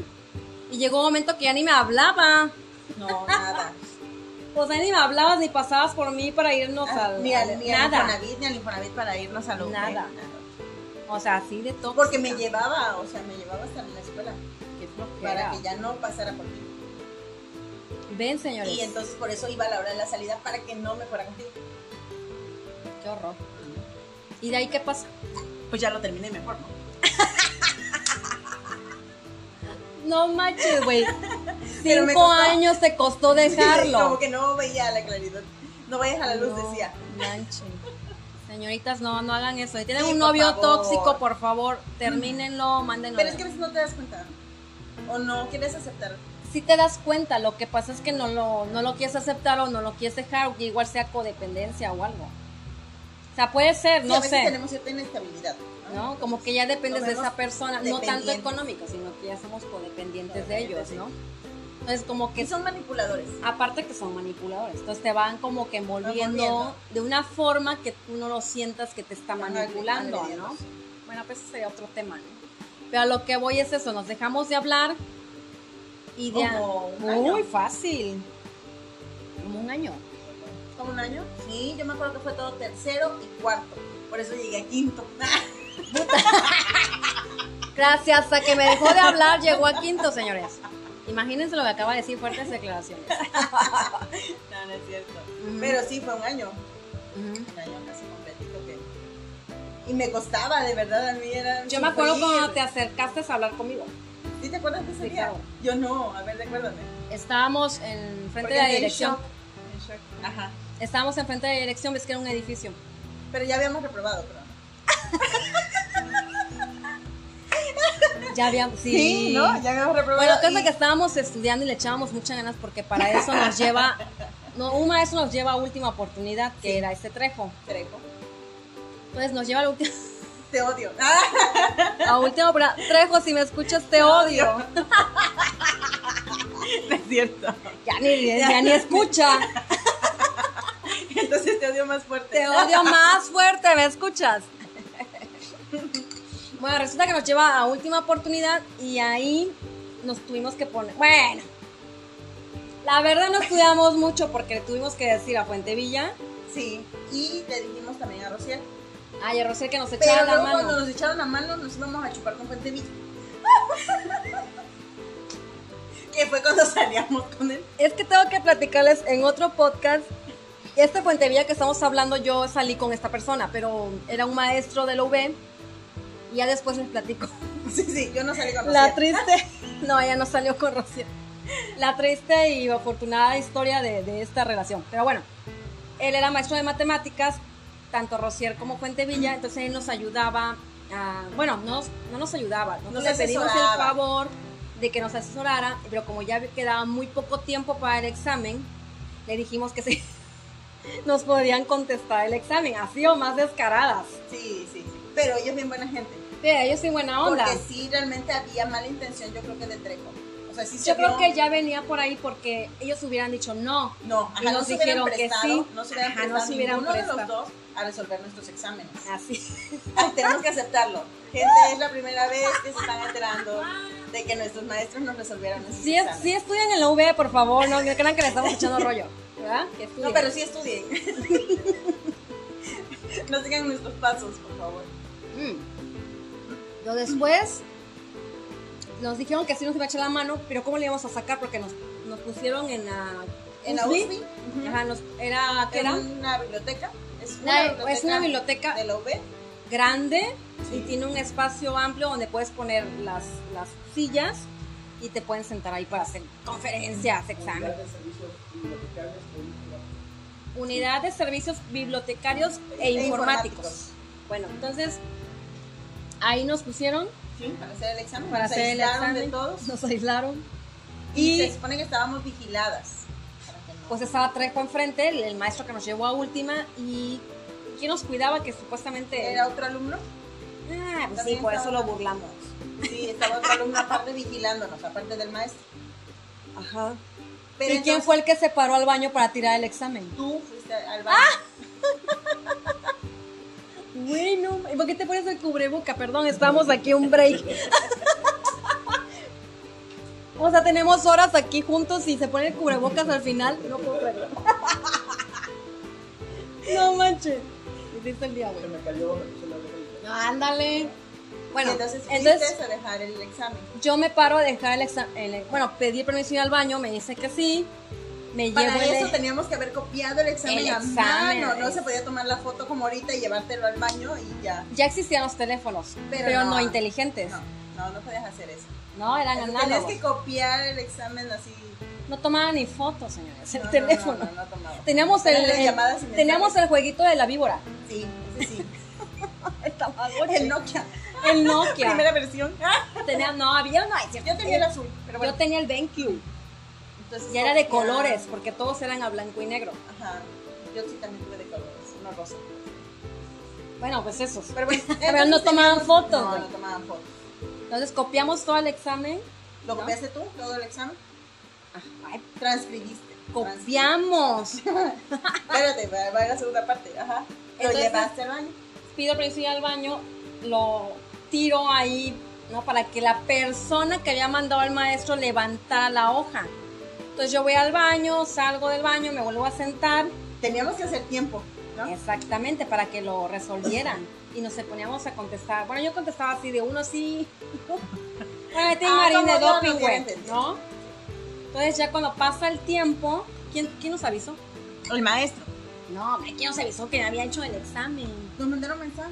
Y llegó un momento que ya ni me hablaba. *laughs* No, nada. O sea, ni me hablabas ni pasabas por mí para irnos Ah, al, ni al- al, ni al nada. Infonavit, ni al Infonavit para irnos a lo Nada. o sea, así de todo. Porque me llevaba, o sea, me llevaba hasta la escuela Para para que ya no pasara por mí. Ven, señores. Y entonces por eso iba a la hora de la salida para que no me fuera contigo. Qué horror. ¿Y de ahí qué pasa? Pues ya lo terminé mejor, ¿no? No manches, güey. *laughs* Pero me Cinco costó. años te *laughs* costó dejarlo. Como que no veía la claridad. No vayas a la luz, No, decía. manchen. Señoritas, no, no hagan eso. Si tienen Sí, un por novio favor. tóxico, por favor, termínenlo, mándenlo. Pero es que a veces no te das cuenta. O no quieres aceptar. Si te das cuenta, lo que pasa es que no lo, no lo quieres aceptar o no lo quieres dejar, que igual sea codependencia o algo. O sea, puede ser, Sí, no a veces sé. tenemos cierta inestabilidad. ¿no? Como que ya dependes nos de esa vemos persona, no tanto dependientes. económico, sino que ya somos codependientes de ellos, Codependientes, sí. ¿no? Entonces, como que Que son manipuladores. aparte que son manipuladores, entonces te van como que envolviendo Envolviendo. de una forma que tú no lo sientas que te está Ajá, manipulando, ¿no? agrediendo. Bueno, pues ese sería otro tema, ¿no? Pero a lo que voy es eso, nos dejamos de hablar y de... Como un Muy año. fácil. Como un año. ¿Como un año? Sí, yo me acuerdo que fue todo tercero y cuarto. Por eso llegué a quinto. *laughs* Gracias a que me dejó de hablar, llegó a quinto, señores. Imagínense lo que acaba de decir, fuertes declaraciones. no, no es cierto. Ujú, Pero sí, fue un año. ujú. Un año casi completito que... Y me costaba, de verdad, a mí era... Yo me acuerdo sufrir. cuando te acercaste a hablar conmigo. ¿Sí te acuerdas de ese Sí, día? claro. Yo no, a ver, recuérdame. Estábamos en frente de Porque la entré en dirección. shock. En shock. Ajá. Estábamos enfrente de la dirección, ves que era un edificio. Pero ya habíamos reprobado, pero... Ya habíamos. Sí, ¿no? Ya habíamos reprobado. Bueno, cosa y- que estábamos estudiando y le echábamos muchas ganas porque para eso nos lleva. No, un maestro nos lleva a última oportunidad, que Sí. era este trejo. Trejo, Entonces nos lleva a la última, *laughs* Te odio. *laughs* ¡Ah! a última oportunidad. Trejo, si me escuchas, te odio. No es cierto. Ya ni, ya ni escucha. Entonces te odio más fuerte. Te odio más fuerte, ¿me escuchas? Bueno, resulta que nos lleva a última oportunidad y ahí nos tuvimos que poner. Bueno, la verdad no estudiamos mucho porque le tuvimos que decir a Fuentevilla, Sí. Y le dijimos también a Rociel. ay, a Rosel que nos Pero echara la luego cuando mano. nos echaron la mano nos íbamos a chupar con Fuente Villa. *laughs* que fue cuando salíamos con él. Es que tengo que platicarles en otro podcast. Este Fuentevilla que estamos hablando, yo salí con esta persona, pero era un maestro de la UB. Y ya después les platico. Sí, sí, yo no salí con La Rociel. triste. *laughs* No, ella no salió con Rocío. La triste y afortunada historia de, de esta relación. Pero bueno, él era maestro de matemáticas, tanto Rocier como Fuentevilla, entonces él nos ayudaba, a- bueno, no, nos- no nos ayudaba, nosotros Nos le pedimos el asesoraba. favor de que nos asesorara, pero como ya quedaba muy poco tiempo para el examen, le dijimos que sí, *laughs* nos podían contestar el examen, así o más descaradas. Sí, sí. Pero ellos bien buena gente. Sí, ellos sí buena onda. Porque sí, realmente había mala intención, yo creo que de Trejo. O sea, sí se Yo creo vio- que ya venía por ahí porque ellos hubieran dicho no. No, y ajá, no nos se hubieran dijeron que prestado, sí. no se hubieran Ajá, no prestado se hubieran ninguno de los prestado. dos a resolver nuestros exámenes. Así. Ay, tenemos que aceptarlo. Gente, es la primera vez que se están enterando de que nuestros maestros nos resolvieron nuestros Sí, es- exámenes. sí estudian en la UV, por favor, no no crean que le estamos echando rollo. ¿Verdad? Que No, estudien. pero sí estudien. *laughs* no sigan nuestros pasos, por favor. Mm. Lo después nos dijeron que sí nos iba a echar la mano, pero ¿cómo le íbamos a sacar? Porque nos, nos pusieron en la. En la USBI. USB, ujú, Ajá, nos, era, ¿qué en era? una biblioteca. Es una, La- biblioteca es una biblioteca e de la UB. grande y tiene un espacio amplio donde puedes poner las, las sillas y te pueden sentar ahí para hacer conferencias, exámenes. Unidad de Servicios Bibliotecarios e, E informáticos. informáticos. Bueno, entonces ahí nos pusieron Sí, para hacer el examen. para Nos hacer el aislaron examen, de todos. nos aislaron Y, y se supone que estábamos vigiladas. para que no- pues estaba Trejo enfrente, el, el maestro que nos llevó a última y ¿quién nos cuidaba que supuestamente ¿Era otro alumno? Ah, pues sí, También por eso estaba- lo burlamos. Sí, estaba otro alumno aparte vigilándonos, aparte del maestro. Ajá. ¿Y Pero quién entonces- fue Ah, el que se paró al baño para tirar el examen? Tú fuiste al baño. Bueno, ¿y por qué te pones el cubreboca? Perdón, estamos aquí un break. *laughs* o sea, tenemos horas aquí juntos y se pone el cubrebocas al final. No puedo creerlo. *laughs* no manches. Hiciste el día, güey. me cayó, se la dejé. Ándale. Bueno, Y entonces, entonces fuiste a dejar el examen. yo me paro a dejar el examen. Bueno, pedí permiso de ir al baño, me dice que sí. Me Para llevo el- eso teníamos que haber copiado el examen El a examen, mano. No es- se podía tomar la foto como ahorita y llevártelo al baño y ya. Ya existían los teléfonos, pero, Pero no, no. inteligentes. No, No, no, no podías hacer eso. eran Tenías análogos. que copiar el examen así. No tomaban ni fotos, señores. El No, no, teléfono. No, no, no tomaba. Teníamos el, Eran las el- llamadas y mensajes. teníamos el jueguito de la víbora. Sí, ese *laughs* sí. El Tamagotchi. El Nokia. El Nokia. *laughs* Primera versión. Ah, Tenía- no, había no, es cierto. Yo tenía el azul, pero bueno. Yo tenía el BenQ. Entonces, Ya era de copiar. colores, porque todos eran a blanco y negro. Ajá. Yo sí también tuve de colores, no rosa. Bueno, pues esos. Pero *laughs* bueno, Pero no tomaban fotos. No, güey. no tomaban fotos. Entonces copiamos todo el examen. ¿Lo ¿No? copiaste tú todo el examen? Ay, transcribiste. Copiamos. Transcribiste. Espérate, va va a la segunda parte. Ajá. Lo Entonces- llevaste al baño. Pido permiso ir al baño, lo tiro ahí, ¿no? Para que la persona que había mandado al maestro levantara la hoja. Entonces yo voy al baño, salgo del baño, me vuelvo a sentar, Teníamos que hacer tiempo, ¿no? exactamente, para que lo resolvieran. Y nos poníamos a contestar. Bueno, yo contestaba así de uno *laughs* sí. Ay, tengo Ah, harina de como yo, no doping, hubiera güey, entendido. ¿no? Entonces ya cuando pasa el tiempo, ¿quién, quién nos avisó? El maestro. No, hombre, ¿quién nos avisó que había hecho el examen? Nos mandaron *laughs* mensaje.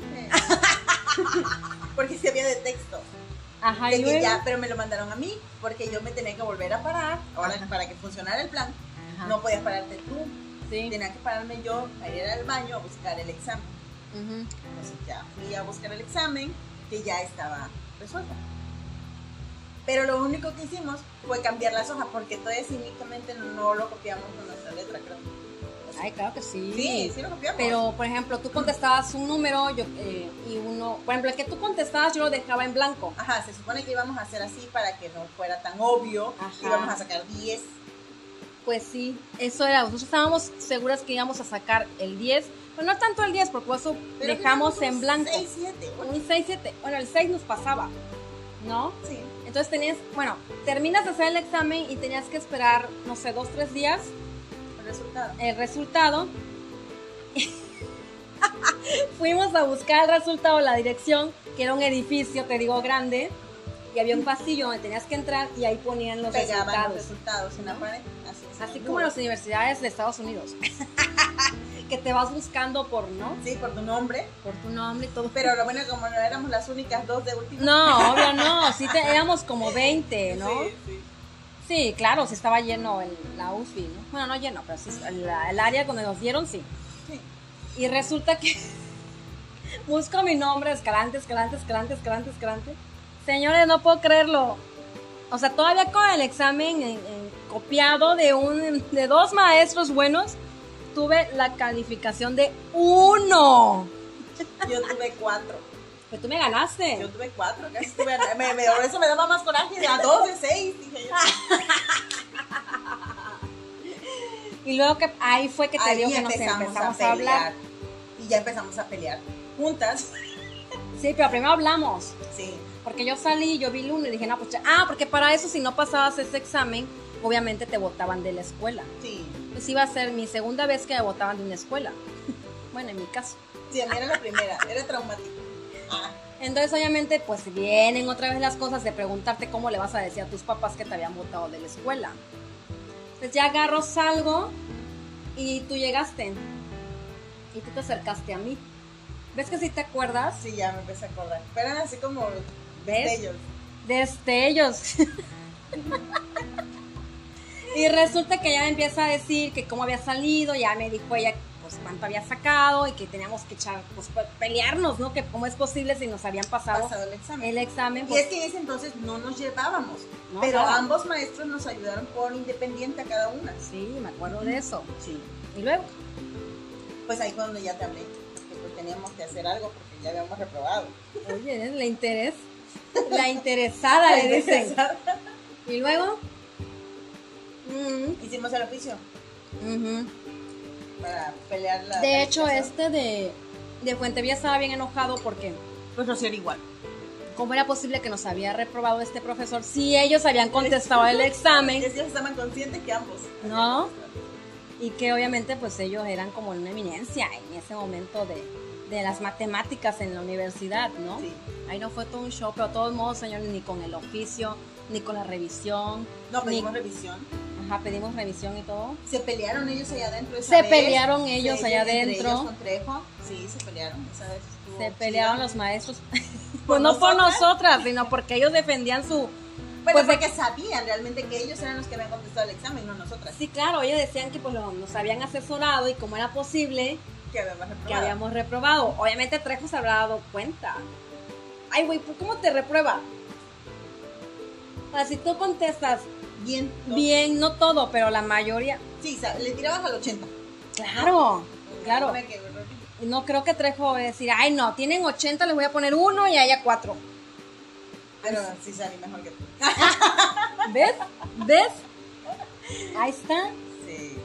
porque se había de texto. Ajá, De y que luego- ya, pero me lo mandaron a mí porque yo me tenía que volver a parar. Ahora, para que funcionara el plan, Ajá, no podías pararte tú. sí. Tenía que pararme yo a ir al baño a buscar el examen. Ujú. Entonces ya fui a buscar el examen que ya estaba resuelto. Pero lo único que hicimos fue cambiar las hojas porque todavía cínicamente no lo copiamos con nuestra letra, creo. Ay, claro que sí. Sí, sí lo copiamos. Pero, por ejemplo, tú contestabas un número yo, eh, y uno. Por ejemplo, el que tú contestabas, yo lo dejaba en blanco. Ajá, se supone que íbamos a hacer así para que no fuera tan obvio. Ajá. Íbamos a sacar 10. Pues sí, eso era. Nosotros estábamos seguras que íbamos a sacar el 10. Pero no tanto el 10, porque eso Pero dejamos teníamos en un blanco. seis, siete, ocho, Un 6, 7. Bueno, el 6 nos pasaba, ¿no? sí. Entonces tenías. Bueno, terminas de hacer el examen y tenías que esperar, no sé, dos, tres días El resultado. el resultado. *laughs* Fuimos a buscar el resultado, la dirección, que era un edificio, te digo, grande, y había un pasillo donde tenías que entrar y ahí ponían los Pegaban resultados. los resultados en la pared. Así, es, Así en el como en muro. las universidades de Estados Unidos. *laughs* que te vas buscando por, ¿no? Sí, por tu nombre. Por tu nombre y todo. Pero lo bueno, como no éramos las únicas dos de último. No, obvio no, sí te- éramos como 20, ¿no? Sí, sí. Sí, claro, sí estaba lleno el, la UFI, ¿no? Bueno, no lleno, pero sí, la- el área donde nos dieron, sí. Sí. Y resulta que *laughs* busco mi nombre, Escalante, Escalante, Escalante, Escalante, Escalante. Señores, no puedo creerlo. O sea, todavía con el examen en- en- copiado de, un, de dos maestros buenos, tuve la calificación de uno. Yo tuve cuatro. Pero tú me ganaste. Yo tuve cuatro, casi tuve. Me, me, por eso me daba más coraje. A dos de seis, dije yo. Ah, Y luego que ahí fue que te Ahí digo que nos empezamos, a, hablar. Y ya empezamos a pelear. Juntas. Sí, pero primero hablamos. Sí. Porque yo salí, yo vi el uno y dije, no, pues ya- ah, porque para eso si no pasabas ese examen, obviamente te votaban de la escuela. Sí. Pues iba a ser mi segunda vez que me votaban de una escuela. *laughs* Bueno, en mi caso. Sí, a mí era la primera. Era traumático. Ah, Entonces, obviamente, pues vienen otra vez las cosas de preguntarte cómo le vas a decir a tus papás que te habían votado de la escuela. Entonces ya agarro, salgo y tú llegaste. Y tú te acercaste a mí. ¿Ves que si te acuerdas? sí, ya me empecé a acordar. Pero eran así como. ¿Ves? destellos. destellos. *laughs* y resulta que ella me empieza a decir que cómo había salido, ya me dijo ella pues cuánto había sacado y que teníamos que echar, pues pe- pelearnos, ¿no? Que cómo es posible si nos habían pasado Pasado el examen. el examen. Y pues, es que en ese entonces no nos llevábamos. no, pero claro. ambos maestros nos ayudaron por independiente a cada una. Sí, me acuerdo de eso. Sí. Y luego, Pues ahí fue donde ya te hablé. Que pues teníamos que hacer algo porque ya habíamos reprobado. oye, ¿eh? la interés, la interesada le dicen. Y luego, mm, *laughs* Hicimos el oficio ujú. para pelear la. de hecho calificación. este de, de Fuentevilla estaba bien enojado porque... Pues lo hacían igual. ¿Cómo era posible que nos había reprobado este profesor si ellos habían contestado el examen? Es que ellos estaban conscientes que ambos. No. Y que obviamente pues ellos eran como una eminencia en ese momento de, de las matemáticas en la universidad, ¿no? Sí. Ahí no fue todo un show, pero de todos modos, señores, ni con el oficio, ni con la revisión. No, Ni- pedimos revisión. Ajá, pedimos revisión y todo. Se pelearon ellos allá adentro. esa Se vez. pelearon ellos Sí, allá entre ellos adentro. con Trejo. Sí, se pelearon. Esa vez estuvo Se chido. pelearon los maestros. Oh, *laughs* ¿Por Pues no por nosotras? nosotras, sino porque ellos defendían su, Bueno, Pues de- porque sabían realmente que ellos eran los que habían contestado el examen, no nosotras. pues Sí, claro, ellos decían que pues lo- nos habían asesorado y cómo era posible Que habíamos reprobado. que habíamos reprobado. Obviamente Trejo se habrá dado cuenta. Ay, güey, ¿pues ¿cómo te reprueba? Así tú contestas Bien. ¿no? bien, no todo, pero la mayoría. Sí, sa- le tirabas al 80. Claro, claro. Me quedé horrible. No creo que Trejo va a decir, ay, no, tienen 80, les voy a poner uno y a ella cuatro. Ah. Pero sí salí mejor que tú. ¿Ves? ¿Ves? Ahí está. Sí.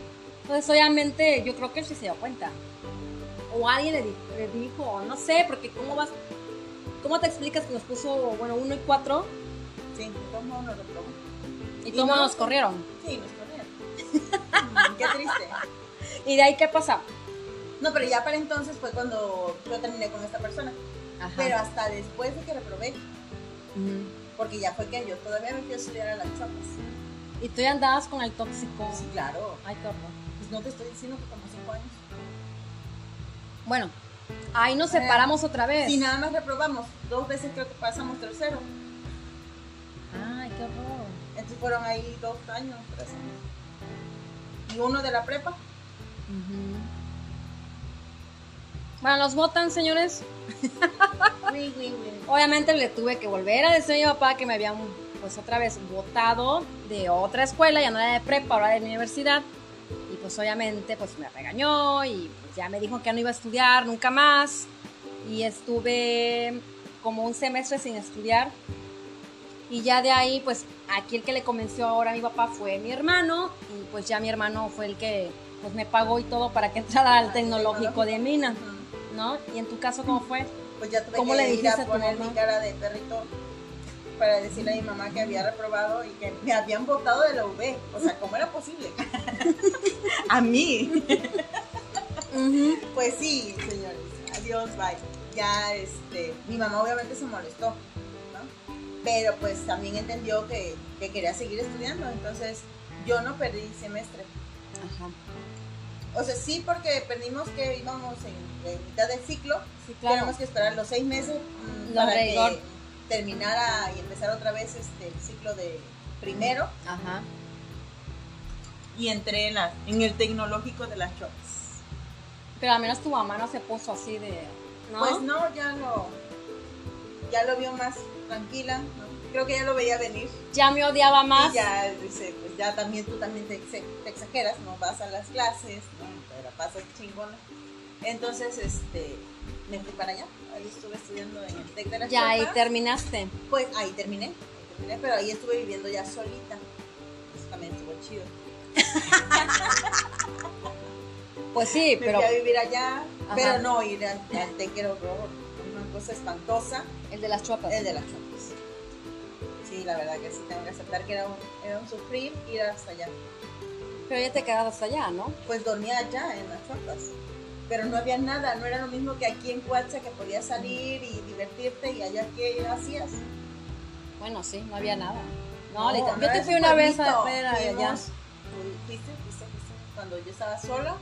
Entonces, obviamente, yo creo que él sí se dio cuenta. O alguien le, di- le dijo, o no sé, porque ¿cómo vas? ¿Cómo te explicas que nos puso, bueno, uno y cuatro Sí, de todos modos nos lo tomamos. y Y todos no. nos corrieron? Sí, nos corrieron. *laughs* Qué triste. ¿Y de ahí qué pasa? No, pero ya para entonces fue cuando yo terminé con esta persona. Ajá. Pero hasta después de que reprobé, Ujú. porque ya fue que yo todavía me fui a estudiar a las chapas. Y tú ya andabas con el tóxico. Sí, claro. Ay, qué horror. Pues no te estoy diciendo que como cinco años. Bueno, ahí nos separamos otra vez. Si nada más reprobamos, dos veces creo que pasamos tercero. Ay, qué horror. Entonces fueron ahí dos años, tres años. Y uno de la prepa. Ujú. Bueno, los votan, señores. Oui, oui, oui. Obviamente le tuve que volver a decir a mi papá que me habían, pues otra vez, votado de otra escuela, ya no era de prepa, ahora de la universidad. Y pues obviamente, pues me regañó y pues, ya me dijo que ya no iba a estudiar nunca más. Y estuve como un semestre sin estudiar. Y ya de ahí, pues aquí el que le convenció ahora a mi papá fue mi hermano. Y pues ya mi hermano fue el que pues me pagó y todo para que entrara Ah, al tecnológico de Mina, Ujú. ¿no? ¿Y en tu caso cómo fue? Pues ya tuve ¿Cómo que le ir a dijiste a tu poner mamá? mi cara de perrito para decirle a mi mamá que había reprobado y que me habían votado de la UB. O sea, ¿cómo era posible? *laughs* a mí. Pues sí, señores. Adiós, bye. Ya, este, mi mamá obviamente se molestó, ¿no? Pero pues también entendió que, que quería seguir estudiando, entonces yo no perdí semestre. Ajá. O sea, sí, porque perdimos que íbamos en, en mitad del ciclo, Sí, claro. tenemos que esperar los seis meses mm, Los para rigor. que terminara y empezar otra vez este, el ciclo de primero. Ajá. Y entré en, la- en el tecnológico de las chops. Pero al menos tu mamá no se puso así de. ¿No? Pues no, ya lo, ya lo vio más tranquila. ¿no? Creo que ya lo veía venir. ya me odiaba más. Y ya dice, pues ya también tú también te, exe- te exageras, no vas a las clases, no te la pasas chingona. Entonces, este, me fui para allá. Ahí estuve estudiando en el TEC de las Ya, ahí Chiapas. terminaste. Pues ahí terminé, ahí terminé, pero ahí estuve viviendo ya solita. Eso también estuvo chido. Pues sí, Me pero fui a vivir allá, Ajá. pero no ir al, al TEC era horror, una cosa espantosa. el de las chuapas. El de las chopas. Sí, la verdad que sí tengo que aceptar que era un, era un sufrir ir hasta allá. Pero ya te quedabas allá, ¿no? Pues dormía allá en las chopas. Pero no había nada, no era lo mismo que aquí en Coacha que podías salir y divertirte y allá qué hacías. Bueno, sí, no había nada. No, literal- no yo te era fui su una vez a pueblito. ver a- allá. Fuimos- Fuiste, fuiste, fuiste, cuando yo estaba sola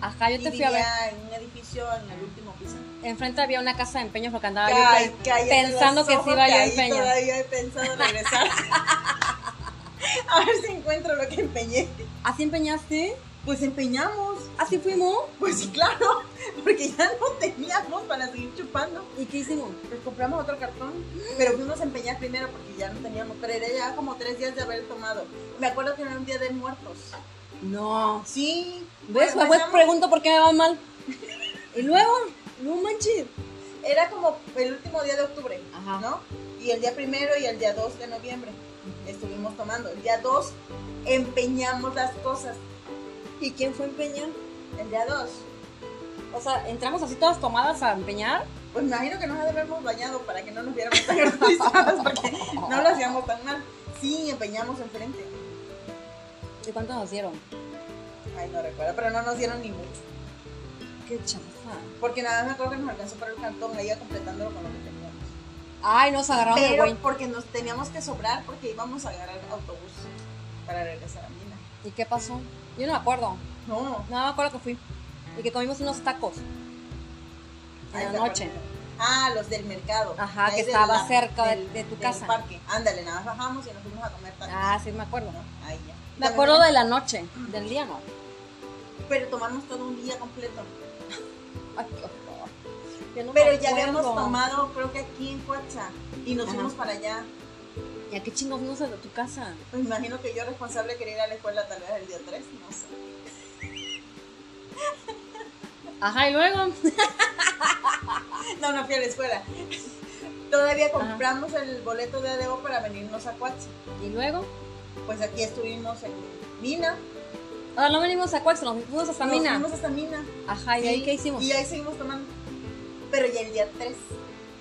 Ajá, yo y te fui a ver. vivía en un edificio en el último piso. Enfrente había una casa de empeños porque andaba Ay, Ah, yo pe- cállate pensando los que sí ojos, iba yo a ahí empeñar. Todavía he pensado regresar. *laughs* a ver si encuentro lo que empeñé. ¿Así empeñaste? Pues empeñamos. ¿Así fuimos? Pues claro, porque ya no teníamos para seguir chupando. ¿Y qué hicimos? Pues compramos otro cartón, pero fuimos a empeñar primero porque ya no teníamos. Pero era ya como tres días de haber tomado. Me acuerdo que era un día de muertos. No. Sí. ¿Ves? pues, Bueno, pues, Después empezamos- pregunto por qué me va mal. Y luego, no manches. Era como el último día de octubre, Ajá. ¿no? Y el día primero y el día 2 de noviembre estuvimos tomando. El día 2 empeñamos las cosas. ¿Y quién fue a empeñar? El día 2. O sea, entramos así todas tomadas a empeñar. Pues me imagino que nos habíamos bañado para que no nos viéramos tan *laughs* organizadas, porque no lo hacíamos tan mal. Sí, empeñamos enfrente. ¿Y cuánto nos dieron? Ay, no recuerdo, pero no nos dieron ni mucho. Qué chafa. Porque nada más me acuerdo que nos alcanzó para el cantón, ahí iba completándolo con lo que teníamos. Ay, nos agarraron de Pero güey. porque nos teníamos que sobrar porque íbamos a agarrar autobús para regresar a Mina. ¿Y qué pasó? Yo no me acuerdo. No, No me acuerdo que fui. Y que comimos unos tacos. ahí En te la noche. acuerdas. Ah, los del mercado. Ajá, Ahí que de estaba la- cerca de- del- de tu del casa. parque. Ándale, nada más bajamos y nos fuimos a comer tacos. Ah, sí, me acuerdo. ¿no? Ahí ya. Me acuerdo de la noche, del día no. Pero tomamos todo un día completo. Ay, qué horror. Yo no me Pero ya habíamos acuerdo. tomado, creo que aquí en Coacha, y nos Ajá. fuimos para allá. ¿Y a qué chingos fuimos a tu casa? Pues me imagino que yo responsable quería ir a la escuela tal vez el día 3, no sé. Ajá, y luego. *laughs* No, no fui a la escuela. *laughs* Todavía compramos el boleto de ADO para venirnos a Coachi. Y luego. pues aquí estuvimos en Mina. Ahora Ah, no venimos a Cuax, nos fuimos hasta Nos Mina. fuimos hasta Mina. Ajá, ¿y de ahí qué hicimos? Y ahí seguimos tomando. Pero ya el día 3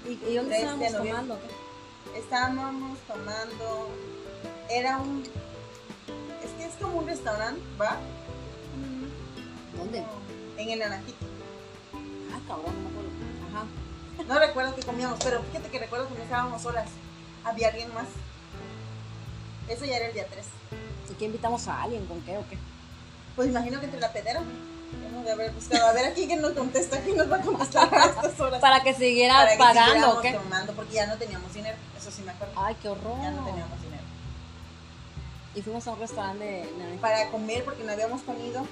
¿Y, y dónde Tres de estábamos noviembre. tomando? estábamos tomando. Era un. Es que es como un restaurante, ¿va? ¿Dónde? En el Naranjito. Ah, cabrón, no me acuerdo. Ajá. No recuerdo qué comíamos, pero fíjate que recuerdo que no estábamos solas. Había alguien más. Eso ya era el día 3. ¿Y qué invitamos a alguien? ¿Con qué o qué? Pues imagino que entre la pedera. Hemos de haber buscado. A ver aquí quién nos contesta, quién nos va a contestar a estas horas. *laughs* Para que siguiera Para que pagando o siguiéramos qué. tomando, porque ya no teníamos dinero. Eso sí me acuerdo. Ay, qué horror. Ya no teníamos dinero. Y fuimos a un restaurante de naranja. Para comer, porque no habíamos comido.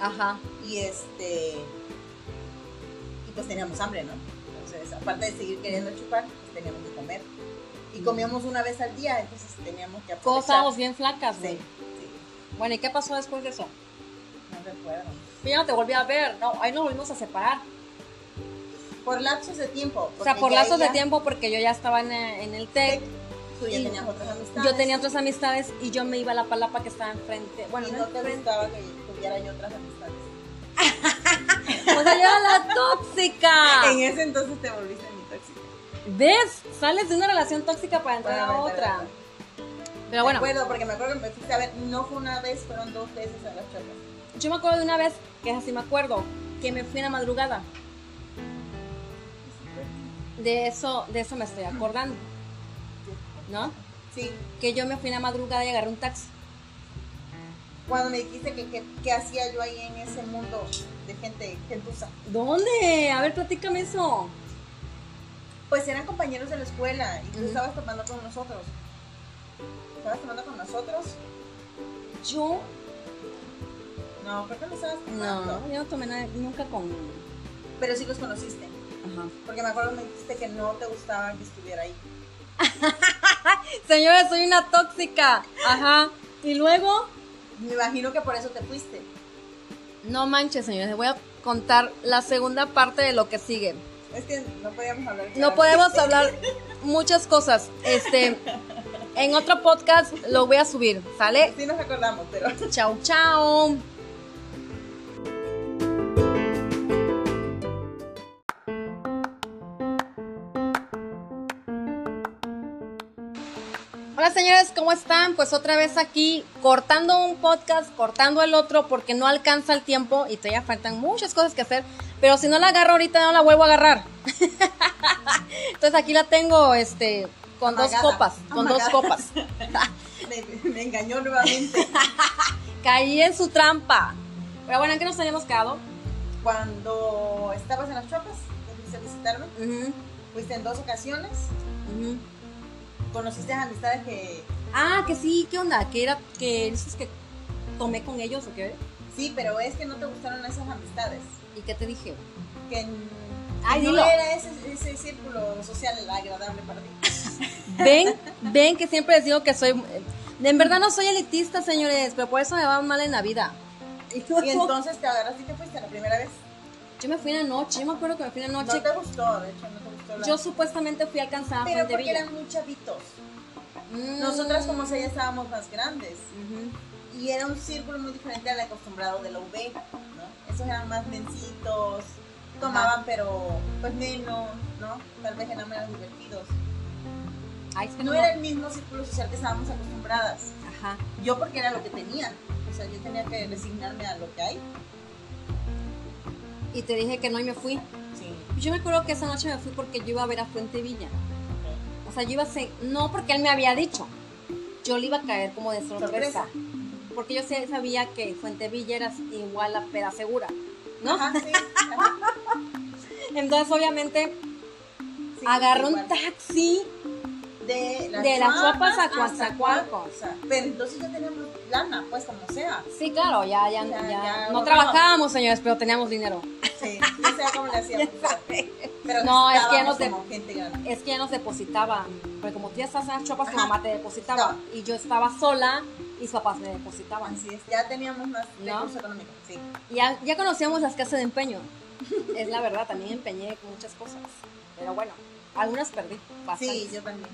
Ajá. Y este. Y pues teníamos hambre, ¿no? Entonces, aparte de seguir queriendo chupar, pues teníamos que comer. Y comíamos una vez al día, entonces teníamos que Todos aprovechar. estábamos bien flacas, güey. Sí, sí, Bueno, ¿y qué pasó después de eso? no recuerdo. Yo ya no te volví a ver, no, ahí nos volvimos a separar. Por lapsos de tiempo. O sea, porque por ya lazos de ella- tiempo, porque yo ya estaba en, eh, en el TEC, Tú ya Y- tenías otras amistades. yo tenía otras amistades y yo me iba a la palapa que estaba enfrente. Bueno, ¿eh? Y no no te *laughs* enfrente. gustaba que tuviera yo otras amistades. O sea, Pues yo era la En tóxica. ese entonces te volviste mi tóxica. ¿Ves? Sales de una relación tóxica para entrar a Bueno, vete, otra. vete. Pero bueno, Me acuerdo, porque me acuerdo que me fuiste a ver, no fue una vez, fueron dos veces a las chocas. yo me acuerdo de una vez, que es así me acuerdo, que me fui en la madrugada. De eso, de eso me estoy acordando. ¿No? Sí, Que yo me fui en la madrugada y agarré un taxi. cuando me dijiste que que- que hacía yo ahí en ese mundo de gente gentuza. ¿Dónde? A ver, platícame eso. Pues eran compañeros de la escuela y tú Ujú. estabas tomando con nosotros. ¿Estabas tomando con nosotros? Yo No, creo que no estabas No, tomando. yo no tomé nada, nunca con. Pero sí los conociste. Ajá. Porque me acuerdo que me dijiste que no te gustaba que estuviera ahí. Señora, soy una tóxica. Ajá. Y luego, Me imagino que por eso te fuiste. no manches, señores, les voy a contar la segunda parte de lo que sigue. Es que no podíamos hablar. No claramente. podemos hablar muchas cosas. Este, en otro podcast lo voy a subir, ¿sale? Sí nos acordamos, pero. *laughs* Chau, chau. Hola señores, ¿cómo están? Pues otra vez aquí cortando un podcast, cortando el otro porque no alcanza el tiempo y todavía faltan muchas cosas que hacer, pero si no la agarro ahorita no la vuelvo a agarrar. *laughs* Entonces aquí la tengo este con Amagada. dos copas, con Amagada. dos copas. Me, me engañó nuevamente. Caí en su trampa. Pero bueno, ¿en qué nos habíamos quedado? Cuando estabas en las chopas, que fuiste a visitarme, Ujú, fuiste en dos ocasiones, ujú. conociste a amistades que Ah, que sí, ¿qué onda? Que era que dices que tomé con ellos o qué? sí, pero es que no te gustaron esas amistades. ¿Y qué te dije? Que n- Ay, no dilo. era ese, ese círculo social agradable para ti. Ven, *laughs* ven que siempre les digo que soy en verdad no soy elitista, señores, pero por eso me va mal en la vida. *laughs* *laughs* Y entonces te agarraste y te fuiste la primera vez. Yo me fui en la noche, yo me acuerdo que me fui en la No noche. te gustó, de hecho, no te gustó. la- Yo supuestamente fui alcanzada pero frente porque Villa. eran muy chavitos. Mm, Nosotras como sea ya estábamos más grandes. ujú. Y era un círculo muy diferente al acostumbrado de la UB, ¿no? Esos eran más mencitos, tomaban pero pues menos, ¿no? Tal vez eran menos divertidos. Ay, es que No no, era el mismo círculo social que estábamos acostumbradas. Ajá. Yo porque era lo que tenía. O sea, yo tenía que resignarme a lo que hay. Y te dije que no y me fui. Sí. Yo me acuerdo que esa noche me fui porque yo iba a ver a Fuente Villa. O sea, yo iba a ser, no porque él me había dicho, yo le iba a caer como de sorpresa. Sorpresa. Porque yo sí sabía que Fuente Villa era igual a Pera Segura. ¿No? Ajá, sí. ajá, Entonces, obviamente, sí, agarró un igual. taxi. de las, de las Guapas Guapas a hasta Coatzacoalcos. Coatzacoalcos. Pero entonces ya teníamos lana, pues como sea. Sí, claro, ya, ya, Ya, ya. ya, no bueno. trabajábamos, señores, pero teníamos dinero. Sí, *laughs* ya sea como le hacíamos. Pero No, es que ya estábamos no te- como gente grande. Es que ya nos depositaba. Porque como tú ya estás en las chopas, tu Ajá. mamá te depositaba. Y yo estaba sola y sus papás me depositaban. Así es, ya teníamos más ¿No? recursos económicos. Sí. Ya, ya conocíamos las casas de empeño. *laughs* Es la verdad, también empeñé muchas cosas. Pero bueno, algunas perdí. Bastante. Sí, yo también.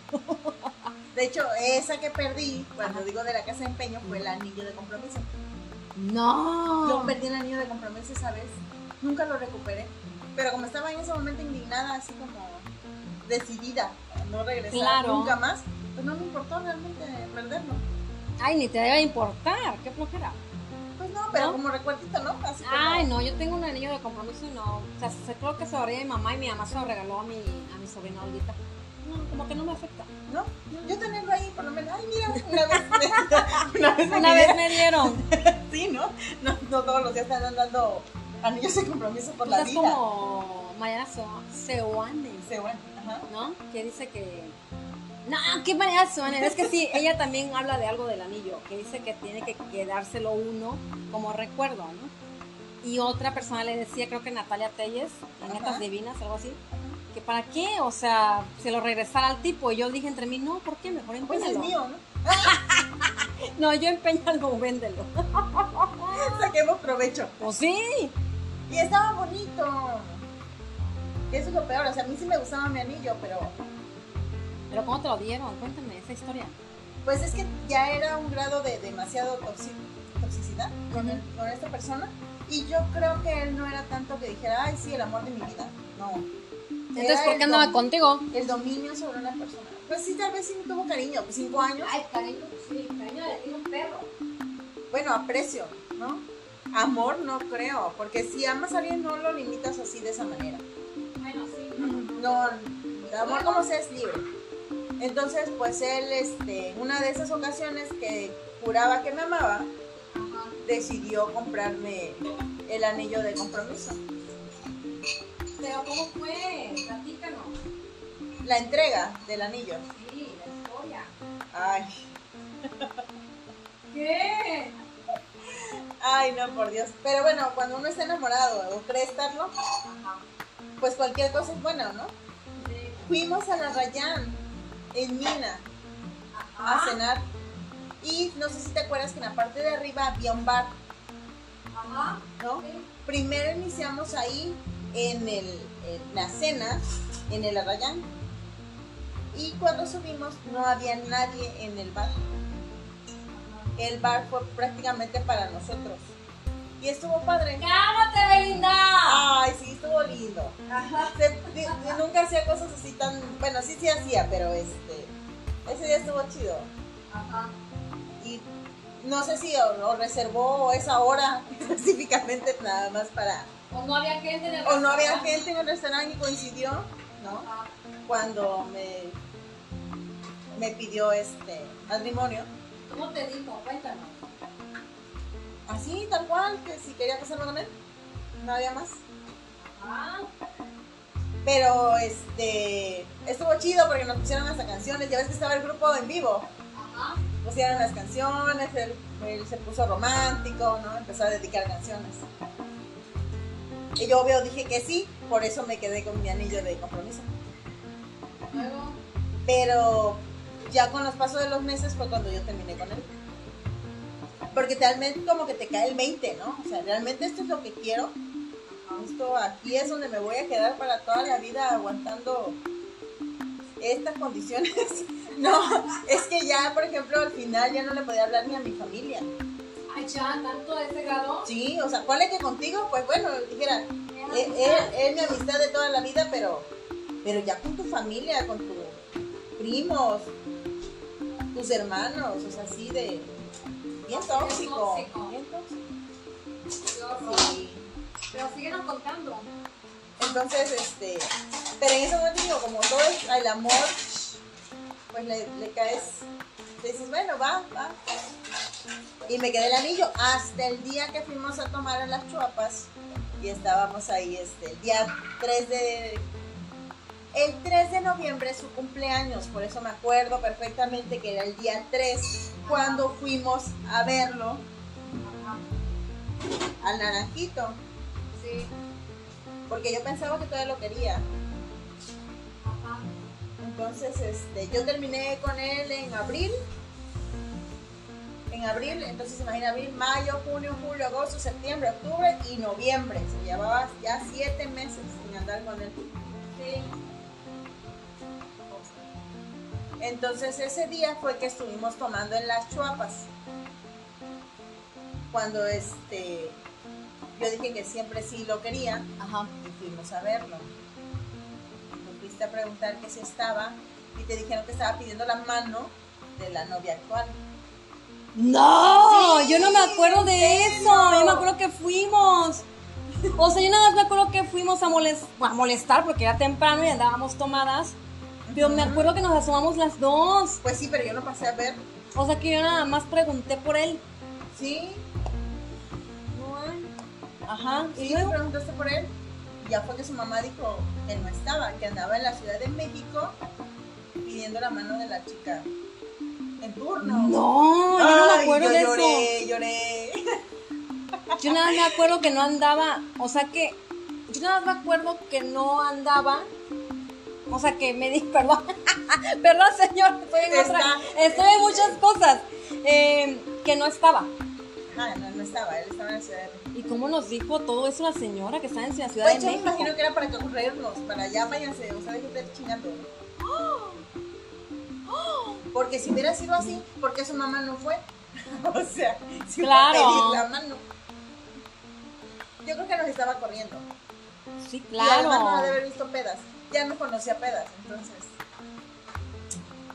De hecho, esa que perdí, cuando digo de la casa de empeño, fue el anillo de compromiso. Yo No. perdí el anillo de compromiso esa vez. Nunca lo recuperé. Pero como estaba en ese momento indignada, así como decidida a no regresar Claro. nunca más, pues no me importó realmente perderlo. Ay, ni te debe importar. Qué flojera. Pues no, pero ¿No? como recuerdito, ¿no? Así que Ay, no, yo tengo un anillo de compromiso y no. O sea, se- creo que se lo regalé a mi mamá y mi mamá se lo regaló a mi, a mi sobrina Olguita. No, como que no me *laughs* afecta. no. ¿no? Yo tenerlo ahí, por lo menos. Ay, mira, *laughs* una vez. una vez, me Una vez dieron. me dieron. Sí, ¿no? ¿no? No todos los días están andando anillos de compromiso por la Pues es vida. como Mayana Seoane, Se van, ajá. ¿no? Que dice que. No, qué Mayana Seoane. Es que sí, ella también habla de algo del anillo, que dice que tiene que quedárselo uno como recuerdo, ¿no? Y otra persona le decía, creo que Natalia Telles, Planetas Ajá. Divinas, algo así, que para qué, o sea, se lo regresara al tipo. Y yo dije entre mí, no, ¿por qué? Mejor Pues es empeñalo. mío, ¿no? *laughs* no, yo empeñalo, *laughs* véndelo. Saquemos provecho. Pues sí, Y estaba bonito. Y Eso es lo peor. O sea, a mí sí me gustaba mi anillo, pero pero ¿cómo te lo dieron? Cuéntame esa historia. pues es que ya era un grado de demasiado toxi- toxicidad con, el- con esta persona. Y yo creo que él no era tanto que dijera, ay, sí, el amor de mi vida. No. Entonces, Era ¿por el qué andaba dom- contigo? El dominio sobre una persona. Pues sí, tal vez sí tuvo cariño. pues, Cinco años. Ay, cariño, sí, cariño le tiene un perro. Bueno, aprecio, ¿no? Amor no creo. Porque si amas a alguien, no lo limitas así de esa manera. Bueno, sí. No, el amor como sea es libre. Entonces, pues él, este, una de esas ocasiones que juraba que me amaba, decidió comprarme el anillo de compromiso. Pero ¿cómo fue? Platícanos. La entrega del anillo. Sí, la historia. Ay, ¿Qué? ay, no, por Dios. Pero bueno, cuando uno está enamorado o cree estarlo, pues cualquier cosa es buena, ¿no? Fuimos a la Rayán, en Mina, a cenar. Y no sé si te acuerdas que en la parte de arriba había un bar, Ajá. ¿no? Primero iniciamos ahí en, el, en la cena, en el Arrayán. Y cuando subimos no había nadie en el bar. El bar fue prácticamente para nosotros. Y estuvo padre. ¡Cámate, Belinda! Ay, sí, estuvo lindo. Se- de- de- nunca hacía cosas así tan... Bueno, sí, sí hacía, pero este... Ese día estuvo chido. Ajá. Y no sé si o, o reservó esa hora *laughs* específicamente nada más para... O no había gente en el o no había restaurante. gente en el restaurante y coincidió, ¿no? Ajá. Cuando me, me pidió este matrimonio, ¿Cómo te dijo? Cuéntanos. así tal cual, que si quería casarme con él, no había más. Ah, Pero este estuvo chido porque nos pusieron hasta canciones, ya ves que estaba el grupo en vivo, ajá. pusieron las canciones, él, él se puso romántico, ¿no? Empezó a dedicar canciones. Y yo obvio dije que sí, por eso me quedé con mi anillo de compromiso. Luego. Pero ya con los pasos de los meses fue cuando yo terminé con él. Porque realmente como que te cae el 20, ¿no? O sea, realmente esto es lo que quiero. Esto aquí es donde me voy a quedar para toda la vida aguantando estas condiciones. *laughs* No, es que ya, por ejemplo, al final ya no le podía hablar ni a mi familia. Ay, ya, tanto de ese grado. Sí, o sea, ¿cuál es que contigo? Pues bueno, dijera, Eh, es, es- es mi amistad de toda la vida, pero, pero ya con tu familia, con tus primos, tus hermanos, o sea, así de. Bien tóxico. tóxico. Bien tóxico. Qué horror. Sí. Pero síguenos contando. Entonces, este. Pero en ese momento, digo, como todo es el amor, pues le, le caes. te dices, bueno, va, va. Y me quedé el anillo hasta el día que fuimos a tomar a las chuapas. Y estábamos ahí, este, el día 3 de. El 3 de noviembre es su cumpleaños, por eso me acuerdo perfectamente que era el día 3 cuando fuimos a verlo al Naranjito Sí. porque yo pensaba que todavía lo quería. Ajá. Entonces, este, yo terminé con él en abril. En abril, entonces imagina abril, mayo, junio, julio, agosto, septiembre, octubre y noviembre. Se llevaba ya siete meses sin andar con él. Sí. Entonces ese día fue que estuvimos tomando en las chuapas. Cuando este yo dije que siempre sí lo quería Ajá. y fuimos a verlo. Nos fuiste a preguntar que si estaba y te dijeron que estaba pidiendo la mano de la novia actual. No, Sí, Oh, yo no me acuerdo de ¿en eso. serio? Yo me acuerdo que fuimos. O sea, yo nada más me acuerdo que fuimos a, moles- a molestar porque era temprano y andábamos tomadas. Pero me Ujú. acuerdo que nos asomamos las dos. Pues sí, pero yo no pasé a ver. O sea, que yo nada más pregunté por él. Sí. No hay. Ajá. Y Y me luego, preguntaste por él. Y ya fue que su mamá dijo que no estaba, que andaba en la Ciudad de México pidiendo la mano de la chica en turno. no, yo no me Ay, acuerdo yo de eso. lloré, lloré. *laughs* Yo nada más me acuerdo que no andaba, o sea que, yo nada más me acuerdo que no andaba, o sea que me di, *laughs* perdón, perdón señor, estoy en, otra- Está- estoy en muchas cosas, eh, que no estaba. Ah, no, no estaba, él estaba en la Ciudad de México. ¿Y cómo nos dijo todo eso la señora que estaba en la Ciudad Pues de yo me México? imagino que era para corrernos, para allá váyanse, o sea, dejen de estar chingando. Porque si hubiera sido así, ¿por qué su mamá no fue? *laughs* o sea, si Claro. fue a pedir la mano. Yo creo que nos estaba corriendo. Sí, Y además no ha de claro. haber visto pedas. Ya no conocía pedas, entonces.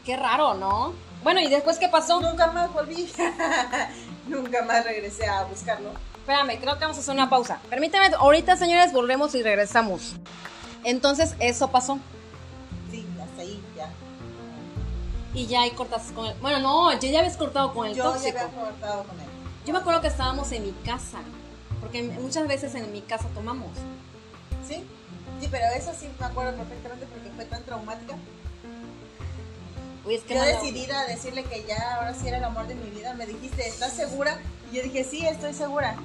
Qué raro, ¿no? Bueno, ¿y después qué pasó? Nunca más volví. *laughs* Nunca más regresé a buscarlo. Espérame, creo que vamos a hacer una pausa. Permítame, ahorita señores, volvemos y regresamos. Entonces, eso pasó. Sí, hasta ahí ya. Y ya ahí cortas con el... Bueno, no, ya, ya habías cortado con el Yo tóxico. ya había cortado con él. Yo me acuerdo que estábamos en mi casa, porque muchas veces en mi casa tomamos. Sí, sí, pero eso sí me acuerdo perfectamente porque fue tan traumática. Uy, es que Yo no- decidida a decirle que ya ahora sí era el amor de mi vida, me dijiste, ¿estás segura? Y yo dije, sí, estoy segura.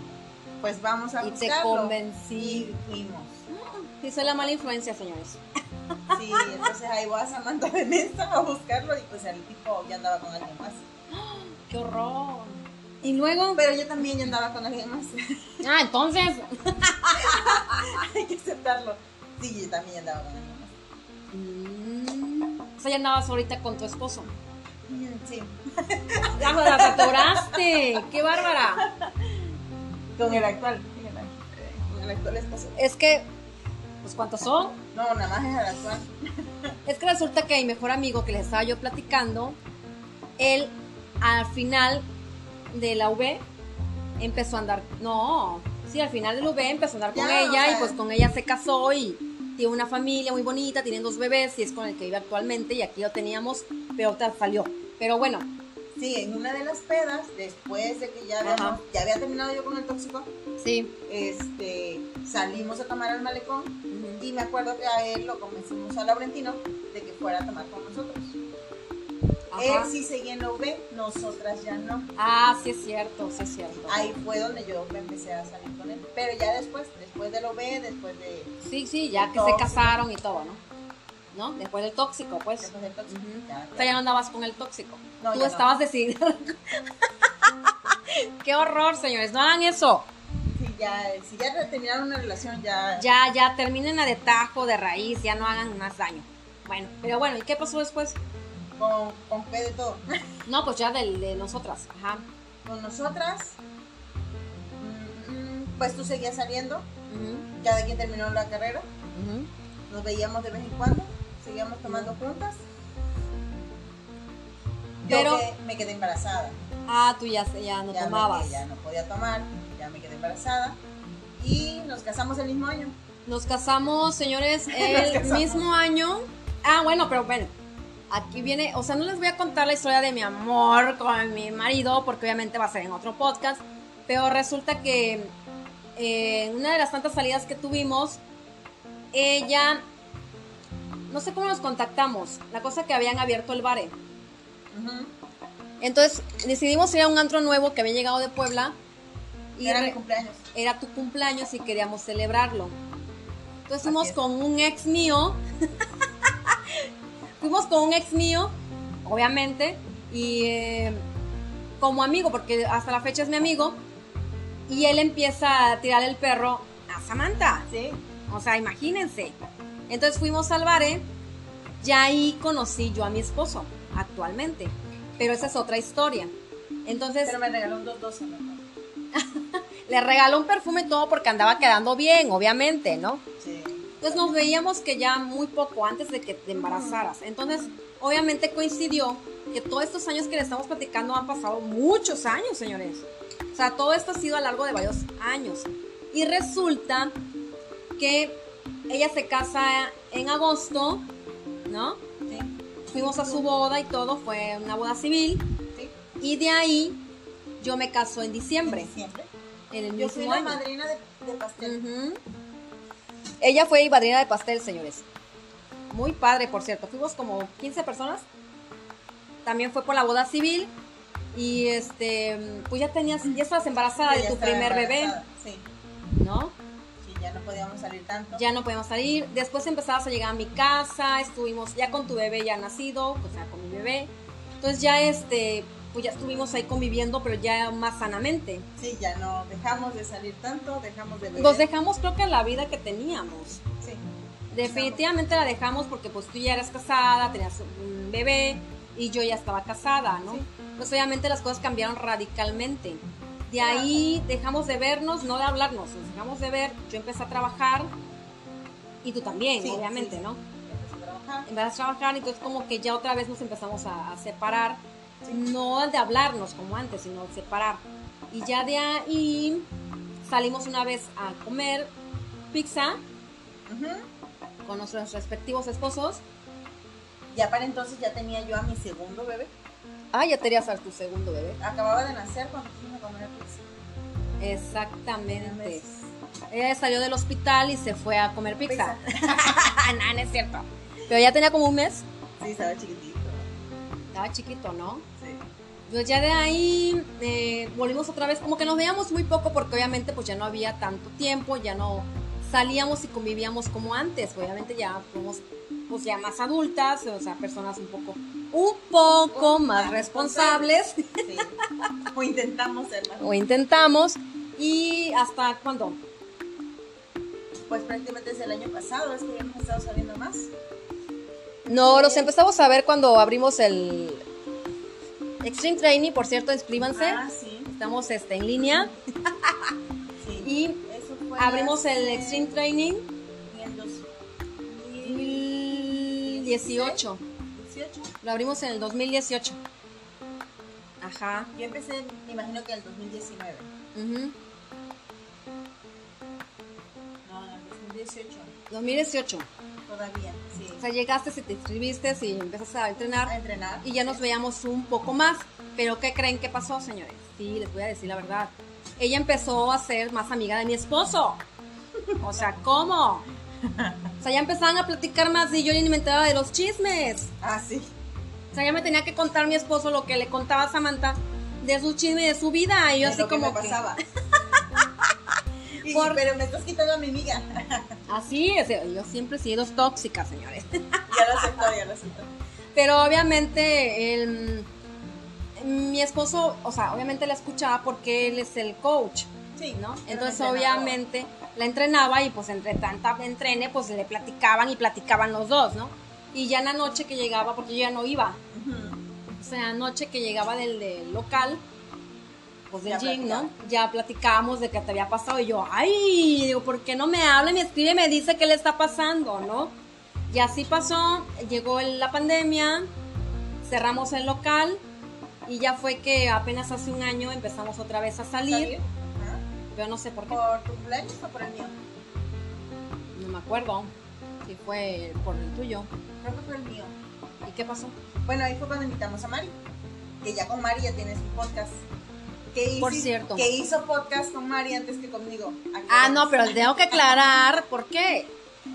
Pues vamos a Y te buscarlo. convencí. Y fuimos. Sí, soy la mala influencia, señores. Sí, entonces ahí vas a Samantha de Mesa a buscarlo y pues el tipo ya andaba con alguien más. ¡Qué horror! Y luego... Pero yo también ya andaba con alguien más. *laughs* Ah, entonces... Hay que aceptarlo. Sí, yo también andaba con alguien más. Mm, o sea, ya andabas ahorita con tu esposo. Mm, Sí. ¡Ya me la atoraste! ¡Qué bárbara! Con el actual. con el actual, Con el actual esposo. Es que... Pues, ¿cuántos son? No, nada más es el actual. Es que resulta que mi mejor amigo que les estaba yo platicando, él al final de la UV empezó a andar, no, sí, al final de la UV empezó a andar con Ya, ella o sea. y pues con ella se casó y tiene una familia muy bonita, tienen dos bebés y es con el que vive actualmente y aquí lo teníamos, pero ahorita salió. Pero bueno, Sí, en una de las pedas, después de que ya, habíamos- Ajá. ya había terminado yo con el tóxico, sí. este, salimos a tomar al malecón y me acuerdo que a él lo convencimos a Laurentino de que fuera a tomar con nosotros. Él Ajá. sí seguía en la UV, nosotras ya no. Ah, sí es cierto, sí es cierto. Ahí fue donde yo me empecé a salir con él. Pero ya después, después de la UV, después de Sí, sí, ya que se Tóxico. casaron y todo, ¿no? ¿No? Después del tóxico, pues. después del tóxico. Ujú. ya, O sea, ya. ya no andabas con el tóxico. No, Tú ya no. estabas decidida. *laughs* Qué horror, señores. No hagan eso. Sí, ya, si ya terminaron una relación, ya, Ya, ya, terminen a de tajo, de raíz. Ya no hagan más daño. Bueno, pero bueno, ¿y qué pasó después? con, con fe de todo. No, pues ya del- de, nosotras. Ajá. con nosotras, mm, mm, pues tú seguías saliendo, Ujú, cada quien terminó la carrera, ujú. nos veíamos de vez en cuando, seguíamos tomando juntas. Yo Pero- que- me quedé embarazada. Ah, tú ya, ya no ya, me- tomabas. ya no podía tomar, ya me quedé embarazada. Y nos casamos el mismo año. Nos casamos, señores, el casamos. mismo año. Ah, bueno, pero bueno. Aquí viene, o sea, no les voy a contar la historia de mi amor con mi marido, porque obviamente va a ser en otro podcast. Pero resulta que eh, en una de las tantas salidas que tuvimos, ella, no sé cómo nos contactamos, la cosa que habían abierto el bar. Ujú. Entonces decidimos ir a un antro nuevo que había llegado de Puebla. y Era re- mi cumpleaños. era tu cumpleaños y queríamos celebrarlo. Entonces Así fuimos es. con un ex mío. *laughs* fuimos con un ex mío, obviamente, y eh, como amigo, porque hasta la fecha es mi amigo, y él empieza a tirar el perro a Samantha. Sí. O sea, ¿eh? imagínense. Entonces fuimos al bar, ya ahí conocí yo a mi esposo, actualmente. Pero esa es otra historia. Entonces, Pero me regaló un 212. ¿no? le regaló un perfume y todo porque andaba quedando bien, obviamente, ¿no? Sí. Entonces nos veíamos que ya muy poco antes de que te embarazaras. Entonces, obviamente coincidió que todos estos años que le estamos platicando han pasado muchos años, señores. O sea, todo esto ha sido a lo largo de varios años. Y resulta que ella se casa en agosto, ¿no? Sí. Fuimos a su boda y todo, fue una boda civil. Sí. Y de ahí yo me caso en diciembre, Siempre. en el Yo mismo fui la año. madrina de, de pastel. Ujú. Ella fue madrina de pastel, señores. Muy padre, por cierto. Fuimos como 15 personas. También fue por la boda civil. Y este, pues ya tenías, ya estabas embarazada Yo de ya tu estaba primer bebé, embarazada, Sí. ¿no? Sí, ya no podíamos salir tanto. Ya no podíamos salir. Después empezabas a llegar a mi casa. Estuvimos ya con tu bebé ya nacido, o sea, con mi bebé. Entonces ya este, pues ya estuvimos ahí conviviendo, pero ya más sanamente. Sí, ya no dejamos de salir tanto, dejamos de beber. Nos dejamos, creo que la vida que teníamos. Sí. Definitivamente la dejamos porque pues tú ya eras casada, tenías un bebé y yo ya estaba casada, ¿no? Sí. Pues obviamente las cosas cambiaron radicalmente. De ahí dejamos de vernos, no de hablarnos, nos dejamos de ver, yo empecé a trabajar y tú también, Sí, obviamente, sí. ¿no? Empecé a trabajar. Empezaste a trabajar y entonces como que ya otra vez nos empezamos a, a separar, no de hablarnos como antes, sino de separar. Y ya de ahí salimos una vez a comer pizza Ujú. con nuestros respectivos esposos Ya para entonces ya tenía yo a mi segundo bebé. Ah, ya te irías a tu segundo bebé. Acababa de nacer cuando fuimos a comer a pizza. Tenía Exactamente. meses. Ella salió del hospital y se fue a comer pizza. Pizza. *laughs* no, no es cierto. Pero ya tenía como un mes. Sí, estaba chiquitito. Estaba chiquito, ¿no? Sí. Entonces ya de ahí eh, volvimos otra vez. Como que nos veíamos muy poco porque obviamente pues ya no había tanto tiempo, ya no salíamos y convivíamos como antes. Obviamente ya fuimos pues ya más adultas, o sea, personas un poco, un poco más responsables. Sí. O intentamos ser más. O intentamos. Y hasta cuando Pues prácticamente desde el año pasado es que ya hemos estado saliendo más. No, los empezamos a ver cuando abrimos el Extreme Training, por cierto, inscríbanse. Ah, sí. Estamos este, en línea Sí. y Eso fue abrimos hace- el Extreme Training en el 2018. 2018. Lo abrimos en el 2018. Ajá. Yo empecé, me imagino que en el 2019. ujú. No, en el 2018. 2018. Todavía, sí. O sea, llegaste, si te inscribiste, si empezaste a entrenar. A entrenar. y ya nos veíamos un poco más. Pero ¿qué creen que pasó, señores? Sí, les voy a decir la verdad. Ella empezó a ser más amiga de mi esposo. O sea, ¿cómo? O sea, ya empezaban a platicar más y yo ni me enteraba de los chismes. Ah, sí. O sea, ya me tenía que contar mi esposo lo que le contaba a Samantha de su chisme y de su vida. Y yo Es así lo que como me que- *laughs* pasaba. Y- Por- Pero me estás quitando a *laughs* mi amiga. así es. Yo siempre he sido tóxica, señores. Ya lo aceptó, ya lo aceptó. Pero obviamente el- mm, mi esposo, o sea, obviamente la escuchaba porque él es el coach. Sí, ¿no? era un Entonces entrenador. obviamente la entrenaba y pues entre tanta entrene pues le platicaban y platicaban los dos, ¿no? Y ya en la noche que llegaba, porque yo ya no iba, Ujú. o sea, en la noche que llegaba del, del local, pues del Ya gym, ¿no? Ya platicábamos de que te había pasado y yo, ay, digo, ¿por qué no me habla y me escribe y me dice qué le está pasando, ¿no? Y así pasó, llegó el- la pandemia, cerramos el local y ya fue que apenas hace un año empezamos otra vez a salir. ¿Salir? Ajá. yo no sé por qué. ¿Por tu cumpleaños o por el mío? No me acuerdo si fue por el tuyo. Creo que fue el mío. ¿Y qué pasó? Bueno, ahí fue cuando invitamos a Mari, que ya con Mari ya tienes un podcast. Que hizo, Por cierto. Que hizo podcast con Mari antes que conmigo. Ah, no, pero tengo que aclarar por qué.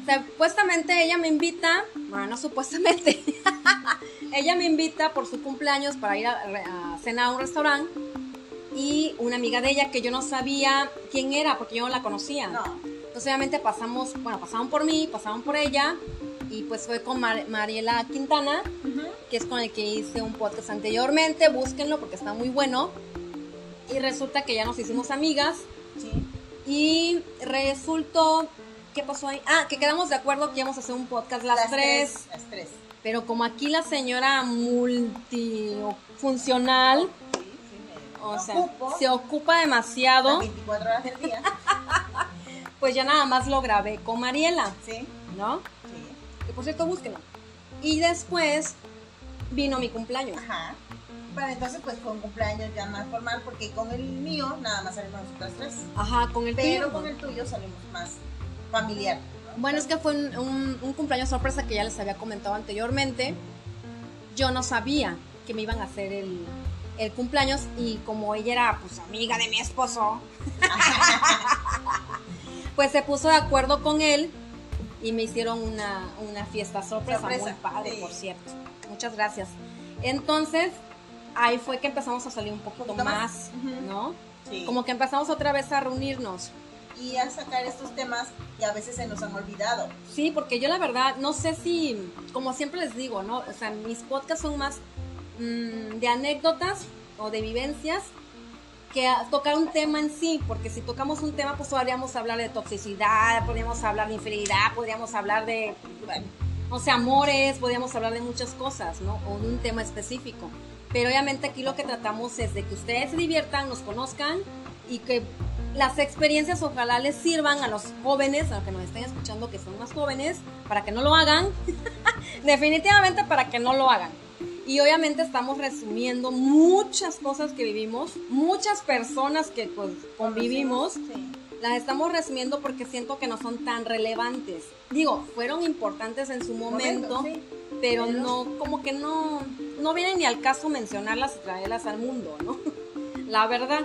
O sea, Supuestamente ella me invita, bueno, no supuestamente, *laughs* ella me invita por su cumpleaños para ir a, re- a cenar a un restaurante y una amiga de ella que yo no sabía quién era porque yo no la conocía. No, Entonces obviamente pasamos, bueno, pasaron por mí, pasaron por ella y pues fue con Mar- Mariela Quintana. que es con el que hice un podcast anteriormente, búsquenlo porque está muy bueno. Y resulta que ya nos hicimos amigas sí. y resultó, ¿qué pasó ahí? Ah, que quedamos de acuerdo que íbamos a hacer un podcast las, tres. Las tres. Pero como aquí la señora multifuncional, Sí, sí, me o sea, ocupo se ocupa demasiado, las 24 horas del día. pues ya nada más lo grabé con Mariela, Sí, ¿no? sí. Que por cierto, búsquenlo. Y después vino mi cumpleaños. Ajá. Para entonces, pues con cumpleaños ya más formal, porque con el mío nada más salimos nosotras tres. Ajá, con el Pero tío. con el tuyo salimos más familiar. Bueno, es que fue un, un- un cumpleaños sorpresa que ya les había comentado anteriormente. Yo no sabía que me iban a hacer el, el cumpleaños y como ella era pues amiga de mi esposo, *laughs* pues se puso de acuerdo con él y me hicieron una, una fiesta sorpresa, Sorpresa, muy padre, sí. por cierto. Muchas gracias. Entonces, ahí fue que empezamos a salir un poquito, Poquito más, más. Ujú. ¿no? Sí. Como que empezamos otra vez a reunirnos. y a sacar estos temas que a veces se nos han olvidado. Sí, porque yo la verdad no sé si, como siempre les digo, ¿no? O sea, mis podcasts son más mm, de anécdotas o de vivencias que a- tocar un tema en sí, porque si tocamos un tema, pues podríamos hablar de toxicidad, podríamos hablar de infidelidad, podríamos hablar de, bueno, o sea, amores, podríamos hablar de muchas cosas, ¿no? O de un tema específico. Pero obviamente aquí lo que tratamos es de que ustedes se diviertan, nos conozcan y que las experiencias ojalá les sirvan a los jóvenes, a los que nos estén escuchando que son más jóvenes, para que no lo hagan. *laughs* Definitivamente para que no lo hagan. Y obviamente estamos resumiendo muchas cosas que vivimos, muchas personas que pues, convivimos, Sí. las estamos resumiendo porque siento que no son tan relevantes. Digo, fueron importantes en su momento, sí. pero pero- no, como que no, no viene ni al caso mencionarlas y traerlas al mundo, ¿no? *laughs* La verdad.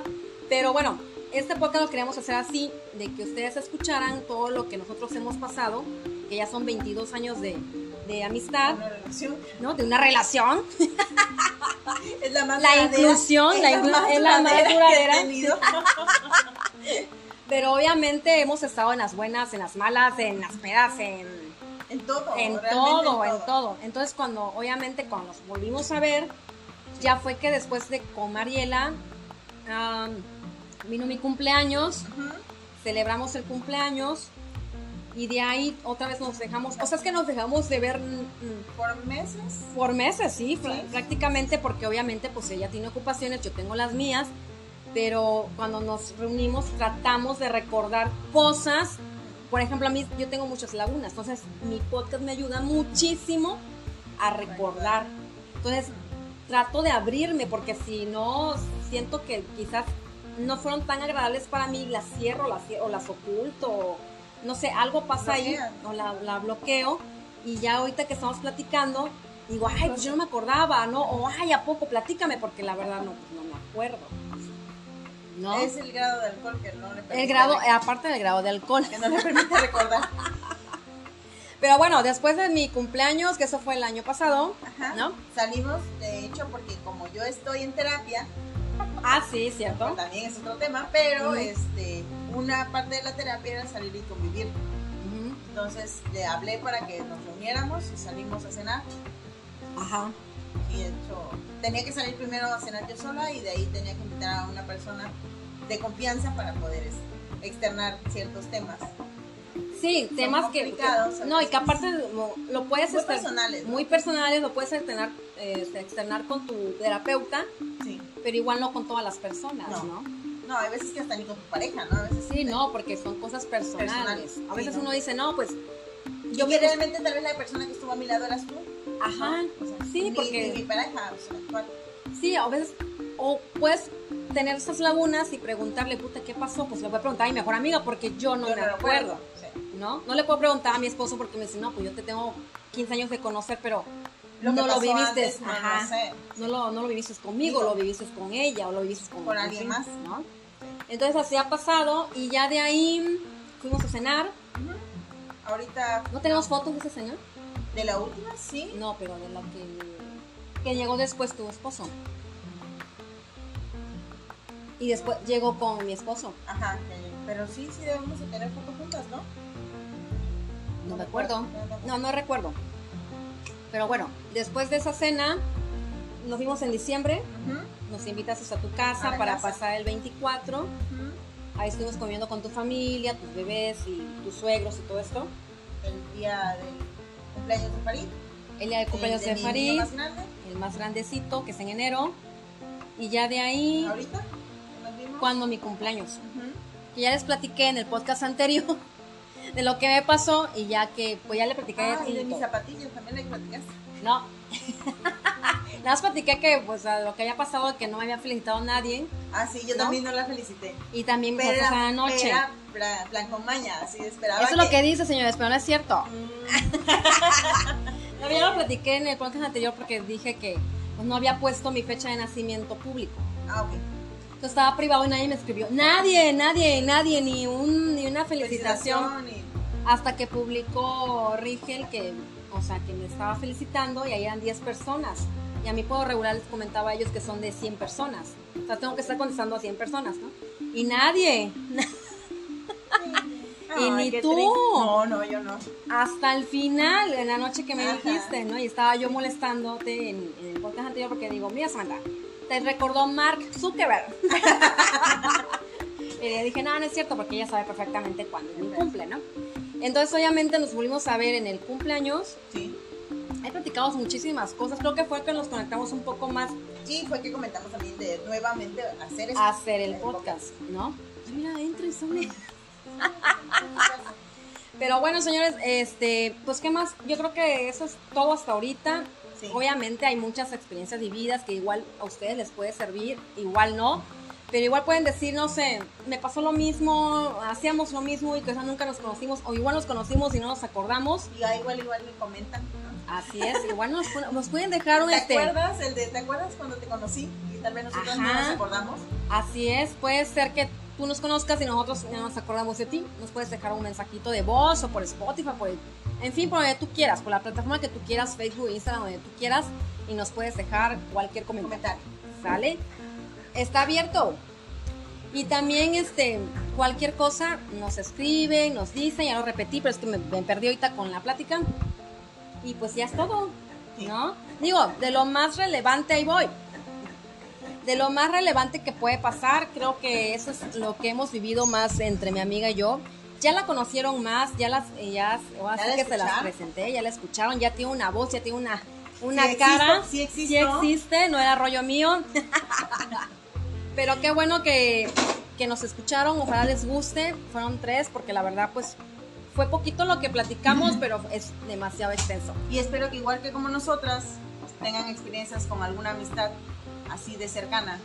Pero bueno, este podcast lo queríamos hacer así, de que ustedes escucharan todo lo que nosotros hemos pasado, que ya son 22 años de, de amistad, Una relación. ¿no? De una relación. Es la más La duradera, inclusión, la inclu- es la más duradera. que he tenido. Pero obviamente hemos estado en las buenas, en las malas, en las pedas, en en todo, en realmente todo, en todo. Entonces, cuando, obviamente, cuando nos volvimos a ver, ya fue que después de con Mariela, am, vino mi cumpleaños, Ujú. celebramos el cumpleaños y de ahí otra vez nos dejamos, o sea, es que nos dejamos de ver mm, mm, Por meses. por meses, sí, pr- Sí. prácticamente, porque obviamente, pues ella tiene ocupaciones, yo tengo las mías, pero cuando nos reunimos tratamos de recordar cosas por ejemplo, a mí yo tengo muchas lagunas, entonces mi podcast me ayuda muchísimo a recordar. Entonces trato de abrirme porque si no siento que quizás no fueron tan agradables para mí, las cierro las, cie- o las oculto, o no sé, algo pasa ahí Bloquean. o la, la bloqueo y ya ahorita que estamos platicando digo, ay, pues yo no me acordaba, ¿no? O ay, ¿a poco? Platícame porque la verdad no, pues, no me acuerdo. ¿No? Es el grado de alcohol que no le permite. el grado, eh, rec- aparte del grado de alcohol. Que no le permite recordar. Pero bueno, después de mi cumpleaños, que eso fue el año pasado, Ajá. ¿no? Salimos, de hecho, porque como yo estoy en terapia, Ah, sí, cierto. también es otro tema, pero Ujú. este, una parte de la terapia era salir y convivir. Ujú, Entonces le hablé para que nos reuniéramos y salimos a cenar. Ajá. Y de hecho, tenía que salir primero a cenar yo sola y de ahí tenía que invitar a una persona de confianza para poder este, externar ciertos temas. Sí, temas que, complicados, que- a No, y que veces. aparte lo, lo puedes Muy exter- personales. ¿no? muy personales, lo puedes externar, eh, este, externar con tu terapeuta, Sí. pero igual no con todas las personas, ¿no? No. No, hay veces que hasta ni con tu pareja, ¿no? A veces Sí, no, porque son cosas personales. Personales, A veces sí, ¿no? uno dice, no, pues yo Yo que quiero... realmente tal vez la persona que estuvo a mi lado eras tú. Ajá, O sea, Sí, ni- porque- ni mi pareja, o sea, actual. sí, a veces... O puedes tener esas lagunas y preguntarle, puta, ¿qué pasó? Pues le voy a preguntar a mi mejor amiga porque yo no Yo me lo acuerdo. sí. ¿no? No le puedo preguntar a mi esposo porque me dice, no, pues yo te tengo 15 años de conocer, pero Lo que no lo pasó viviste, antes, no, ajá. no sé. no lo, no lo viviste conmigo, Digo, lo viviste con ella o lo viviste con, con en alguien fin, más. ¿no? Entonces así ha pasado y ya de ahí fuimos a cenar. Ahorita, ¿No tenemos fotos de ese señor? de la última, sí. No, pero de la que, que llegó después tu esposo. Y después llegó con mi esposo. Ajá, que- pero sí, sí debemos de tener fotos juntas, ¿no? No me acuerdo. No, no recuerdo. Pero bueno, después de esa cena, nos vimos en diciembre. Ujú, nos invitas a tu casa A la para casa. pasar el 24. ujú. Ahí estuvimos comiendo con tu familia, tus bebés y tus suegros y todo esto. el día del cumpleaños de Farid. El día de cumpleaños El de, mi Farid, niño más grande, el más grandecito, que es en enero. Y ya de ahí, ahorita, que nos vimos. cuando mi cumpleaños. Ujú. Que ya les platiqué en el podcast anterior *laughs* de lo que me pasó y ya que, pues ya le platiqué Ah, y de todo. mis zapatillas también le platicaste. No. *laughs* Nada más platiqué que, pues, a lo que había pasado, que no me había felicitado nadie. Ah, sí, yo ¿No? también no la felicité. Y también pues, Pero cosas a era, la noche. era pla- plancomaña, así esperaba. Eso es lo que dice, señores, pero no es cierto. Mm, No, ya lo platiqué en el podcast anterior porque dije que pues, no había puesto mi fecha de nacimiento público. Ah, ok. Entonces estaba privado y nadie me escribió. Nadie, nadie, nadie, ni, un, ni una *laughs* felicitación. Felicitación y. Hasta que publicó Rigel que, o sea, que me estaba felicitando y ahí eran 10 personas. Y a mí puedo regular les comentaba a ellos que son de 100 personas. O sea, tengo que estar contestando a 100 personas, ¿no? Y nadie, Y ni qué tú. No, no, yo no. hasta el final, en la noche que me Ajá. dijiste, ¿no? Y estaba yo molestándote en, en el podcast anterior porque digo, mira Sandra, te recordó Mark Zuckerberg. *laughs* y le dije, no, no es cierto porque ella sabe perfectamente cuándo es mi cumple, ¿no? Entonces obviamente nos volvimos a ver en el cumpleaños. Sí. Ahí platicamos muchísimas cosas. Creo que fue que nos conectamos un poco más Y fue que comentamos también de nuevamente hacer eso. a hacer el podcast, ¿no? Mira, entra y sale. *laughs* Pero bueno, señores, este, pues qué más, yo creo que eso es todo hasta ahorita. Sí. Obviamente hay muchas experiencias vividas que igual a ustedes les puede servir, igual no. Pero igual pueden decir, no sé, me pasó lo mismo, hacíamos lo mismo y quizás nunca nos conocimos, o igual nos conocimos y no nos acordamos. Y ahí igual, igual me comentan. ¿no? Así es, igual nos, pon- nos pueden dejar un ¿Te este. acuerdas el de te acuerdas cuando te conocí? Y tal vez nosotros no Ajá. nos acordamos. Así es, puede ser que tú nos conozcas y nosotros no nos acordamos de ti. Nos puedes dejar un mensajito de voz o por Spotify, por el- en fin, por donde tú quieras, por la plataforma que tú quieras, Facebook, Instagram, donde tú quieras, y nos puedes dejar cualquier comentario. Comentar. ¿Sale? Está abierto. Y también, este, cualquier cosa nos escriben, nos dicen, ya lo repetí, pero es que me, me perdí ahorita con la plática. Y pues ya es todo, ¿no? Digo, de lo más relevante ahí voy. De lo más relevante que puede pasar, creo que eso es lo que hemos vivido más entre mi amiga y yo. Ya la conocieron más, ya las, ya, ahora Ya sí la que se las escucharon. presenté, ya la escucharon, ya tiene una voz, ya tiene una, una Sí existo, cara Sí sí, existe. existe, no era rollo mío. *laughs* Pero qué bueno que, que nos escucharon, ojalá les guste. Fueron tres, porque la verdad, pues fue poquito lo que platicamos, pero es demasiado extenso. Y espero que igual que como nosotras tengan experiencias con alguna amistad así de cercana.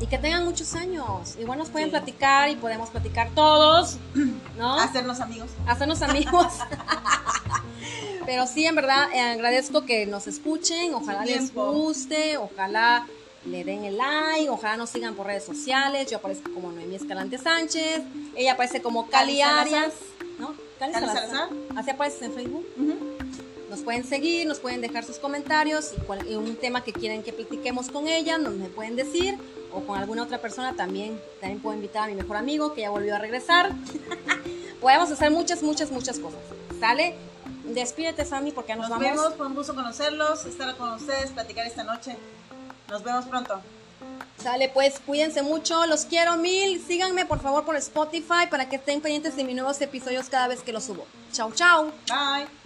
Y que tengan muchos años. Igual nos pueden Sí. platicar y podemos platicar todos, ¿no? Hacernos amigos. hacernos amigos. *laughs* Pero sí, en verdad, eh, agradezco que nos escuchen, ojalá Su les tiempo. guste, ojalá le den el like, ojalá nos sigan por redes sociales. Yo aparezco como Noemí Escalante Sánchez, ella aparece como Cali Cali Salazar. Arias, ¿no? Cali Cali Salazar. Salazar. Así apareces en Facebook. Nos pueden seguir, nos pueden dejar sus comentarios y, cual- y un tema que quieren que platiquemos con ella, nos me pueden decir o con alguna otra persona también. También puedo invitar a mi mejor amigo que ya volvió a regresar. *laughs* Podemos hacer muchas, muchas, muchas cosas. ¿Sale? Despídete, Sammy, porque ya nos, Nos, vamos. vemos, fue un gusto conocerlos, estar con ustedes, platicar esta noche. Nos vemos pronto. Sale, pues cuídense mucho, los quiero mil. Síganme por favor por Spotify para que estén pendientes de mis nuevos episodios cada vez que los subo. Chau, chau. Bye.